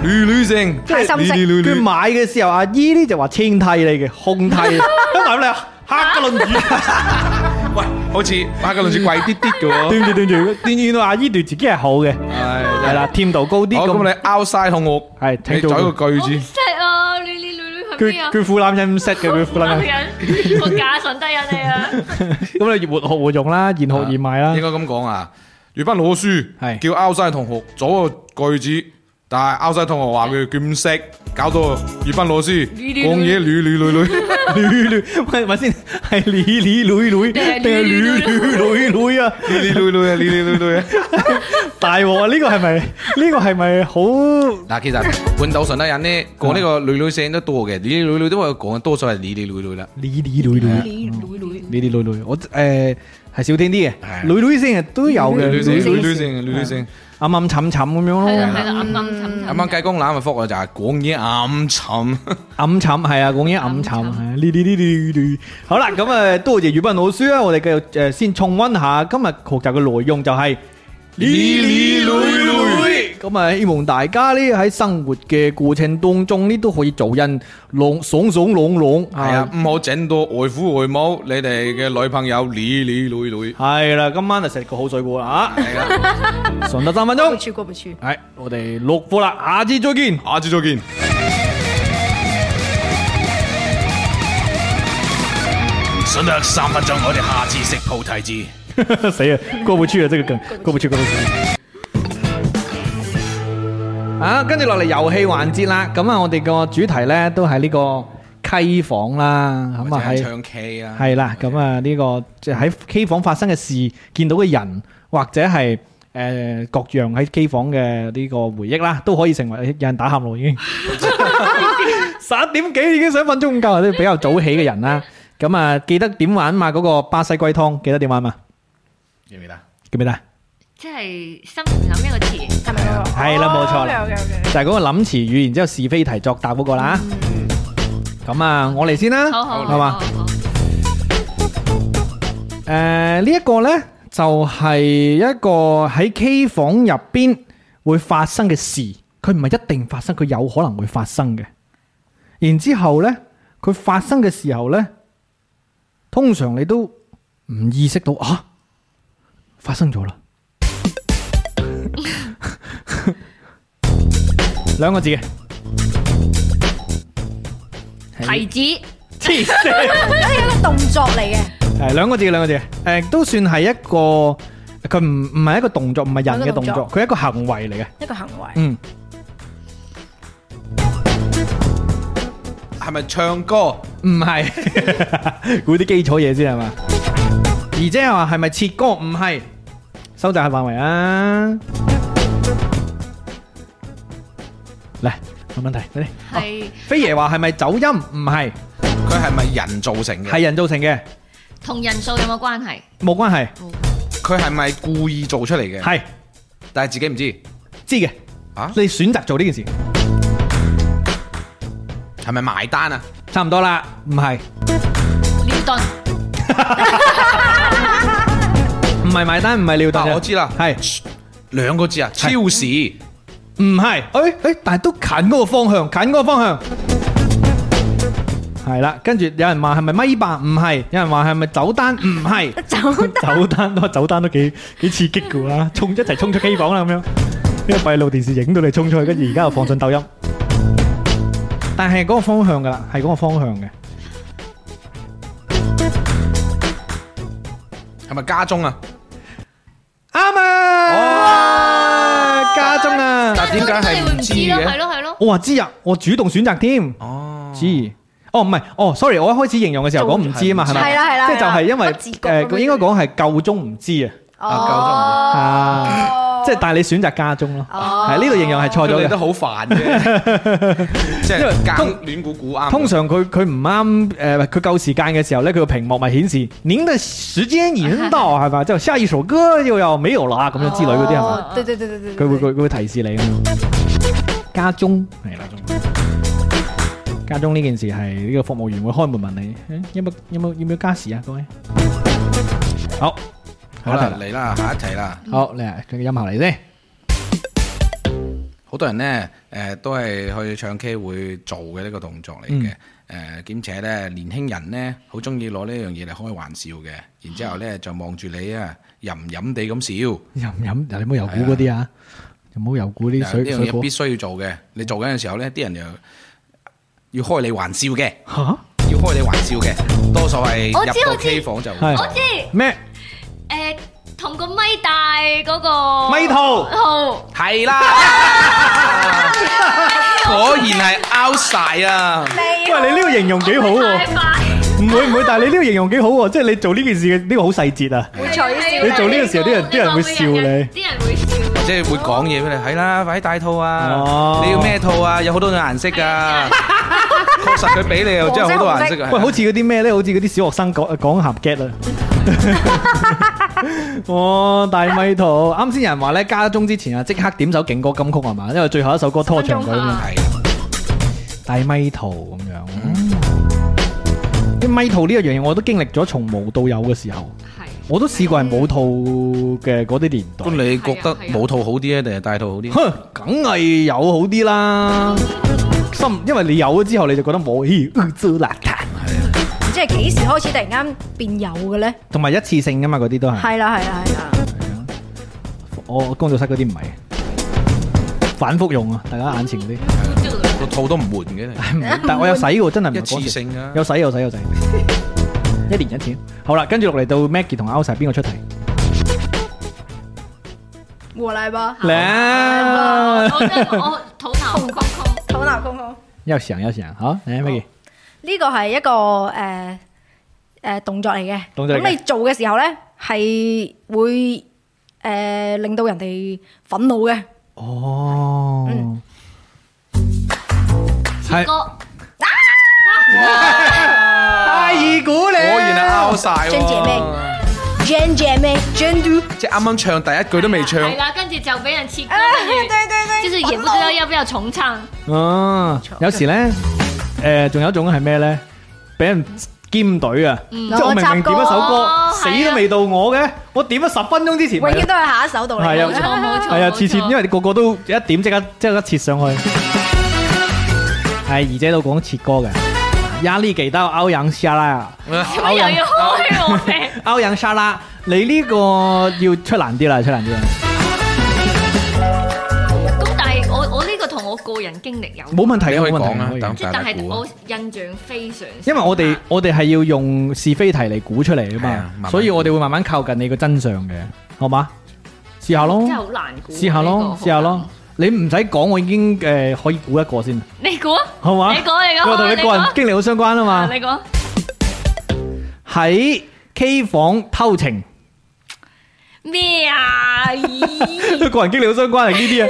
Speaker 3: 女女性，
Speaker 7: 太深色
Speaker 3: 你你女
Speaker 2: 佢
Speaker 3: 女，
Speaker 2: 買嘅時候，阿姨呢就話青替嚟嘅， 紅替，咁埋嚟黑個輪子。
Speaker 3: 喂，好似馬格倫似貴啲啲嘅喎，
Speaker 2: 斷住斷住，斷住到阿姨對自己係好嘅，係
Speaker 3: 係
Speaker 2: 啦，，甜度高啲
Speaker 3: 好咁
Speaker 2: 咁。
Speaker 3: 你 outside 同我，
Speaker 2: 係
Speaker 3: 你
Speaker 2: 請到
Speaker 3: 組個句
Speaker 5: 我唔
Speaker 3: 子，
Speaker 5: 識啊，呢呢呢呢係咩
Speaker 2: 佢
Speaker 5: 啊？
Speaker 2: 佢苦男人唔識嘅，佢苦男人。
Speaker 5: 人，我假信得人哋啊！
Speaker 2: 咁你越活學活用啦，現學現賣啦
Speaker 3: 應。該咁講啊。粵班老師
Speaker 2: 係
Speaker 3: 叫 outside 同學組個句子，但係 outside 同學話佢佢唔識，搞到粵班老師講嘢女女女女，
Speaker 2: 女女，喂，咪先係女女女女定係女女女女啊？
Speaker 3: 女女女女啊，女女女女啊。
Speaker 2: 大鑊啊！呢個係咪呢個係咪好？
Speaker 3: 嗱，其實半島順德人呢，講呢個女女聲都多嘅，女女女都會講，多數係女女女女啦。
Speaker 2: 女女女女女女女女，我呃誒係少聽啲嘅，
Speaker 3: 係
Speaker 2: 女女聲啊都有嘅，
Speaker 3: 女女
Speaker 2: 女
Speaker 3: 聲，
Speaker 2: 女
Speaker 3: 女女聲，女女聲。
Speaker 2: 暗暗沉沉咁樣
Speaker 5: 係啦
Speaker 2: 咯，
Speaker 5: 係啦，暗暗沉
Speaker 3: 啱
Speaker 5: 沉。
Speaker 3: 啱雞公欖嘅福啊，就係講嘢暗沉。
Speaker 2: 暗沉係啊，講嘢暗沉係啊，呢啲呢啲呢啲。好啦，咁啊，多謝語文老師啊，我哋繼續誒先重温下今日學習嘅內容就係。
Speaker 3: 哩哩嚕嚕
Speaker 2: 咁啊，希望大家呢喺生活嘅過程當中呢都可以做人朗爽爽朗朗
Speaker 3: 係啊，唔好整到外父外母，你哋嘅女朋友女女女女。
Speaker 2: 係啦，今晚就食個好水果啦吓，順德三分鐘，係我哋落課啦，下次再見。
Speaker 3: 下次再見。
Speaker 8: 顺德三分鐘，我哋下次食菩提子。
Speaker 2: 谁呀？过不去了，这个梗过不去，过不去。啊，跟住落嚟遊戲環節啦，咁啊，我哋個主題咧都係呢個 K 房啦，咁啊
Speaker 3: 或者係
Speaker 2: 喺
Speaker 3: 唱 K 啊，
Speaker 2: 係啦，咁啊呢個即係喺 K 房發生嘅事，見到嘅人或者係誒各樣喺 K 房嘅呢個回憶啦，都可以成為有人打喊路已經。十一點幾已經想瞓中午覺，或者比較早起嘅人啦。咁啊，記得點玩嘛？嗰個巴西龜湯記得點玩嘛？
Speaker 3: 記唔記得？
Speaker 2: 記唔記得啊？
Speaker 5: 即係心入面諗一個詞，哦
Speaker 2: Ờ, 就係嗰個諗詞語，然之後是非題作答嗰個啦。咁啊，我嚟先啦，
Speaker 5: 好好
Speaker 2: 係嘛？？
Speaker 5: 好好
Speaker 2: 誒呢一個呢，就係一個喺 K 房入邊會發生嘅事，佢唔係一定發生，佢有可能會發生嘅。然之後呢，佢發生嘅時候呢，通常你都唔意識到啊，發生咗啦。兩個字嘅。
Speaker 5: 提子
Speaker 2: 黐線，係兩個字，兩個字，誒、都算係一個，佢唔唔係一個動作，唔係人嘅動
Speaker 7: 唔係一個
Speaker 2: 作
Speaker 7: 動，
Speaker 2: 佢係一個行為嚟嘅。嗯，
Speaker 3: 係咪唱歌？
Speaker 2: 唔 係，估啲基礎嘢先係嘛？而姐話係咪切歌？唔係，收窄下範圍啊！嚟冇問題，你嚟
Speaker 5: 係
Speaker 2: 飛爺話係咪走音？唔係，
Speaker 3: 佢係咪人造成嘅？
Speaker 2: 係人造成嘅，
Speaker 5: 同人數有冇關係？
Speaker 2: 冇關係，
Speaker 3: 佢係咪故意做出嚟嘅？
Speaker 2: 係
Speaker 3: 但係自己唔知
Speaker 2: 知嘅。
Speaker 3: 啊？
Speaker 2: 你選擇做呢件事，
Speaker 3: 係咪埋單啊？
Speaker 2: 差唔多啦，唔係
Speaker 5: 尿遁
Speaker 2: 唔係埋單，唔係尿遁
Speaker 3: 啊
Speaker 2: 嘅，
Speaker 3: 我知啦
Speaker 2: 係
Speaker 3: 兩個字啊？超市
Speaker 2: 唔係？誒誒，但係都近嗰個方向，近嗰個方向。係啦，跟住有人話係咪咪霸？唔係，有人話係咪走單？唔係。
Speaker 7: 走
Speaker 2: 走單都走單都幾幾刺激噶啦，衝一齊衝出 K 房啦咁樣，呢個閉路電視影到你衝出去，跟住而家又放上抖音，但係嗰個方向噶啦，係嗰個方向嘅，
Speaker 3: 係咪家中啊？
Speaker 2: 啱啊，家中啊，
Speaker 3: 但點解係唔知
Speaker 5: 你會咯？係
Speaker 3: 嘅？
Speaker 5: 咯係咯，
Speaker 2: 我話知啊，我主動選擇添，
Speaker 3: 哦，
Speaker 2: 知。哦，唔係，哦，sorry，我一開始形容嘅時候講唔知啊嘛，係咪？
Speaker 7: 係啦係啦
Speaker 2: 即係就係因為
Speaker 7: 不自覺咁樣
Speaker 2: 誒，應該講係夠鐘唔知
Speaker 7: 哦，
Speaker 2: 啊，啊，即係但係你選擇家中咯，係呢個形容係錯咗
Speaker 3: 你
Speaker 2: 嘅
Speaker 3: 都。好煩嘅， 即係揀亂估估啱。
Speaker 2: 通常佢佢唔啱誒，佢夠時間嘅時候咧，佢個屏幕咪顯示您的時間已經到，係嘛？之後下一首歌又又沒有啊啦，咁樣之類嗰啲係嘛？
Speaker 7: 哦對對對對對對，
Speaker 2: 佢會佢佢會提示你咁樣。家中係啦，中家中呢件事係呢個服務員會開門問你，嗯有冇有冇要唔要加時啊？各位，好，
Speaker 3: 好
Speaker 2: 好
Speaker 3: 啦，
Speaker 2: 啦，
Speaker 3: 嚟啦，下一題啦。
Speaker 2: 好嚟啊，佢嘅音效嚟先。
Speaker 3: 好多人呢，誒、都係去唱 K 會做嘅呢個動作嚟嘅。誒、
Speaker 2: 嗯
Speaker 3: 兼且呢，年輕人呢，好中意攞呢樣嘢嚟開玩笑嘅，然之後呢，就望住你啊，吟吟地咁笑。
Speaker 2: 又唔飲，又你唔好油股嗰啲啊，又唔好油股啲
Speaker 3: 嗱呢
Speaker 2: 水
Speaker 3: 樣
Speaker 2: 水
Speaker 3: 嘢
Speaker 2: 果
Speaker 3: 必須要做嘅，你做緊嘅時候呢，啲人又要開你玩笑嘅，
Speaker 2: 嚇
Speaker 3: 要開你玩笑嘅，多數係
Speaker 5: 我知
Speaker 3: 入到
Speaker 5: 我知
Speaker 3: K 房就會
Speaker 2: 係
Speaker 5: 我
Speaker 3: 做
Speaker 5: 知
Speaker 2: 咩
Speaker 5: 誒，同個咪大嗰個
Speaker 2: 咪圖？
Speaker 5: 號
Speaker 3: 係 啦，果然係 out 晒啊！
Speaker 2: 喂，你呢個形容幾好喎
Speaker 3: 哎
Speaker 5: 太！快，
Speaker 2: 唔會唔會，但係你呢個形容幾好喎，即係你做呢件事嘅呢個好細節啊！
Speaker 7: 會取笑
Speaker 2: 你做呢個時候啲人
Speaker 5: 你
Speaker 2: 啲人會
Speaker 5: 講
Speaker 2: 笑你
Speaker 5: 啲人會笑。
Speaker 3: 即係會講嘢俾你，係啦，快啲戴套啊
Speaker 2: 哦！
Speaker 3: 你要咩套啊？有好多種顏 色噶，確實佢俾你又真係好多顏色噶。
Speaker 2: 喂，好似嗰啲咩咧？好似嗰啲小學生講講鹹 get 啊！哦，大米圖，啱先有人話咧，家中之前啊，即刻點首勁歌金曲係嘛？因為最後一首歌拖長佢啊嘛。
Speaker 3: 係啊
Speaker 2: 大米圖咁樣，啲米圖呢一樣嘢我都經歷咗從無到有嘅時候，
Speaker 5: 係
Speaker 2: 我都試過係冇套嘅嗰啲年代。
Speaker 3: 咁你覺得冇套好啲啊，定係戴套好啲？
Speaker 2: 哼，梗係有好啲啦。心，因為你有咗之後，你就覺得冇，咦，污糟邋遢，
Speaker 7: 唔知係幾時開始突然間變有嘅咧？
Speaker 2: 同埋一次性噶嘛，嗰啲都係。
Speaker 7: 係啦係啦係啦，
Speaker 2: 我工作室嗰啲唔係，反覆用啊，大家眼前嗰啲。
Speaker 3: 個套都唔換嘅，
Speaker 2: 但我有洗喎，真係唔係
Speaker 3: 一
Speaker 2: 嗰
Speaker 3: 次
Speaker 2: 時
Speaker 3: 性啊！
Speaker 2: 有洗有洗有 洗，一年一次。好啦，跟住落嚟到 Maggie 同 o u t 邊個出題？
Speaker 7: 和嚟
Speaker 2: 哦
Speaker 7: 吧，
Speaker 2: 啊
Speaker 5: 我
Speaker 2: 嚟，
Speaker 5: 哦真係
Speaker 2: 啊
Speaker 5: 我肚腩空空。
Speaker 7: 好鬧公公。
Speaker 2: 有時人有時人，好嚟啊 Maggie。
Speaker 7: 呢個係一個誒誒、動作嚟嘅。
Speaker 2: 動作嚟嘅
Speaker 7: 咁你做嘅時候咧，係會誒、呃令到人哋憤怒嘅。
Speaker 2: 哦，係
Speaker 5: 哥，
Speaker 2: 太二股你，
Speaker 3: 果然係 out 晒
Speaker 7: 張姐妹
Speaker 3: 喎，
Speaker 7: Jan 姐妹，Jan Do，
Speaker 3: 即係啱啱唱第一句都未 唱，
Speaker 5: 係啦，跟住就俾人切割，
Speaker 7: 對
Speaker 5: 跟
Speaker 7: 對
Speaker 5: 住就是也不知道要不要重唱。
Speaker 2: 啊，有 時咧，誒，仲有一種係咩咧？俾人兼隊啊，即係我明明點一首歌，
Speaker 5: 嗯哦
Speaker 2: 死
Speaker 5: 係啊
Speaker 2: 都未到我嘅，我點咗十分鐘之前
Speaker 7: 永
Speaker 2: 咪，
Speaker 7: 遠都係下一首度嚟
Speaker 2: 係
Speaker 7: 嘅。
Speaker 5: 冇錯冇錯，
Speaker 2: 係啊，次次
Speaker 5: 冇錯
Speaker 2: 因為你個個都一點即刻即刻切上去，係二姐都講切歌嘅，壓力幾大，歐陽莎拉，
Speaker 5: 點解又要
Speaker 3: Dạ.
Speaker 5: 開我哋？
Speaker 2: 歐陽莎拉，你呢個要出難啲啦，出難啲啦，
Speaker 5: 咁但係我我呢個同我個人經歷有關，
Speaker 2: 冇問題
Speaker 3: 你
Speaker 2: 嘅，冇
Speaker 3: 可以講啊
Speaker 2: 問，題嘅
Speaker 3: 等。
Speaker 5: 即係但
Speaker 3: 大家
Speaker 5: 係
Speaker 3: 估
Speaker 5: 我
Speaker 3: 啊。
Speaker 5: 印象非常深刻，
Speaker 2: 因為我哋我哋係要用是非題嚟估出嚟啊
Speaker 3: 係啊慢
Speaker 2: 嘛，
Speaker 3: 慢
Speaker 2: 所以我哋會慢慢靠近你個真相嘅，好嘛？試下咯
Speaker 5: 真，係好難估。啊
Speaker 2: 試下
Speaker 3: 啊
Speaker 2: 咯，試下咯。。你唔使講，我已經誒可以估一個先，
Speaker 5: 你估啊？
Speaker 2: 好嘛？
Speaker 5: 你講你
Speaker 2: 因
Speaker 5: 講，
Speaker 2: 為同你個人經歷好相關啊
Speaker 5: 啊
Speaker 2: 嘛。
Speaker 5: 你講
Speaker 2: 喺 K 房偷情，
Speaker 5: 咩啊？咦，
Speaker 2: 佢個人經歷好相關係呢啲 啊，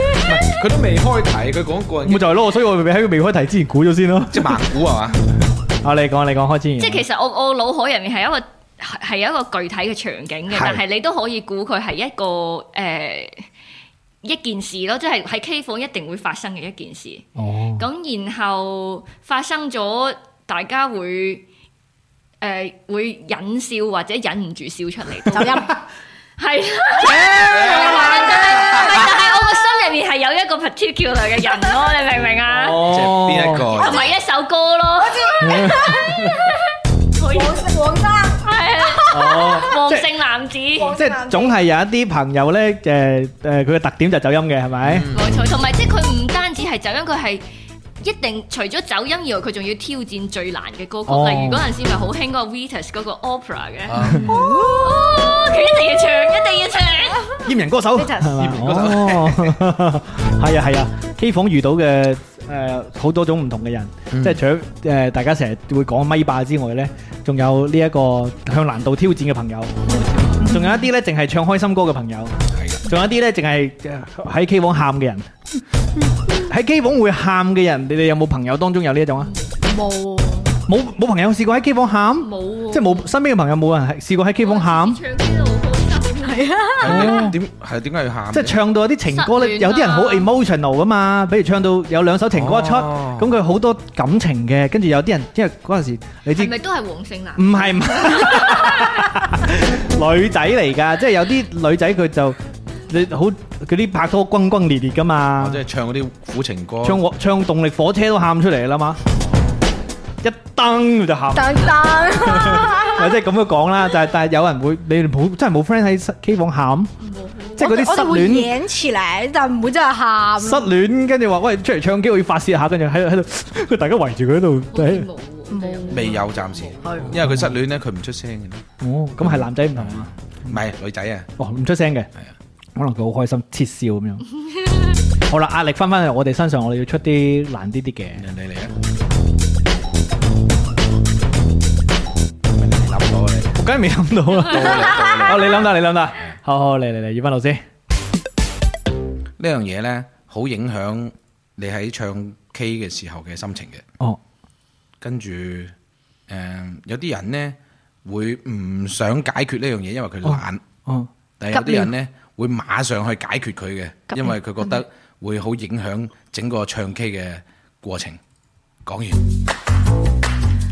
Speaker 3: 佢都未開題，佢講個人
Speaker 2: 咪就係咯，所以我咪喺佢未開題之前估咗先咯。
Speaker 3: 即係盲估係嘛？
Speaker 2: 啊，你講你講開之前，
Speaker 5: 即係其實我我腦海入面係一個係係有一個具體嘅場景嘅
Speaker 3: 係，
Speaker 5: 但係你都可以估佢係一個誒、呃一件事咯，即係喺 K 房一定會發生嘅一件事。
Speaker 2: 哦，
Speaker 5: 咁然後發生咗，大家會誒、呃、會忍笑或者忍唔住笑出嚟，
Speaker 7: 走音，
Speaker 5: 係啦。但係但係我個心入面係有一個 particular 嘅人咯，你明唔明啊？
Speaker 3: 即係邊一個？
Speaker 5: 同埋一首歌咯，
Speaker 7: 黃生，
Speaker 5: 係
Speaker 2: 哦，
Speaker 5: 黃
Speaker 2: 即係
Speaker 5: 姓男子，
Speaker 2: 即係總係有一啲朋友咧，誒誒，佢嘅特點就係走音嘅，係咪？
Speaker 3: 嗯
Speaker 5: 冇錯。同埋即係佢唔單止係走音，佢係。一定除咗走音以外，佢仲要挑戰最難嘅歌曲，
Speaker 2: 哦啊
Speaker 5: 例如嗰陣時咪好興嗰個 Vitas 嗰個 opera 嘅，哦佢一定要唱，一定要唱。
Speaker 2: 閹人歌手，係嘛？哦，係啊係啊，K 房遇到嘅誒好多種唔同嘅人，即係除咗誒大家成日會講咪霸之外咧，仲有呢一個向難度挑戰嘅朋友，仲有一啲咧淨係唱開心歌嘅朋友，仲有一啲咧淨係誒喺 K 房喊嘅人，喺 K 房會喊嘅人，你哋有冇朋友當中有呢一種啊？
Speaker 7: 冇
Speaker 2: 冇冇朋友試過喺 K 房喊？
Speaker 5: 冇喎
Speaker 2: 即係冇身邊嘅朋友冇人係試過喺 K 房
Speaker 5: 唱
Speaker 2: 喊。
Speaker 5: 歌都好開心，
Speaker 2: 哎
Speaker 5: 係啊，
Speaker 3: 係點點 係點解要喊？
Speaker 2: 即係唱到有啲情歌咧，
Speaker 5: 失戀啊
Speaker 2: 有啲人好 emotional 噶嘛。比如唱到有兩首情歌一出，
Speaker 3: 哦
Speaker 2: 咁佢好多感情嘅，跟住有啲人因為嗰陣時你知
Speaker 5: 係咪都係黃姓男
Speaker 2: 唔？係 唔係女仔嚟㗎，即係有啲女仔佢就你好嗰啲拍拖轟轟烈烈㗎嘛
Speaker 3: 哦，即係唱嗰啲苦情歌。
Speaker 2: 唱火唱動力火車都喊出嚟啦嘛，一蹬就喊。
Speaker 7: 等等，
Speaker 2: 或者係咁樣講啦，但係但係有人會，你哋冇真係冇 friend 喺 K 房喊， 即係嗰啲
Speaker 7: 我
Speaker 2: 失
Speaker 7: 哋會
Speaker 2: 戀。
Speaker 7: 演起嚟，但唔會真係喊。
Speaker 2: 失戀，跟住話喂出嚟唱 K 我要發泄下，跟住喺度喺度，佢 大家圍住佢喺度
Speaker 5: 好似
Speaker 2: 睇。
Speaker 5: 冇喎，
Speaker 3: 未有暫時，因為佢失戀咧，佢唔出聲嘅，
Speaker 2: 哦，咁係男仔唔同啊，
Speaker 3: 嗯唔係女仔啊，
Speaker 2: 哦唔出聲嘅，可能佢好開心，切笑咁樣。好啦，壓力翻翻嚟我哋身上，我哋要出啲難啲啲嘅。
Speaker 3: 人哋嚟啊，你諗到啊啊你
Speaker 2: 我梗係未諗到啦。 哦，你諗啦，你諗啦。好好，嚟嚟嚟，葉斌老師。
Speaker 3: 呢樣嘢咧，好影響你喺唱 K 嘅時候嘅心情嘅。
Speaker 2: 哦，
Speaker 3: 跟住誒、有啲人呢會唔想解決呢樣嘢，因為佢懶；
Speaker 2: 哦，
Speaker 3: 但係有啲人呢會馬上去解決佢嘅，因為佢覺得會好影響整個唱 K 嘅過程。講完即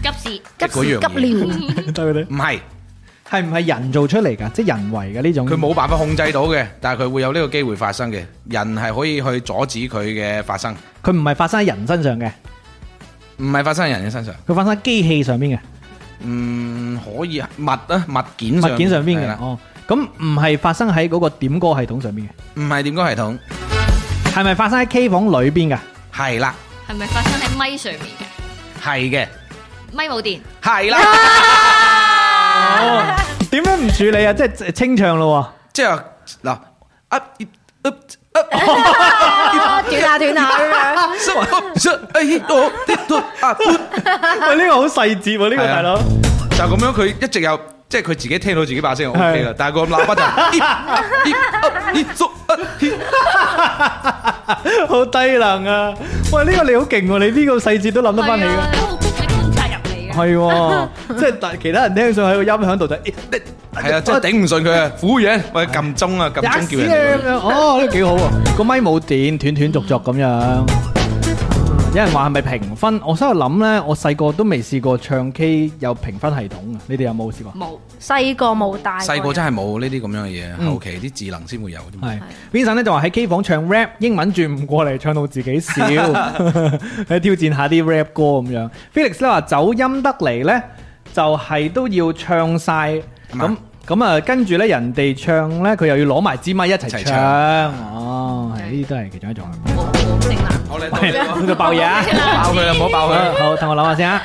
Speaker 5: 急事。
Speaker 3: 係嗰樣嘢，
Speaker 7: 尿，
Speaker 2: 對佢哋
Speaker 3: 唔係
Speaker 2: 係唔係人造出嚟㗎？即係人為嘅呢種。
Speaker 3: 佢冇辦法控制到嘅，但係佢會有呢個機會發生嘅。人係可以去阻止佢嘅發生，
Speaker 2: 佢唔係發生喺人身上嘅，
Speaker 3: 唔係發生喺人嘅身上。
Speaker 2: 佢發生喺機器上邊嘅。
Speaker 3: 嗯，可以啊物啊物件上
Speaker 2: 物件上邊
Speaker 3: 係
Speaker 2: 嘅
Speaker 3: 啦
Speaker 2: 哦，咁唔係發生喺嗰個點歌系統上邊嘅，
Speaker 3: 唔係點歌系統
Speaker 2: 係咪發生喺 K 房裏邊噶？
Speaker 3: 係啦，
Speaker 5: 係咪發生喺咪上面嘅？咪冇電。
Speaker 3: 係嘅，係啦。
Speaker 5: 啊
Speaker 2: 哦，點樣唔處理啊？即係清唱咯
Speaker 3: 即係嗱，up up up
Speaker 7: 斷下斷下咁樣。
Speaker 3: 上上哎多多啊，
Speaker 2: 喎， 喂，呢個好細節喎，呢個
Speaker 3: 係啊
Speaker 2: 大佬，
Speaker 3: 就咁樣佢一直有，即係佢自己聽到自己把聲 O K 啦，但係個
Speaker 2: 啊
Speaker 3: 喇叭就
Speaker 2: 好低能啊！喂，呢個你好勁喎，你呢個細節都諗得翻嚟嘅，
Speaker 5: 咪冇電。係啊，你好高嘅觀察入嚟嘅。
Speaker 2: 係喎，即係但其他人聽上去個音響度就咦你
Speaker 3: 係啊，真係頂唔順佢啊，服務員喂撳鐘啊，撳
Speaker 2: 吔
Speaker 3: 鐘叫
Speaker 2: 屎
Speaker 3: 人
Speaker 2: 啊咁樣，哦，呢個幾好喎，個咪冇電，斷斷續續咁樣。有人話係咪評分？我喺度諗咧，我細個都未試過唱 K 有評分系統啊！你哋有冇試過？
Speaker 5: 冇。
Speaker 7: 細個冇大，
Speaker 3: 細個真係冇呢啲咁樣嘅
Speaker 2: 嗯
Speaker 3: 嘢，後期啲智能先會有啫嘛。
Speaker 2: 係 Vincent 咧就話喺 K 房唱 rap，英文轉唔過嚟，唱到自己 笑，喺挑戰下啲 rap 歌咁樣。Felix 咧話走音得嚟呢，就係、都要唱晒咁
Speaker 3: 嘛
Speaker 2: 咁啊，跟住呢，人哋唱呢，佢又要攞埋支咪一齊
Speaker 3: 一齊
Speaker 2: 唱。
Speaker 3: 唱
Speaker 2: 哦，係呢啲都係其中一種。
Speaker 3: 好咧，
Speaker 2: 喂咁就爆嘢啊！
Speaker 3: 爆 佢啦，唔好爆佢。
Speaker 2: 好，等我諗下先啊。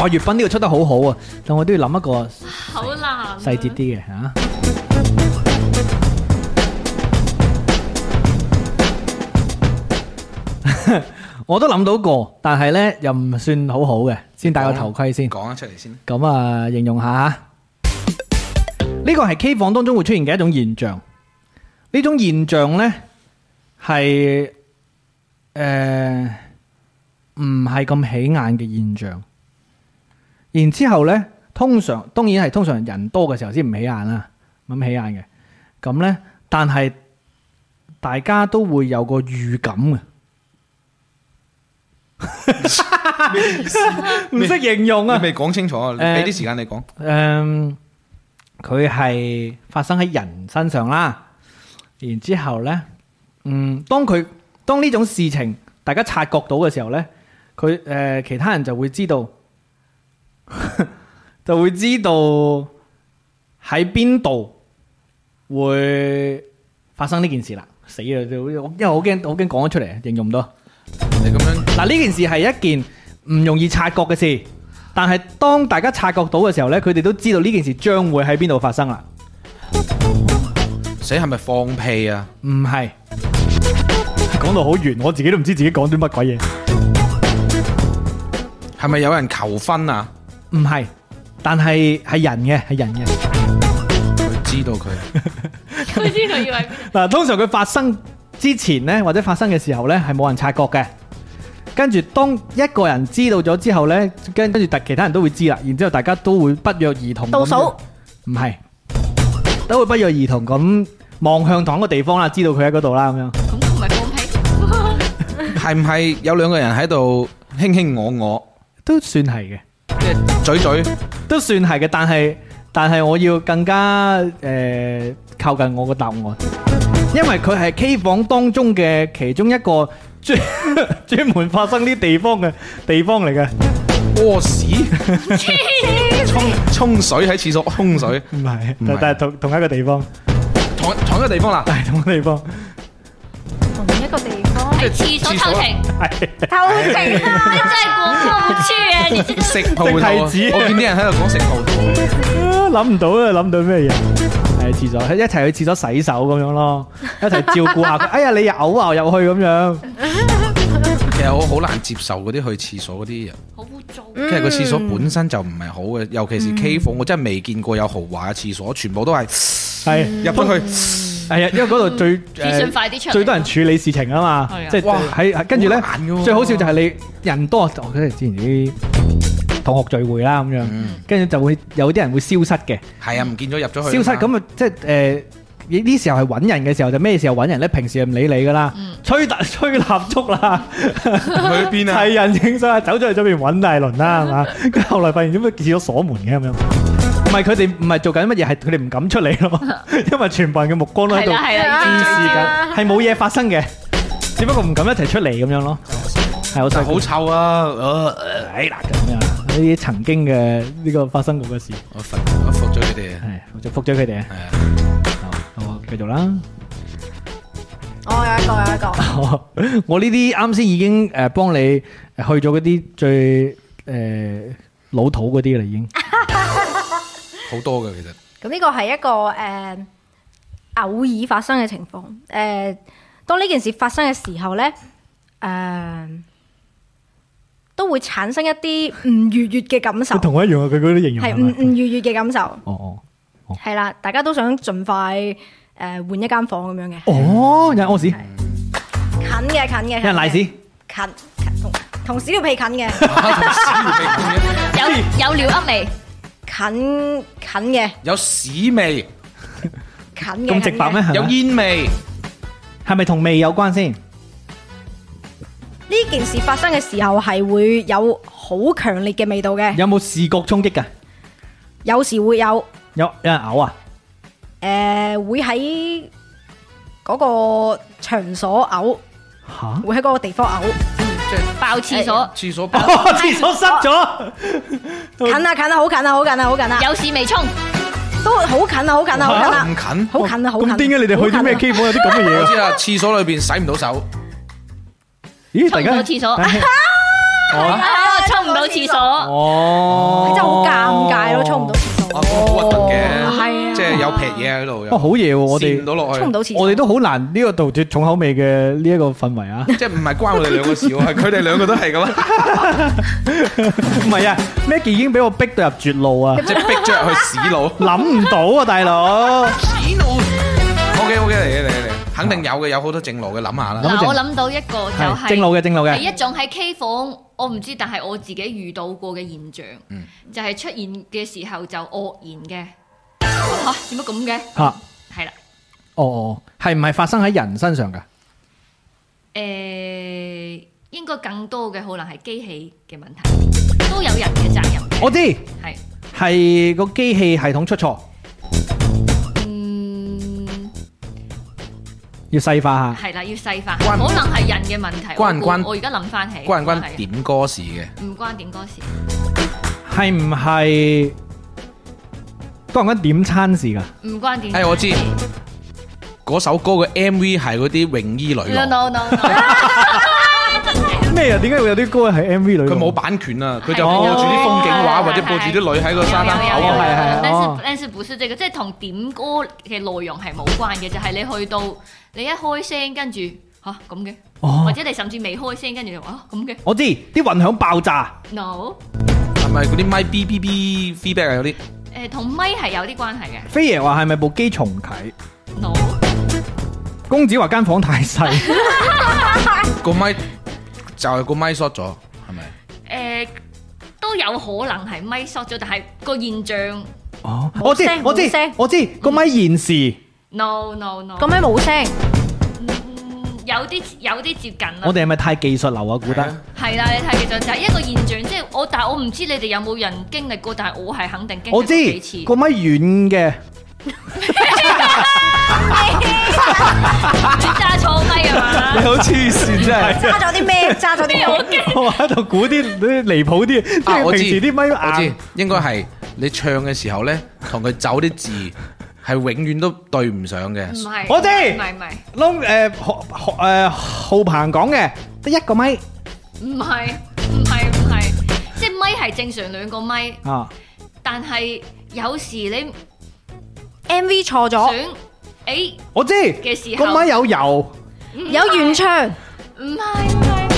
Speaker 2: 我粵斌呢個出得好好啊，但我都要諗一個
Speaker 5: 好難啊。
Speaker 2: 細節啲嘅 嚇。我都諗到個，但係呢又唔算好好嘅，先戴個頭盔先。
Speaker 3: 講啊出嚟先。
Speaker 2: 咁啊，形容下呢個係 K 房當中會出現嘅一種現象，呢種現象呢，係誒唔係咁起眼嘅現象。然之後呢，通常當然係通常人多嘅時候先唔起眼啦，唔起眼嘅。咁呢，但係大家都會有個預感嘅。唔識形容啊！
Speaker 3: 你未講清楚，你俾啲時間你講。
Speaker 2: 誒，佢係發生喺人身上啦。然之後呢，嗯，當佢當呢種事情大家察覺到嘅時候呢，佢誒、呃其他人就會知道， 就會知道喺邊度會發生呢件事啦。死啦！就因為我驚，我驚講咗出嚟，形容唔到。
Speaker 3: 你咁樣
Speaker 2: 嗱，呢件事係一件唔容易察覺嘅事，但係當大家察覺到嘅時候呢，佢哋都知道呢件事將會喺邊度發生啦。
Speaker 3: 死係咪放屁啊？
Speaker 2: 唔係，講到好圓，我自己都唔知自己講啲乜鬼嘢。
Speaker 3: 係咪有人求婚啊？
Speaker 2: 唔係，但係係人嘅，係人嘅。
Speaker 3: 佢知道佢
Speaker 5: 佢知道要係邊
Speaker 2: 嗱，通常佢發生之前呢，或者發生嘅時候呢，係冇人察覺嘅。跟住當一個人知道咗之後呢，跟跟住特其他人都會知啦。然之後大家都會不約而同咁
Speaker 7: 倒數
Speaker 2: 唔係，都會不約而同咁望向同一個地方啦，知道佢喺嗰度啦咁樣。
Speaker 5: 咁佢唔係放屁，
Speaker 3: 係唔係有兩個人喺度卿卿我我，
Speaker 2: 都算係嘅，
Speaker 3: 即係嘴嘴？
Speaker 2: 都算係嘅，但係但係我要更加诶、呃靠近我個答案，因為佢係 K 房當中嘅其中一個 專專門發生呢地方嘅地方嚟嘅，
Speaker 3: 屙屎，沖沖水喺廁所沖水，
Speaker 2: 唔係，
Speaker 3: 唔
Speaker 2: 但
Speaker 3: 係
Speaker 2: 但係同同一個地方，
Speaker 3: 同同一個 地方啦。
Speaker 2: 但係同一哎個地方，
Speaker 7: 同一個地方
Speaker 5: 喺廁所偷情，
Speaker 2: 係
Speaker 7: 偷情啊！
Speaker 5: 你真係過分去啊！你真
Speaker 3: 食葡萄，我
Speaker 2: 食提子
Speaker 3: 見啲人喺度講食葡萄，
Speaker 2: 啊諗唔到啊，諗到咩嘢？係廁所，一齊去廁所洗手咁樣咯，一齊照顧 下佢。哎呀，你又嘔啊入去咁樣，
Speaker 3: 其實我好難接受嗰啲去廁所嗰啲人，
Speaker 5: 好嗯污糟。
Speaker 3: 因為個廁所本身就唔係好嘅，尤其是 K 房，我真係未見過有豪華嘅廁所，全部都係
Speaker 2: 係
Speaker 3: 入到去。
Speaker 2: 係啊，因為嗰度最
Speaker 5: 資
Speaker 2: 誒
Speaker 5: 訊快啲出嚟，
Speaker 2: 最多人處理事情啊嘛
Speaker 5: 係啊，
Speaker 2: 即係
Speaker 3: 哇
Speaker 2: 喺跟住咧
Speaker 3: 好難㗎喎
Speaker 2: 最好笑就係你人多，我記得之前啲同學聚會啦咁樣，
Speaker 3: 嗯
Speaker 2: 跟住就會有啲人會消失嘅，
Speaker 3: 係啊，唔見咗入咗
Speaker 2: 消
Speaker 3: 去。
Speaker 2: 失咁啊，即係誒呢呢時候係揾人嘅時候就咩時候揾人咧？平時就唔理你噶啦，吹大 吹蠟燭啦，
Speaker 3: 咁嗯去邊啊？
Speaker 2: 齊人影相啊，走咗去咗邊揾大輪啦，係 嘛？跟住後來發現點解見咗鎖門嘅咁樣。唔係佢哋唔係做緊乜嘢，係佢哋唔敢出嚟 咯，因為全部人嘅目光都喺
Speaker 5: 係
Speaker 2: 度
Speaker 5: 啦係啊
Speaker 2: 注
Speaker 5: 啦，
Speaker 2: 視緊，係冇嘢發生嘅，只不過唔敢一齊出嚟咁樣咯，係好辛苦
Speaker 3: 好臭啊！呃
Speaker 2: 哎嗱咁樣，呢啲曾經嘅呢個發生過嘅事，
Speaker 3: 我服我服咗佢哋啊！
Speaker 2: 係我就復咗佢哋啊，
Speaker 3: 哦係啊。
Speaker 2: 好好繼續啦。
Speaker 7: 我
Speaker 3: 哦
Speaker 7: 有一個有一個。
Speaker 2: 我呢啲啱先已經誒幫你誒去咗嗰啲最誒老土嗰啲啦，已經
Speaker 3: 好多嘅其實，
Speaker 7: 咁呢個係一個誒、呃偶爾發生嘅情況。誒、呃，當呢件事發生嘅時候呢，誒、都會產生一啲唔愉悅嘅感受，
Speaker 2: 同我一樣啊，佢嗰啲形容
Speaker 7: 係
Speaker 2: 係
Speaker 7: 唔
Speaker 2: 咪
Speaker 7: 唔愉悅嘅感受，
Speaker 2: 哦
Speaker 7: 係啦，大家都想盡快誒、呃、換一間房咁樣嘅，
Speaker 2: 哦哦，有人屙屎，
Speaker 7: 係近嘅近嘅，
Speaker 2: 有人賴屎，
Speaker 7: 近，近同同屎尿屁近嘅，
Speaker 5: 有有料噏未？
Speaker 7: 近近嘅
Speaker 3: 有屎味，
Speaker 7: 近嘅，
Speaker 2: 咁直白咩？
Speaker 7: 近嘅
Speaker 3: 有
Speaker 2: 係咪
Speaker 3: 煙味，
Speaker 2: 係咪同味有關先？
Speaker 7: 呢件事發生嘅時候係會有好強烈嘅味道嘅，
Speaker 2: 有冇視覺衝擊㗎？
Speaker 7: 有時會有。
Speaker 2: 有有人嘔啊？
Speaker 7: 诶、會喺嗰個場所嘔，
Speaker 2: 嚇！
Speaker 7: 會喺嗰個地方嘔，
Speaker 5: 爆廁所，
Speaker 3: 廁所包
Speaker 2: 哦，廁所塞咗，
Speaker 7: 近啊近啊，好近啊，好近啊，好近啊，
Speaker 5: 有事未沖，
Speaker 7: 都好近啊，好近啊，好近
Speaker 3: 咁
Speaker 7: 啊，
Speaker 3: 近。
Speaker 7: 好近啊，好近啊。
Speaker 2: 咁癲嘅你哋去啲咩
Speaker 7: 好近啊？
Speaker 2: 機房有啲咁嘅嘢
Speaker 3: 我
Speaker 2: 啊？
Speaker 3: 知啦，廁所裏邊洗唔到手，
Speaker 2: 咦，突
Speaker 5: 沖唔
Speaker 2: 然
Speaker 5: 到
Speaker 2: 間
Speaker 5: 廁所，
Speaker 2: 哦
Speaker 5: 啊沖唔到廁所，
Speaker 2: 哦，
Speaker 7: 真係好尷尬咯，沖唔到廁
Speaker 3: 啊，
Speaker 7: 所，
Speaker 3: 好核突嘅，
Speaker 7: 係啊，
Speaker 3: 即係有劈嘢喺度，
Speaker 2: 哇，好嘢喎！我
Speaker 3: 滲
Speaker 2: 哋
Speaker 3: 唔到落
Speaker 7: 沖唔
Speaker 3: 去，
Speaker 7: 到廁所，
Speaker 2: 我哋都好難呢個度脱重口味嘅呢一個氛 圍啊！
Speaker 3: 即係唔係關我哋兩個事喎，係佢哋兩個都係咁啊，
Speaker 2: 唔係啊，Maggie 已經俾我逼到入絕路啊！
Speaker 3: 即係逼 咗入去屎佬。
Speaker 2: 諗唔到啊，大佬！
Speaker 3: OK OK，嚟嚟嚟嚟，肯定有嘅，有好多正路嘅，諗下啦。
Speaker 5: 嗱，我諗到一個就係
Speaker 2: 正路嘅，正路
Speaker 5: 係
Speaker 2: 嘅，
Speaker 5: 一種喺 K 房，我唔知，但係我自己遇到過嘅現象，
Speaker 3: 嗯
Speaker 5: 就係出現嘅時候就愕然嘅，嚇點解咁嘅？
Speaker 2: 吓，哦
Speaker 5: 係啦，
Speaker 2: 哦，系唔系发生喺人身上噶？
Speaker 5: 誒、應該更多嘅可能係機器嘅問題，都有人嘅責任嘅。
Speaker 2: 我知
Speaker 5: 係
Speaker 2: 系个机器系統出錯，
Speaker 5: 嗯
Speaker 2: 要細化下。
Speaker 5: 係啦，要細化，
Speaker 3: 啊關
Speaker 5: 可能係人嘅問題。
Speaker 3: 關唔關
Speaker 5: 我估我而家諗翻起，
Speaker 3: 關唔
Speaker 5: 係啊
Speaker 3: 關點歌事嘅？
Speaker 5: 唔關點歌事？
Speaker 2: 係唔係關唔關點餐事㗎？
Speaker 5: 唔關點歌事。
Speaker 3: 哎我知嗰首歌嘅 MV 係嗰啲泳衣女
Speaker 5: No
Speaker 3: 郎，
Speaker 5: no no no。
Speaker 2: 咩啊？點解會有啲歌係 M V 裏？
Speaker 3: 佢冇版權啊，佢就
Speaker 5: 係
Speaker 3: 播住啲風景畫
Speaker 5: 哦
Speaker 3: 或者播住啲女喺
Speaker 5: 有
Speaker 3: 個沙灘
Speaker 5: 有有
Speaker 3: 口
Speaker 5: 有有
Speaker 3: 啊。
Speaker 2: 係係
Speaker 5: 但
Speaker 2: 哦
Speaker 5: 是但是不是這個，即係同點歌嘅內容係冇關嘅，就係你去到你一開聲，跟住吓咁嘅，或
Speaker 2: 哦，
Speaker 5: 者你甚至未開聲，跟住就啊咁嘅
Speaker 2: 我知啲混響爆炸，
Speaker 5: ，no，
Speaker 3: 係咪嗰啲咪 B B B feedback 啊？有啲
Speaker 5: 誒同咪係有啲關係嘅
Speaker 2: 飛爺話係咪部機重啟？
Speaker 5: ，no，
Speaker 2: 公子話間房太細，
Speaker 3: 個咪就係個咪 short 咗，係咪？
Speaker 5: 誒都有可能係咪 short 咗，但係個現象
Speaker 2: 哦，我知
Speaker 7: 聲
Speaker 2: 我知
Speaker 7: 冇聲
Speaker 2: 我知個咪延時，
Speaker 5: no no no，
Speaker 7: 咁樣冇聲，
Speaker 5: 嗯有啲有啲接
Speaker 7: 嗯
Speaker 5: 近啦
Speaker 2: 我。哋係咪太技術流啊？估得
Speaker 5: 係啦，你睇其實就係一個現象，即係我，但係我唔知你哋有冇人經歷過，但係我係肯定經歷
Speaker 2: 我
Speaker 5: 過
Speaker 2: 知
Speaker 5: 幾次。
Speaker 2: 個咪軟 嘅，
Speaker 5: 你揸錯咪啊嘛？
Speaker 2: 好黐線真係。
Speaker 7: 揸咗啲咩？揸咗 啲咩？
Speaker 2: 我喺度估啲啲離譜啲，即
Speaker 3: 啊，
Speaker 2: 係
Speaker 3: 我知，
Speaker 2: 平時啲咪
Speaker 3: 我知
Speaker 2: 硬。，
Speaker 3: 應該係你唱嘅時候咧，同佢走啲字係永遠都對唔上嘅
Speaker 5: 唔。係，
Speaker 2: 我知
Speaker 5: 唔係唔係
Speaker 2: 窿誒何何誒浩鵬講嘅，得一個咪
Speaker 5: 唔係唔係唔係，即係咪係正常兩個咪，
Speaker 2: 啊，
Speaker 5: 但係有時你
Speaker 7: M V
Speaker 5: 想
Speaker 7: 錯咗，
Speaker 5: 誒
Speaker 2: 我知
Speaker 5: 嘅時
Speaker 2: 個
Speaker 5: 候
Speaker 2: 咪，有油。
Speaker 7: 有原唱，
Speaker 5: 唔係唔係，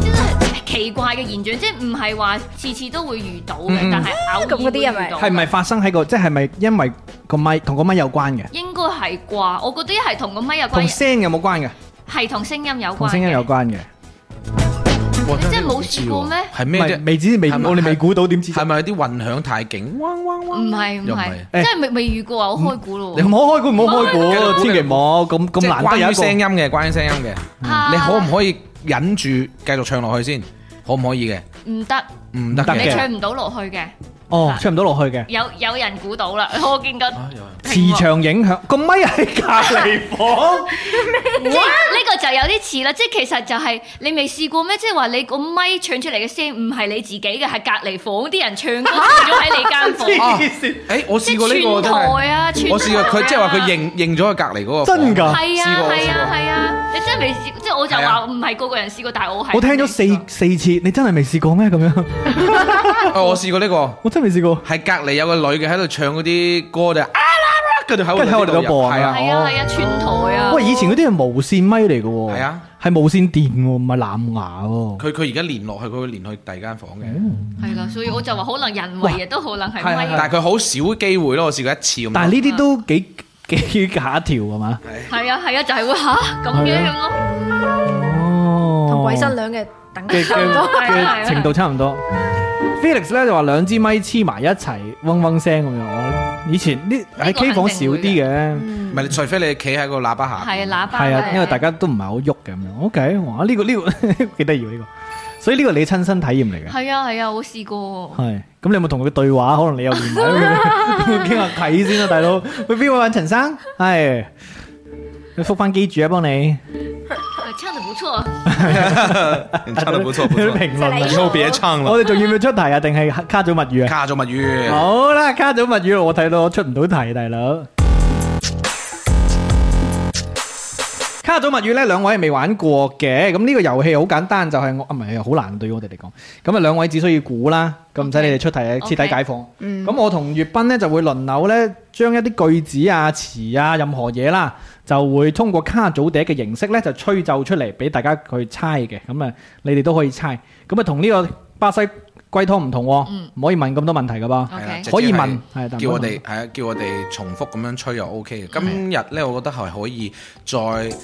Speaker 5: 真係奇怪嘅現象，即係唔係話次次都會遇到嘅，
Speaker 2: 嗯嗯
Speaker 5: 但係偶爾
Speaker 7: 咁嗰啲係咪
Speaker 5: 會遇到
Speaker 2: 係咪發生喺個即係咪因為個咪同個咪有關嘅？
Speaker 5: 應該係啩？我覺得係同個咪有
Speaker 2: 同
Speaker 5: 關，
Speaker 2: 聲有冇關嘅？
Speaker 5: 係同聲音有關，
Speaker 2: 同聲音有。關嘅。
Speaker 3: 哇
Speaker 5: 你真係
Speaker 3: 呢個
Speaker 5: 冇
Speaker 3: 唔知
Speaker 5: 試過
Speaker 3: 喎
Speaker 5: 咩
Speaker 3: 係咩
Speaker 2: 唔係
Speaker 3: 啫？
Speaker 2: 未知未，
Speaker 3: 係咪
Speaker 2: 我哋未估到點知。
Speaker 3: 係咪有啲混響太勁？汪汪
Speaker 5: 唔
Speaker 3: 汪！
Speaker 5: 係唔
Speaker 3: 又唔
Speaker 5: 係
Speaker 3: 係，
Speaker 5: 真係未未遇過啊！我開估咯
Speaker 2: 你唔
Speaker 5: 喎，
Speaker 2: 好開估，唔好開
Speaker 3: 唔好開
Speaker 2: 估，
Speaker 3: 估
Speaker 2: 千祈唔好咁咁
Speaker 3: 即係
Speaker 2: 難得有
Speaker 3: 關
Speaker 2: 一
Speaker 3: 於
Speaker 2: 個
Speaker 3: 聲音嘅，關於聲音嘅，
Speaker 5: 啊
Speaker 3: 你可唔可以忍住繼續唱落去先？可唔可以嘅？
Speaker 5: 唔得，
Speaker 3: 唔得
Speaker 2: 唔得
Speaker 5: 你
Speaker 2: 嘅
Speaker 3: 嘅。
Speaker 5: 唱唔到落去嘅。
Speaker 2: 哦，唱唔到落去嘅。
Speaker 5: 有有人估到啦， 我見過
Speaker 3: 啊有人
Speaker 5: 屏幕
Speaker 2: 磁場影響個咪喺隔離房，
Speaker 5: 即係呢個就有啲似啦，即係其實就係你未試過咩？即係話你個咪唱出嚟嘅聲唔係你自己嘅，係隔離房啲人唱 歌唱咗喺你間房，
Speaker 3: 啊
Speaker 2: 黐線！
Speaker 3: 誒，我
Speaker 5: 即
Speaker 3: 試過呢個
Speaker 5: 係
Speaker 3: 真
Speaker 5: 串台
Speaker 3: 係，
Speaker 5: 啊，串台啊
Speaker 3: 我試過佢即係話佢。認認咗佢隔離嗰個房。
Speaker 2: 真㗎
Speaker 5: 係
Speaker 3: 試
Speaker 5: 啊
Speaker 3: 過
Speaker 5: 係
Speaker 3: 試
Speaker 5: 啊
Speaker 3: 過
Speaker 5: 係啊！你真係未試過，即係我就
Speaker 3: 係
Speaker 5: 話
Speaker 3: 啊
Speaker 5: 唔係個個人試過，但係我係
Speaker 2: 我聽咗
Speaker 5: 未試過
Speaker 2: 四四次，你真係未試過咩？咁樣，
Speaker 3: 啊我試過呢個。
Speaker 2: 我真係未試過。
Speaker 3: 係隔離有個女嘅喺度唱嗰啲歌就啊啦啦，跟住喺
Speaker 2: 跟住喺我哋度播啊
Speaker 3: 係啊，
Speaker 5: 係啊係啊，串台啊！
Speaker 2: 喂，以前嗰啲係無線咪嚟嘅喎，
Speaker 3: 係啊，
Speaker 2: 係無線電喎，唔係藍牙 喎。
Speaker 3: 佢佢而家連落去，佢會連去第二間房嘅，
Speaker 2: 嗯
Speaker 5: 係啦，所以我就話可能人為嘅都可能係啊
Speaker 2: 係係
Speaker 5: 咪
Speaker 2: 係
Speaker 3: 但係佢好少機會咯，我試過一次咁。
Speaker 2: 但係呢啲都幾幾假條係嘛？
Speaker 5: 係啊係啊，就係會吓咁樣樣咯。
Speaker 2: 哦，
Speaker 7: 同鬼新娘嘅等級
Speaker 2: 嘅
Speaker 7: 差唔多。
Speaker 2: 嘅嘅 程度差唔多。Felix 咧就話兩支咪黐埋一齊，嗡嗡聲咁樣。我以前呢喺
Speaker 5: 呢個
Speaker 2: K 房
Speaker 5: 肯
Speaker 2: 少
Speaker 5: 定會嗯
Speaker 2: 啲嘅，
Speaker 3: 唔係，除非你企喺個喇叭下，
Speaker 5: 係喇叭
Speaker 2: 係
Speaker 5: 嚟
Speaker 2: 啊，
Speaker 5: 嘅
Speaker 2: 因為大家都唔係好喐嘅咁樣。OK，哇！呢個呢個 幾得意喎呢個，所以呢個你親身體驗嚟嘅。
Speaker 5: 係啊係啊，我試過。
Speaker 2: 係，咁你有冇同佢對話？可能你又聯絡 佢，傾下偈先啦，大佬。去邊位揾陳生？係，你復翻機主啊，幫你。
Speaker 5: 唱得不錯，
Speaker 3: 唱得不錯不
Speaker 2: 有啲
Speaker 3: 錯。
Speaker 2: 評論啊
Speaker 7: 即係你
Speaker 3: 以後別唱了
Speaker 2: 我哋仲要唔要出題啊？定係卡組物語啊？
Speaker 3: 卡咗物語，
Speaker 2: 好啦，卡組物語我睇到我出唔到題，大佬。卡組物語呢，兩位係未玩過嘅，咁呢個遊戲好簡單，就係、我啊唔係好難對我哋嚟講。咁啊，兩位只需要估啦，咁唔使你哋出題，徹底解放。咁、
Speaker 5: 嗯
Speaker 2: 我同月斌呢，就會輪流呢，將一啲句子啊、詞啊、任何嘢啦，就會通過卡組笛嘅形式呢，就吹奏出嚟俾大家去猜嘅。咁啊，你哋都可以猜。咁啊，同呢個巴西龜湯唔同喎，
Speaker 5: 嗯
Speaker 2: 唔可以問咁多問題噶噃。
Speaker 3: 啊
Speaker 2: 啊
Speaker 3: 係啦
Speaker 5: OK
Speaker 3: 直接
Speaker 2: 可以
Speaker 3: 係
Speaker 2: 問係但唔可以
Speaker 3: 叫
Speaker 2: 問
Speaker 3: 我
Speaker 2: 嗯
Speaker 3: 哋係啊，叫我哋重複咁樣吹又 OK 嘅。今日咧，我覺得係可以再誒、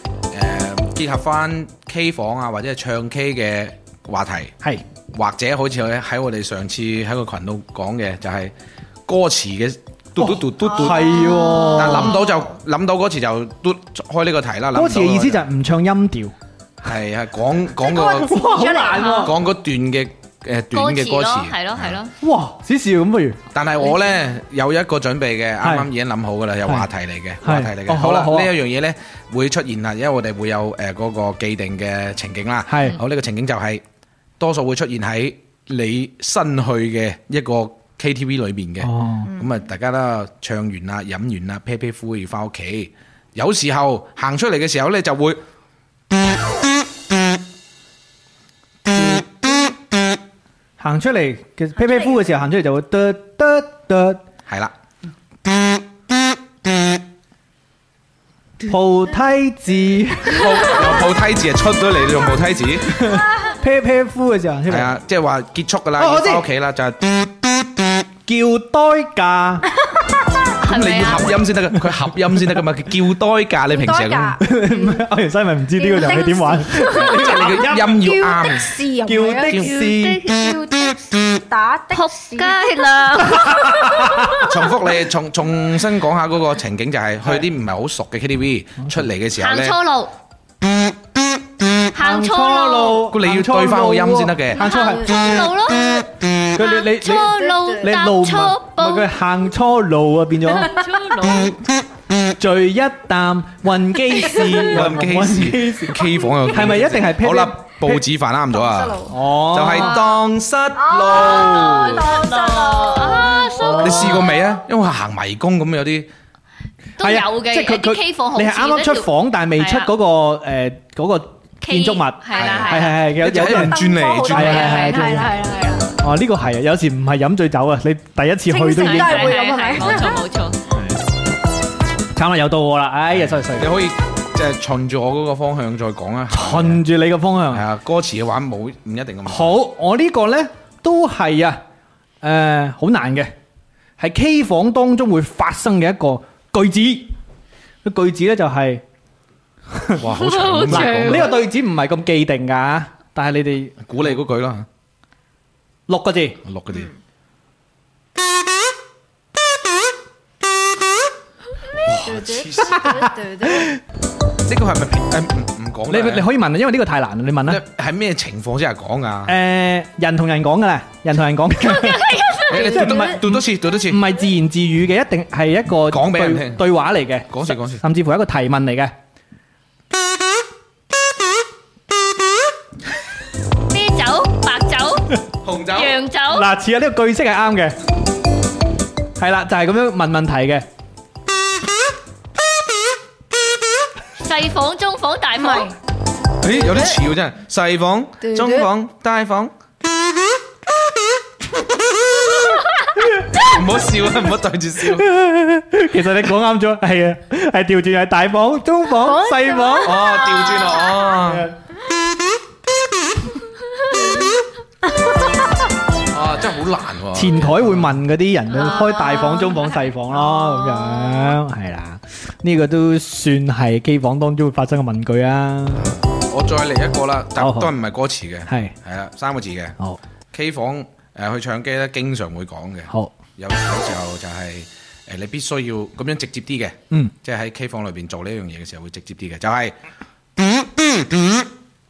Speaker 3: 呃、結合翻 K 房啊，或者係唱 K 嘅話題，
Speaker 2: 係
Speaker 3: 或者好似喺我哋上次喺個群度講嘅，就係、歌詞嘅嘟嘟嘟嘟嘟。
Speaker 2: 哦係喎。
Speaker 3: 但諗到就諗到嗰詞就嘟開呢個題啦。
Speaker 2: 歌詞嘅意思就係唔唱音調，
Speaker 3: 係係講講個
Speaker 7: 嗰個字出嚟
Speaker 2: 難
Speaker 7: 嚇，
Speaker 3: 講嗰段嘅誒短嘅歌
Speaker 5: 咯
Speaker 3: 詞，，
Speaker 5: 係咯係咯，
Speaker 2: 哇！只笑咁不如
Speaker 3: 但係我
Speaker 2: 哎
Speaker 3: 呢，有一個準備嘅，啱啱已經諗好噶啦，有話題嚟嘅，話題嚟嘅。
Speaker 2: 哦
Speaker 3: 好啦，
Speaker 2: 好啊好啊
Speaker 3: 呢一樣嘢呢會出現啦，因為我哋會有誒嗰個既定嘅情景啦。
Speaker 2: 係
Speaker 3: 好，呢個情景就係多數會出現喺你新去嘅一個 KTV 裏面嘅。
Speaker 2: 哦，
Speaker 3: 咁啊，大家啦唱完啦、飲完啦，啤啤呼要翻屋企。有時候行出嚟嘅時候呢，就會
Speaker 2: 行出嚟嘅呸呸呼嘅時候，行出嚟就會得得 得
Speaker 3: 係啦，
Speaker 2: 菩提子。
Speaker 3: 鋪有鋪梯字啊，出咗嚟，你用鋪梯字。
Speaker 2: 啤啤夫嘅時候出
Speaker 3: 係
Speaker 2: 嚟，
Speaker 3: 啊，即係話結束噶啦，
Speaker 2: 哦我
Speaker 3: 要
Speaker 2: 知
Speaker 3: 翻屋企啦，就係
Speaker 2: 叫代價，
Speaker 5: 係咪
Speaker 3: 你要
Speaker 5: 啊？
Speaker 3: 合音先得噶，佢合音先得噶嘛，佢叫代價你平時係咁，
Speaker 7: 叫
Speaker 2: 歐陽西咪唔知呢個遊戲點玩，
Speaker 3: 即係你嘅音要
Speaker 7: 的
Speaker 3: 啱。
Speaker 7: 士又
Speaker 2: 叫
Speaker 7: 唔係啊
Speaker 2: 的士
Speaker 5: 要的
Speaker 7: 打的
Speaker 5: 仆
Speaker 7: 士，
Speaker 5: 街啦！
Speaker 3: 重複你重重新講下嗰個情景，就係去啲唔係好熟嘅 KTV 出嚟嘅時候
Speaker 5: 行
Speaker 3: 咧，
Speaker 5: 錯路，行錯路，
Speaker 2: 錯
Speaker 3: 你要對返個音先得嘅
Speaker 2: 行錯
Speaker 5: 行
Speaker 2: 係
Speaker 5: 錯路咯，
Speaker 2: 佢你你
Speaker 5: 行錯路，
Speaker 2: 你
Speaker 5: 踏
Speaker 2: 路唔係
Speaker 5: 錯
Speaker 2: 唔係佢
Speaker 5: 步，
Speaker 2: 行錯路啊，變咗
Speaker 5: 行錯路，
Speaker 2: 聚一啖運機士，
Speaker 3: 咁
Speaker 2: 機士
Speaker 3: 機事 K 房又
Speaker 2: 係咪一定係啤
Speaker 3: 好啦？報紙飯啱咗啊，就
Speaker 6: Ờ.
Speaker 2: 哦，
Speaker 3: 係蕩失路。
Speaker 5: 啊，蘇
Speaker 3: 你試過未啊？因為行迷宮咁有啲
Speaker 5: 都有嘅，
Speaker 2: 即係
Speaker 5: 有
Speaker 2: 佢
Speaker 5: 啲
Speaker 2: 佢
Speaker 5: K 房好似
Speaker 2: 你係啱啱出房，但係未出嗰個誒嗰個建築物，
Speaker 5: 係啦
Speaker 2: 係
Speaker 5: 係啦，
Speaker 2: 係有
Speaker 3: 就
Speaker 2: 有
Speaker 3: 喺度
Speaker 2: 啲人
Speaker 3: 轉嚟轉
Speaker 2: 係
Speaker 3: 去。
Speaker 2: 係係
Speaker 7: 係係係係，
Speaker 2: 哦呢個係啊，有時唔係飲醉酒啊，你第一次去都已
Speaker 7: 清
Speaker 2: 經
Speaker 7: 醒係會咁係咪
Speaker 5: 係係冇錯冇錯，
Speaker 2: 慘啦，又到我啦，哎呀衰衰
Speaker 3: 你，可以即係循住我嗰個方向再講啊。
Speaker 2: 循住你個方向
Speaker 3: 係。啊，歌詞嘅話冇唔一定咁
Speaker 2: 好，我呢個呢都係啊，誒、好難嘅，係 K 房當中會發生嘅一個句子。個句子呢就係、
Speaker 3: 哇，好長 咁講
Speaker 2: 呢、個句子唔係咁既定㗎，但係你哋
Speaker 3: 鼓你嗰句啦，
Speaker 2: 六個字，
Speaker 3: 六個字。呢個係咪誒唔唔講
Speaker 2: 你
Speaker 3: 得咧？
Speaker 2: 你可以問啊，因為呢個太難啦，你問啦。
Speaker 3: 你喺咩情況之下講啊
Speaker 2: 誒、？人同人講㗎啦，人同人 講，唔
Speaker 3: 你你
Speaker 2: 即係
Speaker 3: 讀
Speaker 2: 唔
Speaker 3: 多
Speaker 2: 係
Speaker 3: 讀多次，讀多次，
Speaker 2: 係自言自語嘅，一定係一個
Speaker 3: 講俾人
Speaker 2: 對
Speaker 3: 聽
Speaker 2: 對話嚟嘅，
Speaker 3: 講住講住
Speaker 2: 甚至乎係一個提問嚟嘅。
Speaker 5: 啤酒、白酒、
Speaker 3: 紅酒
Speaker 5: 洋酒，
Speaker 2: 嗱，似啊，呢個句式係啱嘅，係啦，就係、咁樣問問題嘅。
Speaker 5: 細房、中房、大房，
Speaker 3: 咦，有啲似喎真係。細房、中房、大房。唔好笑啊！唔好對住笑。
Speaker 2: 其實你講啱咗，係啊，係調轉係大房、中房、細房。
Speaker 3: 哦，調轉啦，哦，啊，真係好難喎。
Speaker 2: 前台會問嗰啲人去開大房、中房、細房咯，咁樣係啦。呢個都算係機房當中會發生嘅問句啊。
Speaker 3: 我再嚟一個啦，但
Speaker 2: 好好
Speaker 3: 都唔係歌詞嘅，
Speaker 2: 係
Speaker 3: 係啦，三個字嘅。
Speaker 2: 好，
Speaker 3: K 房誒去唱 K 咧，經常會講嘅。
Speaker 2: 好，
Speaker 3: 有有時候就係誒你必須要咁樣直接啲嘅，
Speaker 2: 嗯，
Speaker 3: 即係喺 K 房裏邊做呢樣嘢嘅時候會直接啲嘅，就係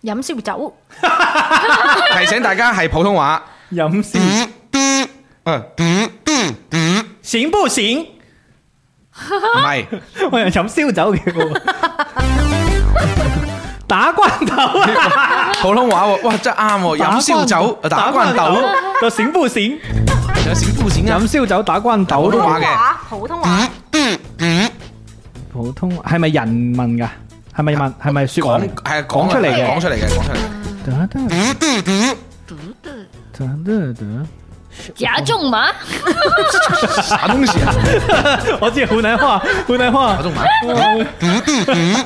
Speaker 7: 飲燒酒，
Speaker 3: 提醒大家係普通話。
Speaker 2: 飲先，
Speaker 3: 嗯，
Speaker 2: 閃不閃？
Speaker 3: 唔係
Speaker 2: 我又飲燒酒嘅喎。打關頭啊！
Speaker 3: 普通話喎，哇真係啱喎，飲燒酒打關斗，
Speaker 2: 就閃不閃？
Speaker 3: 有閃膚閃啊
Speaker 2: 飲，燒酒打關
Speaker 3: 普
Speaker 2: 斗都
Speaker 3: 通話嘅
Speaker 7: 話普通話，
Speaker 2: 普通係咪人問㗎？係咪問？係咪説話嚟？
Speaker 3: 啊講係
Speaker 2: 講
Speaker 3: 講
Speaker 2: 出嚟嘅
Speaker 3: 講出嚟嘅，講出嚟嘅。
Speaker 2: 得得得得得。
Speaker 5: 假中馬，
Speaker 3: 打東西啊，
Speaker 2: 我知湖南話，湖南
Speaker 3: 打
Speaker 2: 話，
Speaker 3: 東西啊。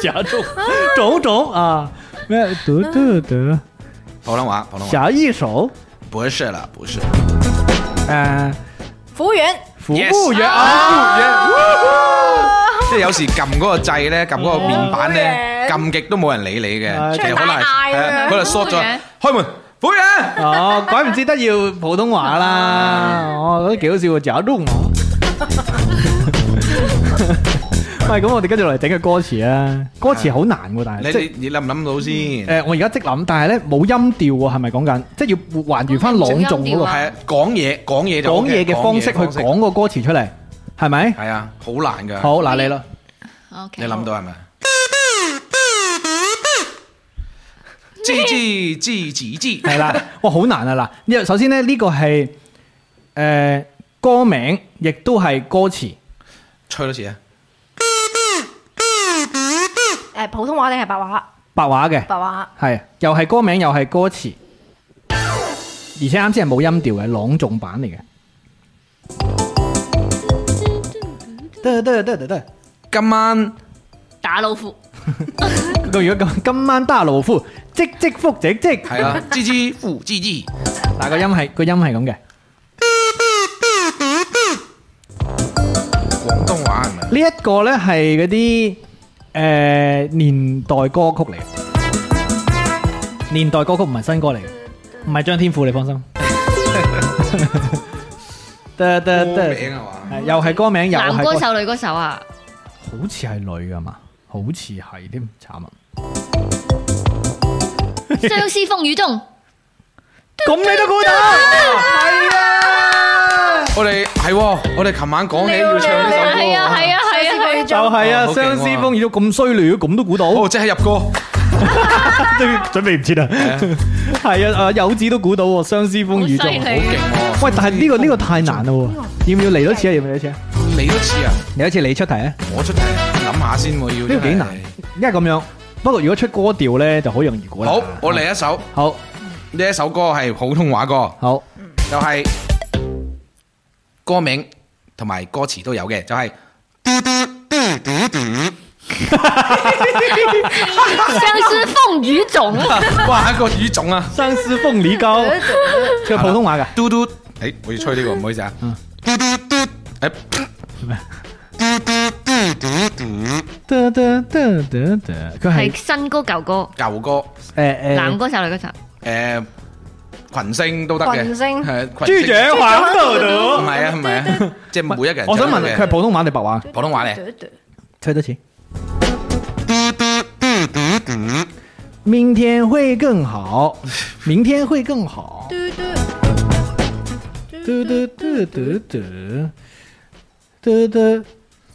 Speaker 2: 假种种种啊，咩得得得，
Speaker 3: 普通話，普通話。
Speaker 2: 小一手，
Speaker 3: 不是啦，不是。
Speaker 2: 诶，
Speaker 7: 服務員，
Speaker 2: 呃服务员啊，
Speaker 3: 啊 即係有時撳嗰個掣咧，撳嗰個面板咧，撳極都冇人理你嘅，
Speaker 2: 啊係
Speaker 3: 其實可
Speaker 7: 出
Speaker 3: 能
Speaker 7: 嚟
Speaker 5: 啊
Speaker 7: 大嗌咁樣
Speaker 3: 係可能 short 咗，開門，服務員。
Speaker 2: 哦，鬼唔知得要普通話 啦，我覺得幾好笑，有碌我。 喂，咁我哋跟住嚟整個歌詞啊，歌詞好難喎，但係即係嗯呃
Speaker 3: 你你你諗唔諗到先？
Speaker 2: 誒，我而家即諗，但係咧冇音調喎，係咪講緊？即係要還原翻朗誦
Speaker 5: 冇音
Speaker 2: 嗰
Speaker 5: 調
Speaker 2: 個
Speaker 5: 啊
Speaker 3: 係啊，講嘢講嘢就
Speaker 2: 講
Speaker 3: OK，
Speaker 2: 嘢嘅方式去
Speaker 3: 講嘢嘅方
Speaker 2: 講個歌詞出嚟，係咪？
Speaker 3: 式，係啊，好難㗎。
Speaker 2: 好，嗱你啦，
Speaker 5: OK，
Speaker 3: 你諗到係咪？知知知知知，
Speaker 2: 係啦，哇，好難啊！嗱，因為首先咧，呢個係誒歌名，亦都係歌詞。
Speaker 3: 吹多次啊！
Speaker 7: 誒普通話定係白話？
Speaker 2: 白話嘅，
Speaker 7: 白話
Speaker 2: 係又係歌名又係歌詞，而且啱先係冇音調嘅朗誦版嚟嘅。得得得得得，
Speaker 3: 今晚
Speaker 5: 打老虎，
Speaker 2: 咁如果咁 今晚打老虎，即即福即即，
Speaker 3: 係 啦，知知呼知知，
Speaker 2: 嗱個音係個音係咁嘅。
Speaker 3: 廣東話係咪？
Speaker 2: 呢一個呢係嗰啲誒年代歌曲嚟嘅，年代歌曲唔係新歌嚟嘅，唔係張天賦，你放 心。得得
Speaker 3: 歌
Speaker 2: 得，
Speaker 3: 名係嘛？
Speaker 2: 係又係歌名，又
Speaker 5: 男
Speaker 2: 係歌
Speaker 5: 歌手女歌手啊，
Speaker 2: 好似係女噶嘛？好似係添，慘啊！
Speaker 5: 相思風雨 中，
Speaker 2: 咁你都估到？係啊，
Speaker 3: 我哋係喎，我哋琴晚講起要唱呢首歌，
Speaker 5: 係啊係啊係啊係啊，
Speaker 2: 就係啊！
Speaker 3: 哦好勁喎
Speaker 2: 相思風雨都咁衰劣，咁都估到，
Speaker 3: 哦，即係入 歌。
Speaker 2: 都準備唔切啦。係啊，啊友子都估到喎，相思風雨
Speaker 5: 好
Speaker 2: 中。
Speaker 5: 犀
Speaker 3: 好
Speaker 5: 利
Speaker 3: 勁喎！
Speaker 2: 喂，但係呢個呢個太難啦喎，要唔要嚟多次啊？要唔要嚟多次啊？
Speaker 3: 你都似啊，
Speaker 2: 嚟一次你出題啊？
Speaker 3: 我出題諗下先喎，要
Speaker 2: 呢個幾難，因為咁樣。不過如果出歌調咧，就好容易估啦。
Speaker 3: 好，我嚟一首，
Speaker 2: 好
Speaker 3: 呢一首歌係普通話歌，
Speaker 2: 好
Speaker 3: 就係歌名同埋歌詞都有嘅，就係
Speaker 5: 相思風雨中，
Speaker 3: 哇一個語種啊！
Speaker 2: 相思風雨高，唱普通話㗎。
Speaker 3: 嘟嘟，誒，我要吹呢個，唔好意思啊。嘟嘟嘟，誒，
Speaker 2: 得得得得得，佢係
Speaker 5: 係新歌舊歌，
Speaker 3: 舊歌，
Speaker 2: 誒
Speaker 5: 男
Speaker 2: 誒。
Speaker 5: 歌手女歌手，
Speaker 3: 誒，群星都得嘅，
Speaker 7: 群星
Speaker 3: 係
Speaker 2: 豬
Speaker 3: 群星，
Speaker 2: 掌玩豆
Speaker 3: 唔
Speaker 2: 豆。
Speaker 3: 係啊，唔係啊，即係每一個人。
Speaker 2: 我想問佢係普通話定白話？
Speaker 3: 普通話咧，
Speaker 2: 吹多次。明天會更好，明天會更好。嘟嘟嘟嘟嘟嘟嘟，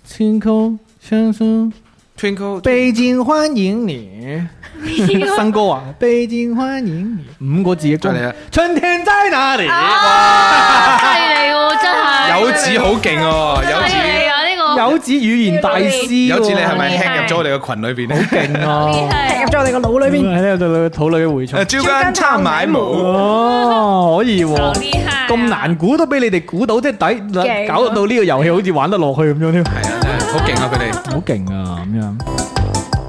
Speaker 2: 晴空相送，
Speaker 3: Twinkle
Speaker 2: 北京歡迎 你。新歌啊，北京歡迎你，五個字嘅
Speaker 3: 再嚟
Speaker 2: 歌
Speaker 3: 啊。
Speaker 2: 春天在哪裡？啊
Speaker 5: 犀利喎真係，
Speaker 3: 有子好勁喎，有
Speaker 5: 犀
Speaker 3: 子
Speaker 5: 利啊呢個，
Speaker 2: 有指語言大哦師喎，
Speaker 3: 有子，你係咪
Speaker 5: 好
Speaker 3: 聽
Speaker 5: 厲害
Speaker 3: 入咗我哋嘅群裏邊咧？
Speaker 2: 勁啊？
Speaker 7: 踢入咗我哋個腦裏邊。
Speaker 2: 喺呢度肚裏嘅蛔蟲
Speaker 3: 誒，。招間差買冇，
Speaker 2: 哦，可以
Speaker 5: 好
Speaker 2: 喎，
Speaker 5: 厲害啊，
Speaker 2: 咁難估都俾你哋估到，即係抵
Speaker 7: 勁啊
Speaker 2: 搞到呢個遊戲好似玩得落去咁樣添，
Speaker 3: 係啊，真係好勁啊！佢哋
Speaker 2: 好勁啊咁樣。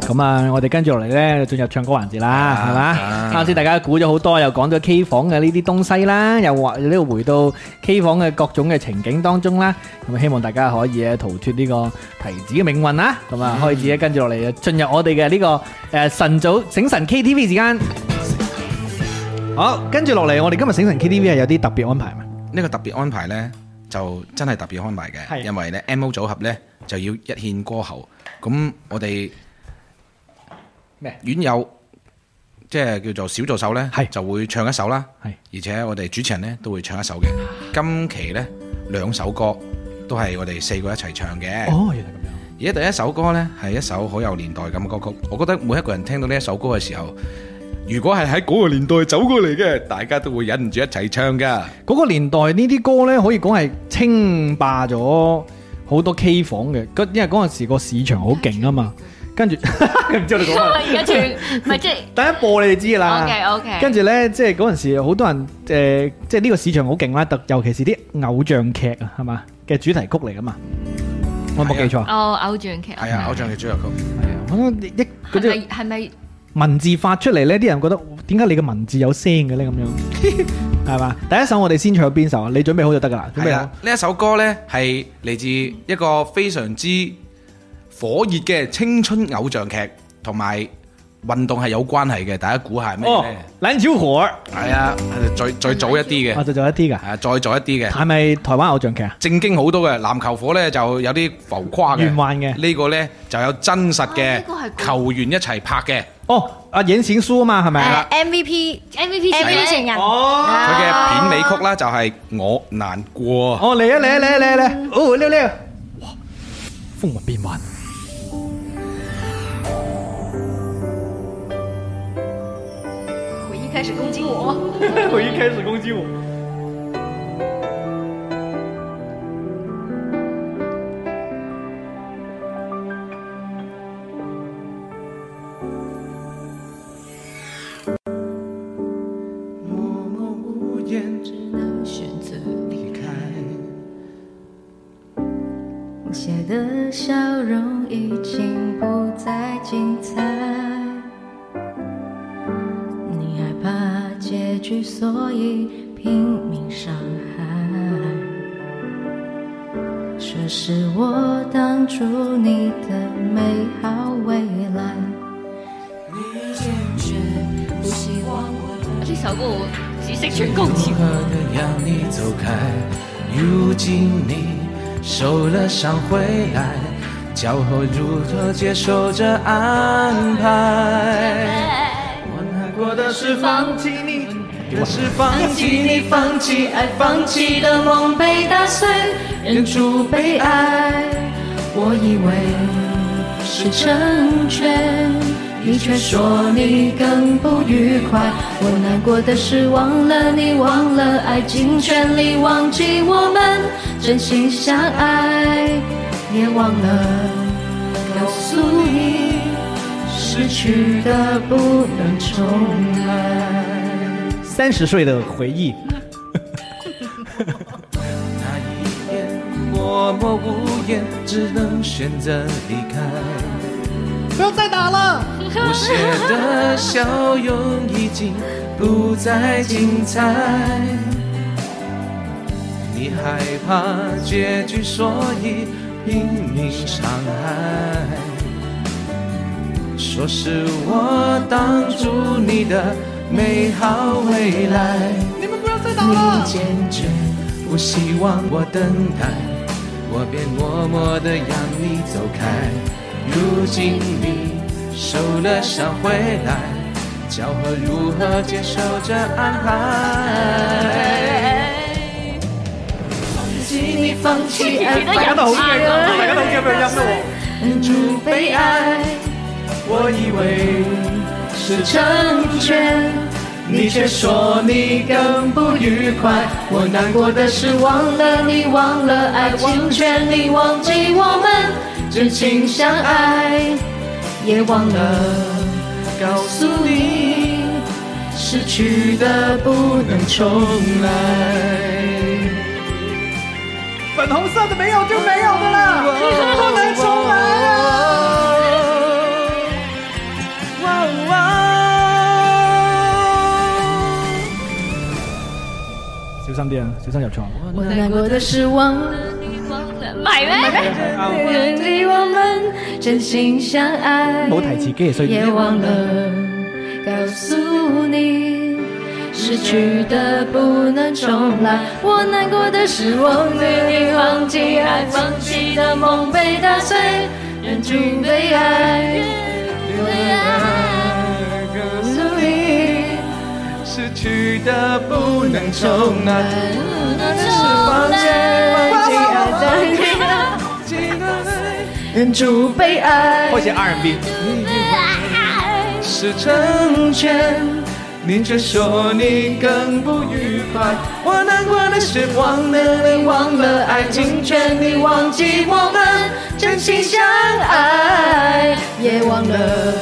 Speaker 2: 咁啊，我哋跟住落嚟咧，進入唱歌環節啦，係
Speaker 3: 啊
Speaker 2: 嘛？啱先大家估咗好多，又講咗 K 房嘅呢啲東西啦，又話呢度回到 K 房嘅各種嘅情景當中啦。咁希望大家可以咧逃脱呢個提子嘅命運啦。咁啊，開始咧跟住落嚟就進入我哋嘅呢個誒晨早醒神 KTV 時間。好，跟住落嚟，我哋今日醒神 KTV 係有啲特別安排嘛？
Speaker 3: 呢個特別安排咧，就真係特別安排嘅，
Speaker 2: 係
Speaker 3: 因為咧 M O 組合咧就要一獻歌喉，咁我哋
Speaker 2: 咩
Speaker 3: 院友即係叫做小助手咧
Speaker 2: 係，
Speaker 3: 就會唱一首啦，
Speaker 2: 係
Speaker 3: 而且我哋主持人咧都會唱一首嘅。今期咧兩首歌都係我哋四個一齊唱嘅。
Speaker 2: 哦，原來咁樣。
Speaker 3: 而家第一首歌呢，係一首好有年代感嘅歌曲，我覺得每一個人聽到呢一首歌嘅時候，如果係喺嗰個年代走過嚟嘅，大家都會忍唔住一齊唱噶。
Speaker 2: 嗰個年代呢啲歌呢，可以講係稱霸咗好多 K 房嘅，嗰因為嗰陣時個市場好勁啊嘛。跟住 唔知我哋講乜，
Speaker 5: 而家 全唔係即係
Speaker 2: 第一播你哋知啦。
Speaker 5: OK OK，
Speaker 2: 跟住呢，即係嗰陣時好多人誒、呃即係呢個市場好勁啦，特尤其是啲偶像劇啊，係嘛嘅主題曲嚟噶嘛。我冇記錯，啊
Speaker 5: 哦偶像劇，
Speaker 3: 係啊，偶像嘅主題曲，
Speaker 2: 咁一嗰
Speaker 5: 係
Speaker 2: 啲
Speaker 5: 咪係咪
Speaker 2: 文字發出嚟呢，啲人覺得點解你嘅文字有聲嘅呢？咁樣 系嘛？第一首我哋先唱邊首啊？你準備好就得噶啦。準備
Speaker 3: 係啊啦
Speaker 2: 好，
Speaker 3: 呢一首歌呢，係嚟自一個非常之火熱嘅青春偶像劇，同埋運動係有關係嘅。大家估下係咩
Speaker 2: 哦
Speaker 3: 呢？，
Speaker 2: 冷小火啊，
Speaker 3: 係啊，再再早一啲嘅，
Speaker 2: 就仲有一啲噶，
Speaker 3: 係啊，再早一啲嘅，
Speaker 2: 係咪台灣偶像劇啊？
Speaker 3: 正經好多嘅。籃球火呢就有啲浮誇嘅，
Speaker 2: 玄幻嘅
Speaker 3: 呢個呢就有真實
Speaker 5: 啊呢個
Speaker 3: 嘅
Speaker 5: 係古
Speaker 3: 球員一齊拍嘅，
Speaker 2: 哦，阿影閃書啊嘛，係咪啊？
Speaker 7: 誒 MVP
Speaker 5: MVP 情
Speaker 7: MVP 情
Speaker 5: 人
Speaker 7: 人，
Speaker 3: 哦佢
Speaker 7: 佢
Speaker 3: 嘅片尾曲啦就係我難過。
Speaker 2: 哦，嚟啊嚟啊嚟啊嚟啊嚟啊！哦，溜溜，哇，風雲變幻。
Speaker 7: 回憶開始攻擊我，
Speaker 2: 我一开始攻击我。
Speaker 4: 你写的笑容已经不再精彩，你害怕结局，所以拼命伤害。这是我挡住你的美好未来，你坚决不希望未来。
Speaker 5: 呢首歌我只識唱高潮。
Speaker 6: 的要你走开，如今你受了伤回来，教我如何接受这安排。我难过的是放弃你，可是放
Speaker 4: 放弃
Speaker 6: 弃
Speaker 4: 你，
Speaker 6: 你，
Speaker 4: 放弃爱，放弃的梦被打碎，忍住悲哀。我以为是成全，你却说你更不愉快。我难过的是忘了你，忘了爱，尽全力忘记我们真心相爱，也忘了告诉你，失去的不能重来。
Speaker 2: 三十岁的回忆，
Speaker 6: 那一夜默默无言，只能选择离开。
Speaker 2: 不要再打了。
Speaker 6: 无邪的笑容已经不再精彩。你害怕结局，所以拼命伤害。说是我挡住你的美好未来。你们不要再打了！坚决不希望我等待，我便默默的让你走开。如今你受了伤回来，教我如何接受这安排。
Speaker 4: 放弃你，放弃爱，
Speaker 5: 大家都好驚啊大家
Speaker 4: 都好驚俾音咯。忍住悲哀，
Speaker 6: 我以为是
Speaker 4: 成全，
Speaker 6: 你却说你更不愉快，我难过的是
Speaker 4: 是忘了你，忘了爱，尽全力忘记我们真心相爱，也忘了告诉你，失去的不能重来。
Speaker 2: 粉红色的没有就没有的啦，不能重来啊！小心啲啊，小心入床。
Speaker 4: 我难过的是忘了。
Speaker 5: 唔係咩？
Speaker 4: 愿你我们真心相爱，
Speaker 2: 冇提自己嘅需要
Speaker 4: 也忘了告诉你，失去的不能重来。我难过的是，我对你忘记爱，放弃的梦被打碎，忍住悲哀。悲哀告诉你，
Speaker 6: 失去的不能重来。
Speaker 4: 那是放弃，放弃爱，再见了，忍住悲哀。
Speaker 2: 开始 R&B，
Speaker 6: 是成全，你却说你更不愉快。我难过的是忘了你，忘了爱情，
Speaker 4: 劝你忘记我们真心相爱，也忘了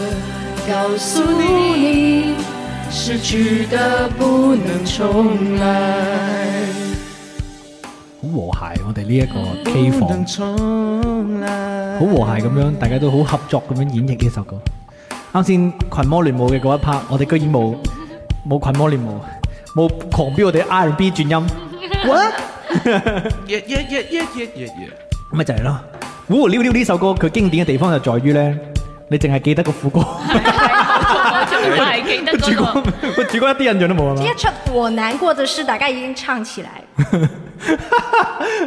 Speaker 4: 告诉你，失去的不能重来。
Speaker 2: 好和諧，我哋呢一個 K
Speaker 6: 不
Speaker 2: 房
Speaker 6: 能。重来。
Speaker 2: 好和諧咁樣，大家都好合作咁樣演繹呢首歌。啱先群魔亂舞嘅嗰一 part，我哋居然冇冇群魔亂舞，冇狂飆我哋 R&B 轉音，what？
Speaker 3: 耶耶耶耶耶耶耶！
Speaker 2: 咪就係咯，《胡胡溜溜》呢首歌佢經典嘅地方就在於咧，你淨係記得個副歌，
Speaker 5: 我仲係記得
Speaker 2: 個主
Speaker 5: 嗰
Speaker 2: 歌
Speaker 5: 個。
Speaker 2: 個主歌一啲印象都冇啊嘛
Speaker 7: 一。出我難過的事，大家已經唱起來。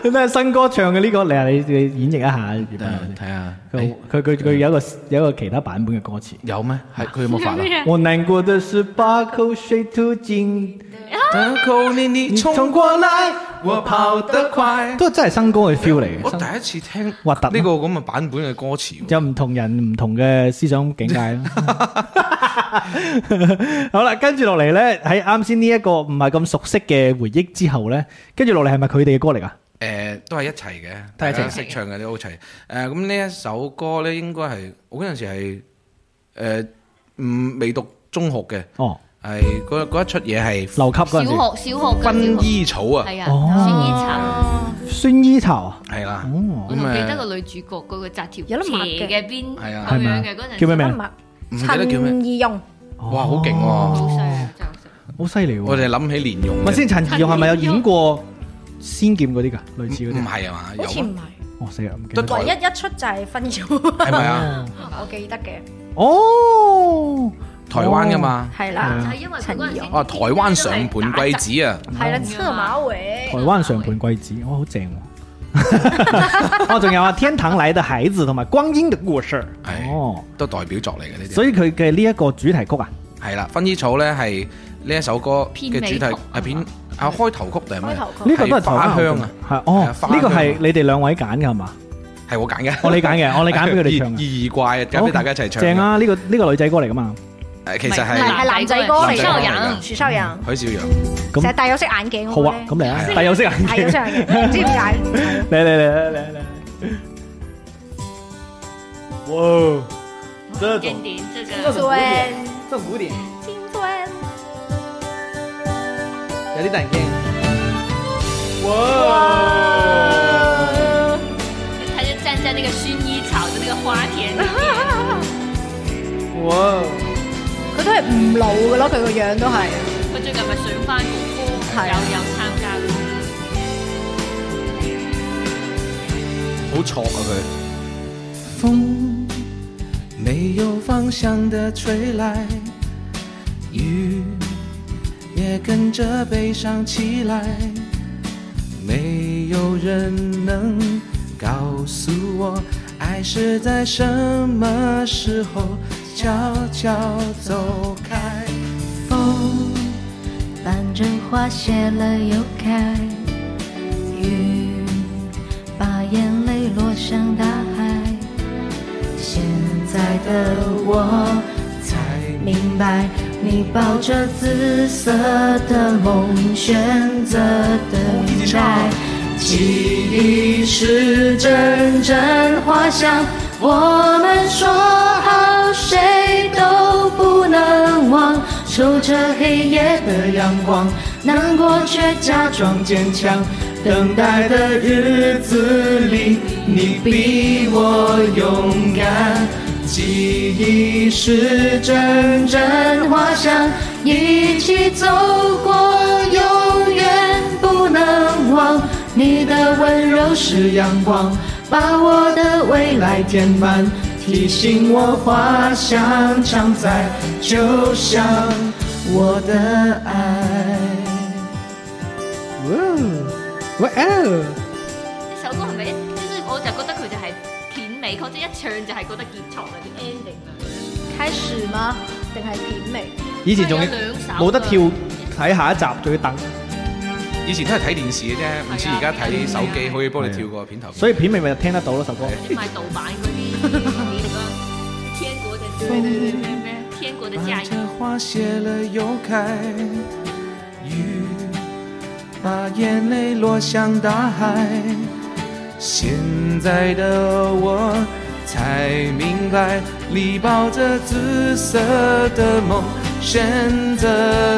Speaker 2: 咩新歌唱嘅呢個，你啊你你演繹一下粵
Speaker 3: 誒
Speaker 2: 文
Speaker 3: 睇下
Speaker 2: 佢
Speaker 3: 誒
Speaker 2: 佢佢佢有一個有一個其他版本嘅歌詞。
Speaker 3: 有咩？係佢有冇發啊啦？
Speaker 2: 我難過的是把口水吐進，
Speaker 3: 等扣你你
Speaker 2: 你衝
Speaker 3: 衝
Speaker 2: 過
Speaker 3: 過
Speaker 2: 來
Speaker 3: 來，我跑得快。
Speaker 2: 都真係新歌嘅 feel 嚟
Speaker 3: 我
Speaker 2: 嘅，
Speaker 3: 第一次聽呢
Speaker 2: 核突
Speaker 3: 個
Speaker 2: 咩
Speaker 3: 咁嘅版本嘅歌詞喎，
Speaker 2: 有唔同人唔同嘅思想境界 咯。好啦，跟住落嚟咧，喺啱先呢一個唔係咁熟悉嘅回憶之後咧，跟住落嚟係咪佢哋嘅歌嚟噶？
Speaker 3: 誒都係一齊嘅，
Speaker 2: 都係
Speaker 3: 大
Speaker 2: 一齊
Speaker 3: 家識唱嘅都好齊。誒咁呢一首歌咧，應該係我嗰陣時係誒唔未讀中學嘅，
Speaker 2: 哦，
Speaker 3: 係嗰嗰一出嘢係
Speaker 2: 留級
Speaker 5: 小
Speaker 2: 嗰陣時，
Speaker 5: 學小學嘅
Speaker 3: 薰衣草啊，
Speaker 5: 係啊，
Speaker 2: 哦
Speaker 5: 薰衣茶。
Speaker 2: 孫衣巢啊，
Speaker 3: 係啦，
Speaker 2: 哦，
Speaker 5: 我仲記得
Speaker 3: 誒
Speaker 5: 個女主角嗰個紮條
Speaker 7: 有得抹嘅
Speaker 5: 斜嘅邊
Speaker 3: 係啊
Speaker 5: 咁樣嘅嗰陣時，
Speaker 2: 叫咩名？
Speaker 3: 唔記得叫咩，
Speaker 7: 陳怡蓉，
Speaker 3: 哇好勁喎！
Speaker 5: 好細
Speaker 3: 哦
Speaker 5: 啊，真係好細
Speaker 2: 哦好犀利喎！
Speaker 3: 我哋諗起蓮蓉嘅，
Speaker 2: 咪先，陳怡蓉係咪有演過仙劍嗰啲㗎？類似嗰
Speaker 3: 唔
Speaker 2: 啲？
Speaker 3: 係啊嘛，有
Speaker 7: 好似
Speaker 3: 啊
Speaker 7: 唔係，
Speaker 2: 哦，死啦，唔記
Speaker 3: 都
Speaker 2: 得
Speaker 3: 台
Speaker 2: 咗。
Speaker 7: 唯一一出就係分咗，
Speaker 3: 係 咪啊？
Speaker 7: 我記得嘅，
Speaker 2: 哦，
Speaker 3: 台灣噶嘛，
Speaker 7: 係
Speaker 5: 就
Speaker 7: 啦
Speaker 5: 係，因為佢嗰陣時
Speaker 3: 哦台灣上盤貴子啊，
Speaker 7: 係啦，車馬尾
Speaker 2: 台。灣常盤貴子，哦，好正喎！哦， 仲有啊，《天堂來的孩子》同埋《光陰的故事》
Speaker 3: 係
Speaker 2: 哦，
Speaker 3: 哎都代表作嚟嘅呢啲。
Speaker 2: 所以佢嘅呢一個主題曲啊，
Speaker 3: 係啦，《薰衣草》咧係呢一首歌嘅主
Speaker 5: 片尾
Speaker 3: 題
Speaker 5: 曲
Speaker 3: 係片啊開頭曲定係咩
Speaker 7: 開？頭
Speaker 2: 呢
Speaker 7: 曲
Speaker 2: 個都係台灣
Speaker 3: 哦係花香啊，
Speaker 2: 係
Speaker 3: 係啊
Speaker 2: 哦，
Speaker 3: 花
Speaker 2: 呢個
Speaker 3: 香
Speaker 2: 係你哋兩位揀嘅係嘛？
Speaker 3: 係我揀嘅，
Speaker 2: 我你揀嘅我你揀俾佢哋唱嘅
Speaker 3: 意怪啊，揀俾大家一齊唱。
Speaker 2: 正！啊！呢個呢個女仔歌嚟㗎嘛？
Speaker 3: 誒，其實
Speaker 7: 係
Speaker 3: 係
Speaker 7: 男仔歌嚟
Speaker 3: 男
Speaker 7: 嘅，許
Speaker 3: 仔歌嚟㗎
Speaker 7: 修人，
Speaker 3: 許紹洋，
Speaker 7: 成日戴有色眼鏡
Speaker 2: 好
Speaker 7: 嗰個
Speaker 2: 啊
Speaker 7: 咧，，
Speaker 2: 咁嚟啊！
Speaker 3: 係
Speaker 2: 戴有色眼
Speaker 7: 係有
Speaker 2: 鏡
Speaker 7: 色，眼鏡，唔知點解。
Speaker 2: 嚟嚟嚟嚟嚟嚟嚟！哇，這種
Speaker 5: 經典，這
Speaker 2: 這
Speaker 5: 個
Speaker 2: 種古典，這種古典
Speaker 7: 青春，
Speaker 2: 有啲突然驚。哇！
Speaker 5: 他就站在那個薰衣草的那個花田裏面，
Speaker 2: 哇！
Speaker 7: 佢都係唔老嘅咯，佢個樣都係。
Speaker 5: 佢最近咪上翻個歌，
Speaker 7: 係
Speaker 5: 有
Speaker 7: 啊
Speaker 5: 有參加過。
Speaker 3: 好挫啊佢。風沒有方向的吹來，雨也跟着悲傷起來。没有人能告诉我，爱是在什么时候悄悄走开。
Speaker 4: 风，伴着花谢了又开，雨把眼泪落向大海。现在的我才明白，你抱着紫色的梦，选择等待。记忆是阵阵花香，我们说好谁都不能忘。守着黑夜的阳光，难过却假装坚强。等待的日子里，你比我勇敢。记忆是阵阵花香，一起走过，永远不能忘。你的温柔是阳光，把我的未来填满，提醒我花香常在，就像我的爱。
Speaker 2: 哇哦！
Speaker 5: 呢首歌係咪一？就是我就覺得佢就係片尾曲，即係一唱就係覺得結束啦，啲 ending 啊啦。
Speaker 7: 開始嗎？定係片尾？
Speaker 2: 以前仲要
Speaker 5: 有兩首
Speaker 2: 冇得跳睇下一集，仲要等，
Speaker 3: 以前都係睇電視嘅
Speaker 5: 啊
Speaker 3: 啫，唔似而家睇手機可以幫你跳個片頭。
Speaker 2: 所以片尾咪就聽得到咯首歌。
Speaker 5: 你買盜版嗰啲片啊，天國的對對對咩咩天國的嫁衣。
Speaker 3: 花謝了又開，雨把眼淚落向大海。現在的我才明白，你抱着紫色的夢，選擇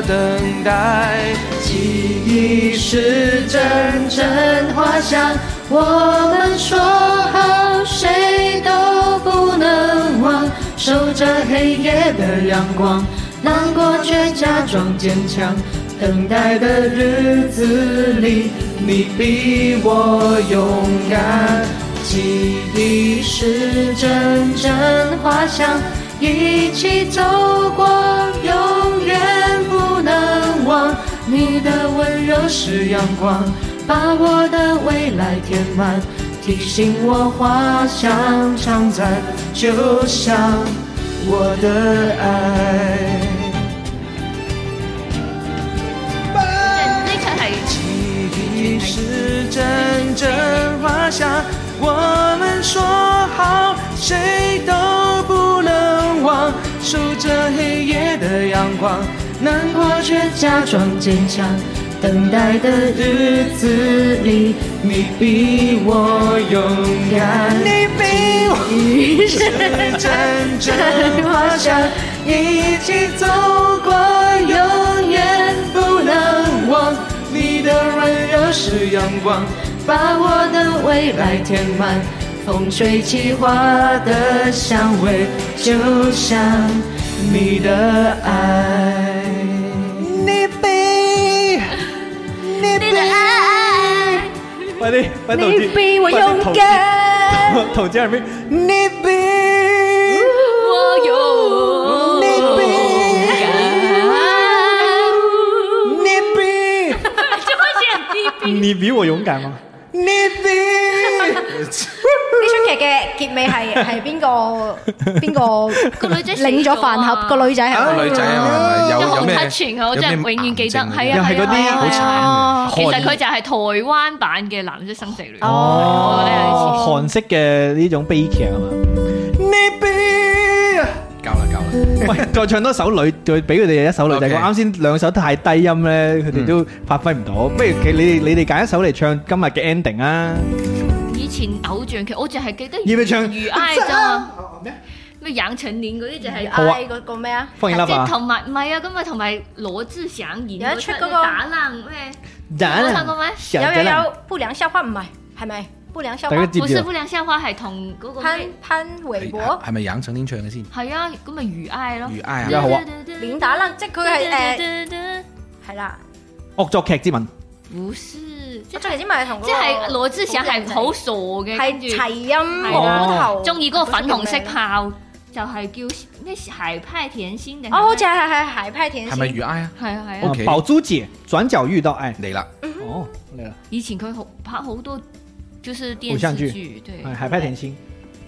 Speaker 3: 等待。
Speaker 4: 记忆是阵阵花香，我们说好谁都不能忘。守着黑夜的阳光，难过却假装坚强。
Speaker 6: 等待的日子里，你比我勇敢。
Speaker 9: 记忆是阵阵花香，一起走过，永远不能忘。你的温柔是阳光，把我的未来填满，提醒我花香常在，就像我的爱。
Speaker 4: 呢出係
Speaker 6: 你是阵阵花香，我们说好，谁都不能忘。守着黑夜的阳光，难过却假装坚强。等待的日子里，你比我勇敢。你比我是阵阵花香，一起走过，永远不能忘。你的温柔是阳光，把我的未来填满。风吹起花的香味，就像你的爱。你比你
Speaker 4: 呢度啊！
Speaker 2: 快啲，快啲，
Speaker 5: 你比我勇敢，
Speaker 2: 陶姐係咩？
Speaker 6: 你比
Speaker 4: 我有
Speaker 6: 你比
Speaker 4: 就開始人 B B，
Speaker 2: 你比我勇敢啊嗎？
Speaker 6: 你比，
Speaker 5: 呢出劇嘅結尾係係邊個邊個
Speaker 4: 個女仔死
Speaker 5: 領咗飯
Speaker 4: 啊
Speaker 5: 盒？個女仔係咪
Speaker 3: 個女仔啊，係咪
Speaker 4: 真係
Speaker 3: 有
Speaker 4: 好
Speaker 3: 有咩
Speaker 4: touching 啊！我
Speaker 3: 有
Speaker 4: 真
Speaker 3: 咩
Speaker 4: 係永遠記得，
Speaker 3: 癌症啊
Speaker 4: 係啊，
Speaker 2: 又係嗰啲
Speaker 4: 係啊
Speaker 3: 好
Speaker 4: 係
Speaker 3: 慘
Speaker 4: 啊
Speaker 3: 啊
Speaker 4: 其實佢就係台灣版嘅《藍色生死戀》，我覺得有啲似
Speaker 2: 哦，韓式嘅呢種悲劇啊嘛。你比
Speaker 3: 夠啦夠啦，
Speaker 2: 喂，再唱多首女，再俾佢哋一首女仔歌。
Speaker 3: OK 嗯
Speaker 2: 啱先兩首太低音咧，佢哋都發揮唔到。不如你哋你哋揀一首嚟唱今日嘅 ending 啊！
Speaker 4: 以前偶像劇，我就係記得
Speaker 2: 要唔要唱
Speaker 4: 魚哀啫 嘛。咩楊丞琳嗰啲就
Speaker 3: 嗯
Speaker 4: 係
Speaker 2: 好啊
Speaker 5: 嗌嗰個咩啊？
Speaker 2: 放 in
Speaker 4: 即
Speaker 2: love
Speaker 4: 係
Speaker 2: 啊！
Speaker 4: 同埋唔係啊，咁啊同埋羅志祥演
Speaker 5: 有一出嗰個
Speaker 4: 打冷咩？有冇睇過咩
Speaker 5: 有有
Speaker 2: 有
Speaker 5: 有，不良校花唔係係咪？不良校
Speaker 2: 大
Speaker 5: 花
Speaker 2: 家知唔
Speaker 4: 不
Speaker 2: 知
Speaker 4: 是
Speaker 2: 啊
Speaker 4: 不？良校花係同嗰個
Speaker 5: 潘
Speaker 4: 咩？
Speaker 5: 潘瑋柏
Speaker 3: 係咪養成天唱嘅先？
Speaker 4: 係啊，咁咪魚哀咯。
Speaker 3: 魚哀啊
Speaker 2: 而家好啊，
Speaker 5: 臉打啦，即係佢係誒
Speaker 4: 誒，
Speaker 5: 係啦。
Speaker 2: 惡作劇之吻，
Speaker 4: 不是，即
Speaker 5: 我
Speaker 4: 係
Speaker 5: 最之咪係同嗰個
Speaker 4: 即係羅志祥係好傻嘅，跟
Speaker 5: 係
Speaker 4: 住
Speaker 5: 齊音
Speaker 4: 係
Speaker 5: 網
Speaker 4: 啦
Speaker 5: 頭，
Speaker 4: 中意嗰個 粉紅色炮，就係叫咩鞋派甜心定係咩
Speaker 5: 哦，好似係係係鞋派甜
Speaker 3: 係咪
Speaker 5: 先，
Speaker 3: 魚哀啊？
Speaker 4: 係啊係啊，
Speaker 3: OK
Speaker 2: 哦寶珠姐轉角遇到愛。
Speaker 3: 嚟啦，
Speaker 2: 嗯
Speaker 5: 嗯
Speaker 2: 哦，嚟啦，
Speaker 4: 以前佢好拍好多就是電
Speaker 2: 偶像
Speaker 4: 視
Speaker 2: 劇
Speaker 4: 劇，對，
Speaker 2: 係海派甜心。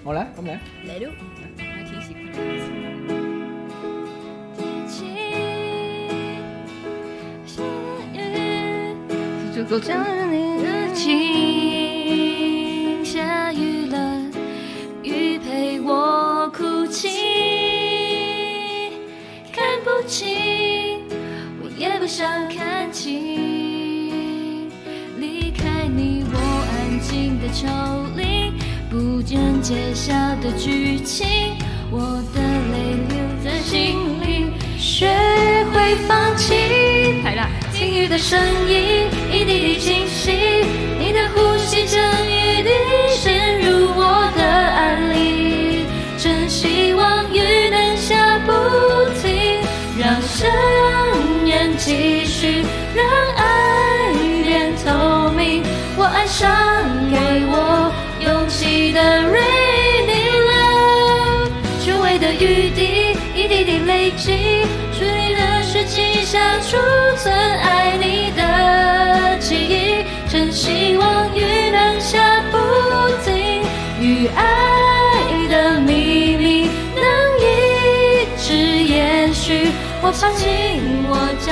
Speaker 2: 我嚟，啊咁嚟。
Speaker 5: 嚟咯
Speaker 4: 我還挺喜歡。这个真的情，下雨了，雨陪我哭泣，看不清，我也不想看清。离开你，我安静的抽离，不见揭晓的剧情，我的泪留在心里，学会放弃。来了，轻语的声音，一滴滴清晰，你的呼吸正雨滴渗入我的暗里，真希望雨能下不停，让生命继续，让爱变透明。我爱上给我勇气的 Rainy Love，久违的雨滴一滴滴累积，属于的是记下储存爱你的记忆，真希望雨能下不停，与爱的秘密能一直延续。我相信我将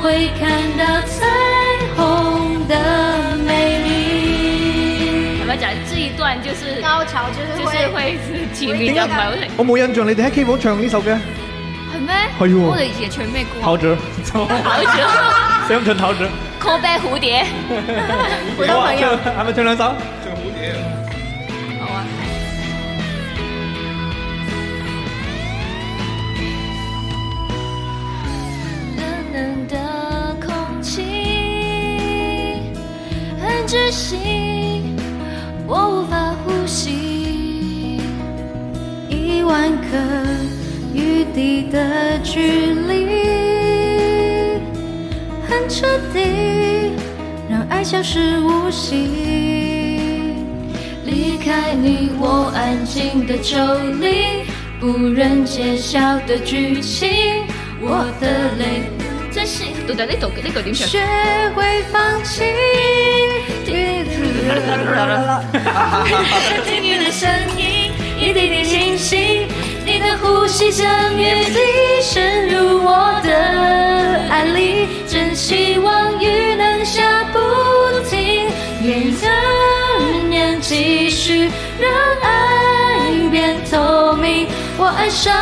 Speaker 4: 会看到彩虹的美丽。我们讲这一段就是
Speaker 5: 高潮就是
Speaker 4: 就是
Speaker 5: 會
Speaker 4: 會前面就唔係好成。
Speaker 2: 我冇印象，你哋喺 K 房唱呢首嘅
Speaker 4: 係咩？
Speaker 2: 係喎
Speaker 4: 我哋以前唱咩歌啊？
Speaker 2: 陶喆，
Speaker 4: 陶喆
Speaker 2: 想唱陶喆，
Speaker 4: ，call back 蝴蝶。
Speaker 5: 普通朋友，
Speaker 2: 係咪唱兩首？
Speaker 4: 好啊。冷冷的空气很窒息，我无法呼吸。一万颗雨滴的距离。彻底，让爱消失无息。离开你，我安静的抽离，不忍揭晓的剧情，我的泪
Speaker 5: 真是到底呢度呢句點唱？
Speaker 4: 学会放弃。听雨的声音，一滴滴清晰，你的呼吸像雨滴渗入我的爱里，真希望雨能下不停，愿仍然继续，让爱变透明。我爱上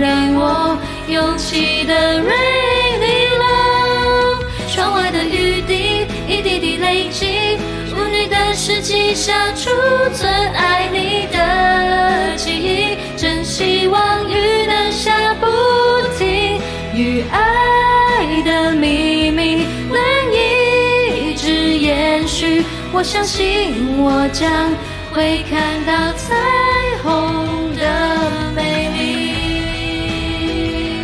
Speaker 4: 让我勇气的 rainy love，窗外的雨滴一滴滴累积，无你的世纪下储存爱你的记忆，真希望雨能下不停，与爱的秘密能一直延续。我相信我将会看到彩虹的美丽。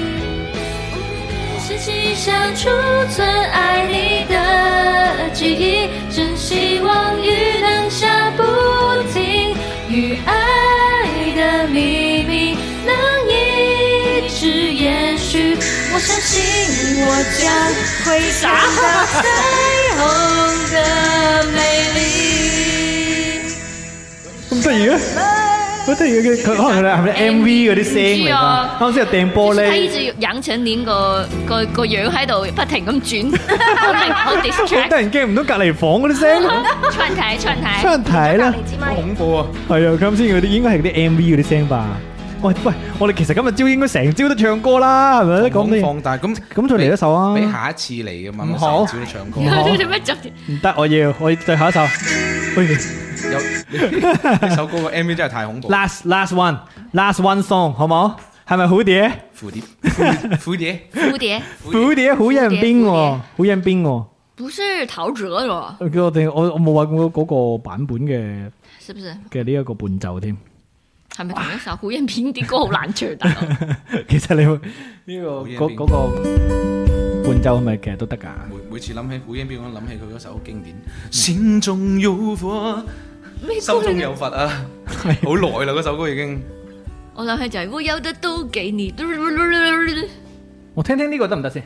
Speaker 4: 是只想储存爱你的记忆，真希望雨能下不停，与爱的秘密能一直延续。我相信我将会看到彩虹的美丽。
Speaker 2: 咁得意嘅，好得意嘅，佢可能佢係咪 M V 嗰啲聲嚟㗎？啱先係掟玻
Speaker 5: 就是
Speaker 2: 璃，
Speaker 5: 睇住眼前年個個個樣喺度不停咁轉，好令好
Speaker 2: 好
Speaker 5: distract
Speaker 2: 得。人驚，唔到隔離房嗰啲聲，
Speaker 5: 串台串台
Speaker 2: 出，人睇啦。
Speaker 7: 你知嗎？
Speaker 3: 恐怖啊！
Speaker 2: 係啊，啱先嗰啲應該係啲 M V 嗰啲聲吧？喂喂，我哋其實今日朝應該成朝都唱歌啦，係咪？
Speaker 3: 咁
Speaker 2: 咁
Speaker 3: 放大咁
Speaker 2: 咁再嚟一首啊
Speaker 3: 俾下一次嚟嘅嘛，
Speaker 2: 唔好
Speaker 3: 少唱歌
Speaker 2: 你唔。好
Speaker 5: 做咩做？
Speaker 2: 你唔得，我要我要最後一首。喂
Speaker 3: 有呢首歌個 MV 真係太恐怖。
Speaker 2: ，last last one last one song 好冇？係咪好啲？
Speaker 3: 蝴蝶，蝴蝴蝶，
Speaker 5: 蝴蝶
Speaker 2: 蝴蝶好人邊喎，
Speaker 5: 蝴
Speaker 2: 好人邊喎。
Speaker 5: 不是陶喆咯，
Speaker 2: 我哋我我冇玩過嗰個版本嘅
Speaker 5: 是不是？
Speaker 2: 嘅呢一個伴奏 添。
Speaker 5: 係咪同一首胡彦斌啲歌好難唱？大佬
Speaker 2: 其實你會呢個
Speaker 3: 好嘢
Speaker 2: 嗰
Speaker 3: 邊
Speaker 2: 嗰個伴奏係咪其實都得㗎？
Speaker 3: 每每次諗起胡彥斌，我諗起佢嗰首經
Speaker 2: 嗯
Speaker 3: 典《心中有火，
Speaker 5: 咩歌
Speaker 3: 心中
Speaker 5: 嚟㗎？
Speaker 3: 有佛》啊，好耐啦嗰首歌已經。
Speaker 5: 我諗起就係我有得都給你，
Speaker 2: 我聽聽呢個得唔 得先？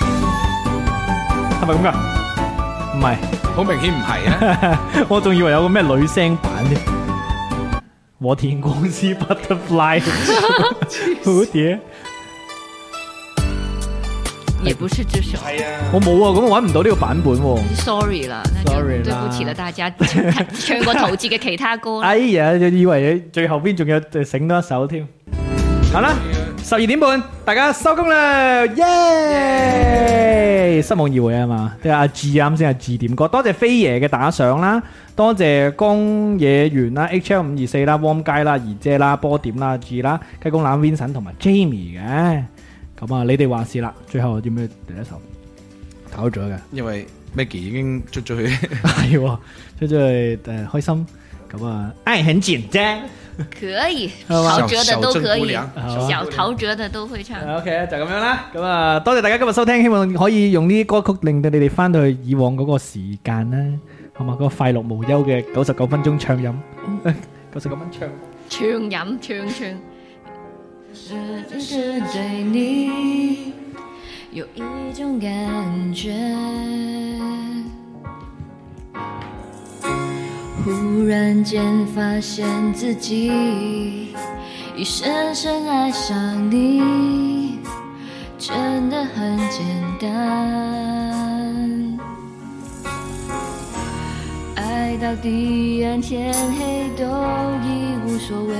Speaker 2: 係咪咁㗎？唔係，
Speaker 3: 好明顯唔 係啊！
Speaker 2: 我仲以為有個咩女聲版添。我田光之 Butterfly，蝴蝶，
Speaker 5: 也不是這首。
Speaker 3: 係啊，
Speaker 2: 我冇啊，咁我揾唔到呢個版本喎。
Speaker 5: Sorry 啦，那就
Speaker 2: Sorry
Speaker 5: 對
Speaker 2: 啦
Speaker 5: 不起了大家，唱過陶喆嘅其他歌啦。
Speaker 2: 哎呀，就以為最後邊仲有呃醒多一首添。好啦，十二點半，大家收工啦，耶！失望而回啊嘛，即係阿 G 啱先阿 G 點歌，多謝飛爺嘅打賞啦，多謝江野源啦、HL 五二四啦、Warm 街啦、怡姐啦、波點啦、G 啦、雞公欖 Vincent 同埋 Jamie 嘅。咁啊，你哋話事啦，最後點樣第一首？唞咗嘅。
Speaker 3: 因為 Maggie 已經出咗去，
Speaker 2: 系喎，出咗去诶开心，咁啊，爱很简单。
Speaker 5: 可以，
Speaker 2: 好吧
Speaker 5: 陶喆的都可以
Speaker 2: 小
Speaker 3: 小
Speaker 2: 姑娘，
Speaker 5: 小陶喆的都会唱。
Speaker 2: OK，就咁樣啦。咁啊，多謝大家今日收聽，希望可以用呢啲歌曲令到你哋翻到去以往嗰個時間啦，好嘛？嗰、個快樂無憂嘅九十九分鐘暢飲，九十九分唱。
Speaker 5: 唱飲唱唱，
Speaker 4: 这只是对你有一种感觉，忽然间发现自己已深深爱上你，真的很简单。爱到地暗天黑都已无所谓，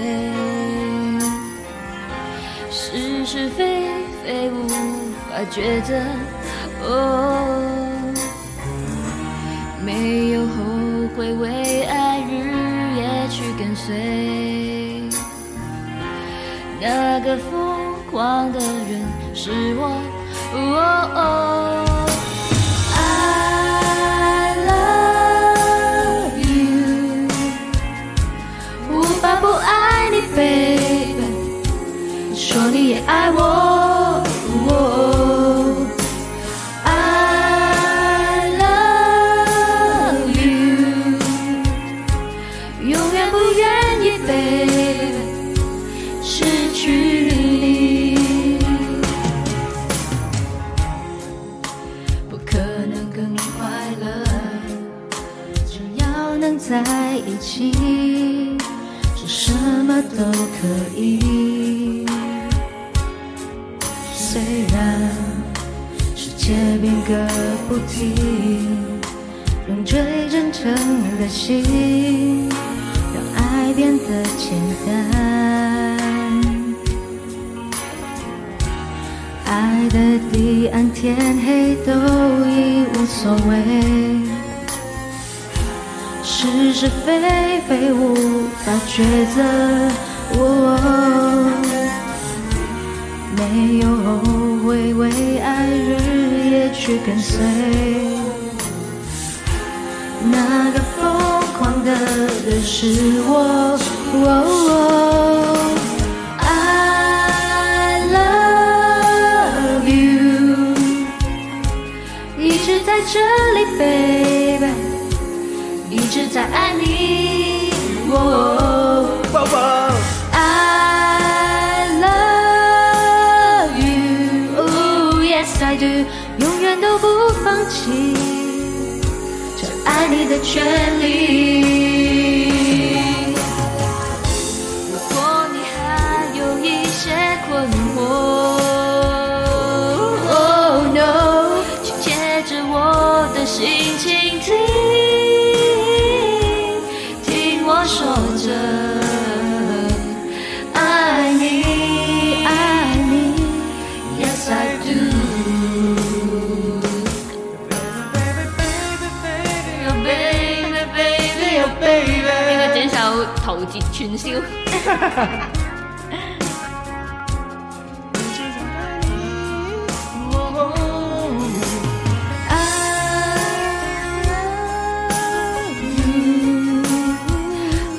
Speaker 4: 是是非非无法抉择。哦，没有后悔，为爱日夜去跟随。那个疯狂的人是我。哦哦 I love you，无法不爱你，baby，除说你也爱我。I love you，永远不愿意被失去你。不可能更快乐，只要能在一起，说什么都可以。虽然世界变个不停，用最真诚的心，让爱变得简单。爱的彼岸，天黑都已无所谓，是是非非无法抉择。哦没有后悔，为爱日夜去跟随。那个疯狂的人是我。I love you，一直在这里，baby，一直在爱你。哦 I love you, oh yes I do，永远都不放弃这爱你的权利。如果你还有一些困惑，Oh no，请借着我的心情听，听我说着。爱你，爱你，Yes I do。Oh baby baby oh baby。
Speaker 5: 應該整首陶喆串燒，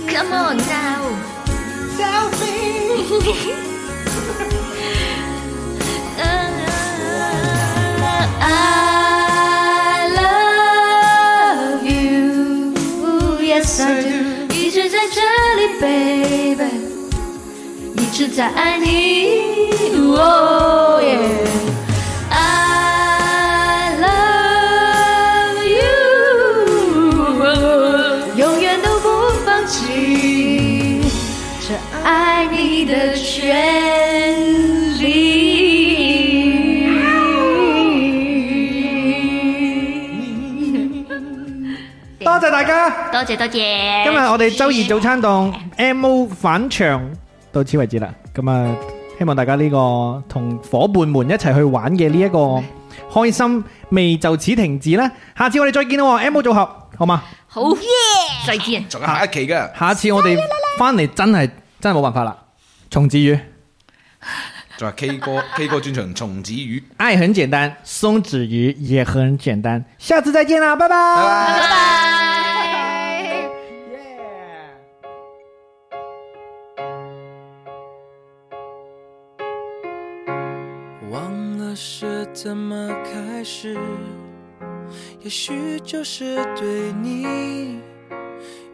Speaker 5: Come on now，
Speaker 4: I love you, yes I do，一直在这里，baby，一直在爱你。哦耶 I love you，永远都不放弃这爱你的权利。
Speaker 2: 多谢大家，
Speaker 5: 多謝多謝。
Speaker 2: 今日我哋周二早餐檔 M O 返場到此為止啦。咁啊，希望大家呢個同伙伴們一齊去玩嘅呢一個開心未就此停止啦。下次我哋再見啦，M O 組合好嘛？
Speaker 5: 好，再見。
Speaker 3: 仲有下一期嘅。
Speaker 2: 下次我哋翻嚟真係真係冇辦法啦。松子魚，
Speaker 3: 仲有 K 歌 K 歌專場松子魚。
Speaker 2: 愛很簡單，松子魚也很簡單。下次再見啦，拜拜。
Speaker 9: 忘了是怎么开始，也许就是对你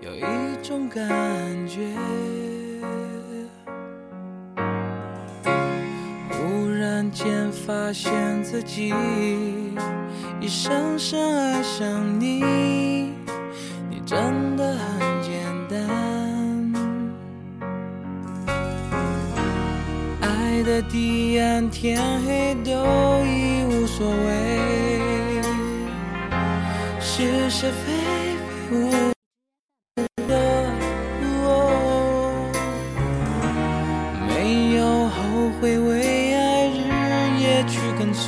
Speaker 9: 有一种感觉，忽然间发现自己已深深爱上你，你真的很简单。爱的彼岸，天黑都已无所谓，是是非非无的，哦没有后悔，为爱日夜去跟随。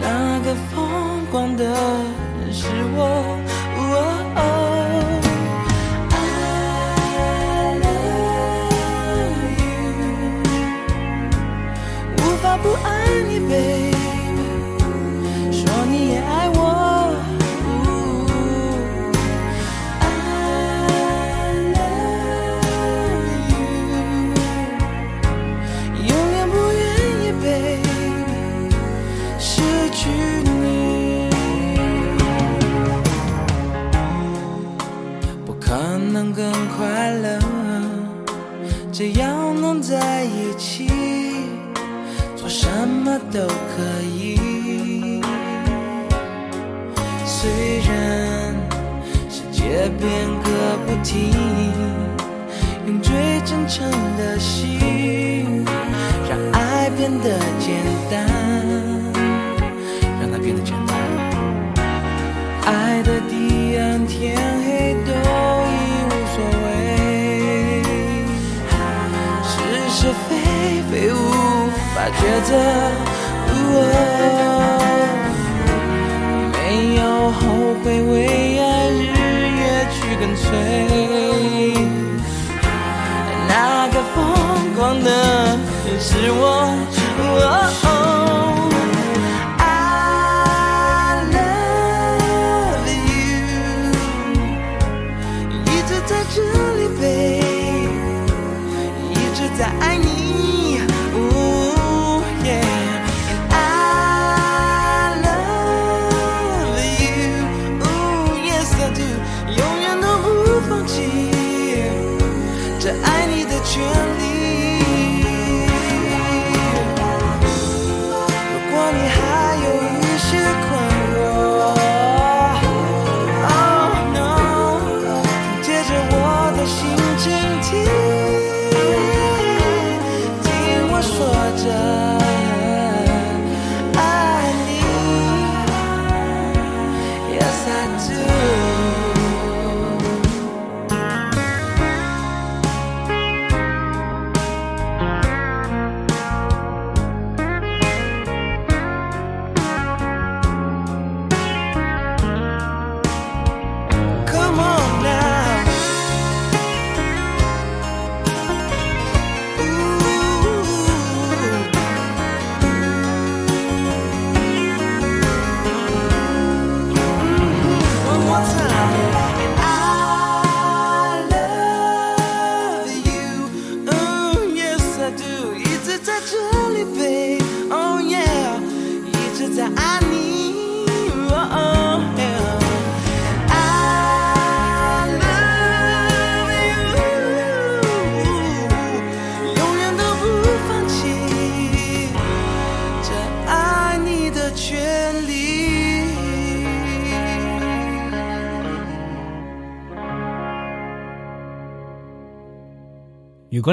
Speaker 9: 那个疯狂的人是我。哦 I love you，无法不爱你，baby，说你也爱我。I love you。能更快乐？只要能在一起，做什么都可以。虽然世界变个不停，用最真诚的心，让爱变得简单，让它变得简单。爱的彼岸，天黑都已无所谓，是是非非无法抉择。没有后悔，为爱日夜去跟随。那个疯狂的人是我。I love you，一直在这里，babe，一直在爱你。哦 yeah，And I love you，oh yes I do，永远都不放弃这爱你的权利。如果你还有一些困惑，Oh no，请接着我的心情听，听我说着爱你，Yes I do。Come on now. Ooh. One more time. I love you. Oh yes I do. 一直在这里，babe. Oh yeah. 一直在爱你。Oh yeah. I love you. 永远都不放弃这爱你的权利。
Speaker 10: 如果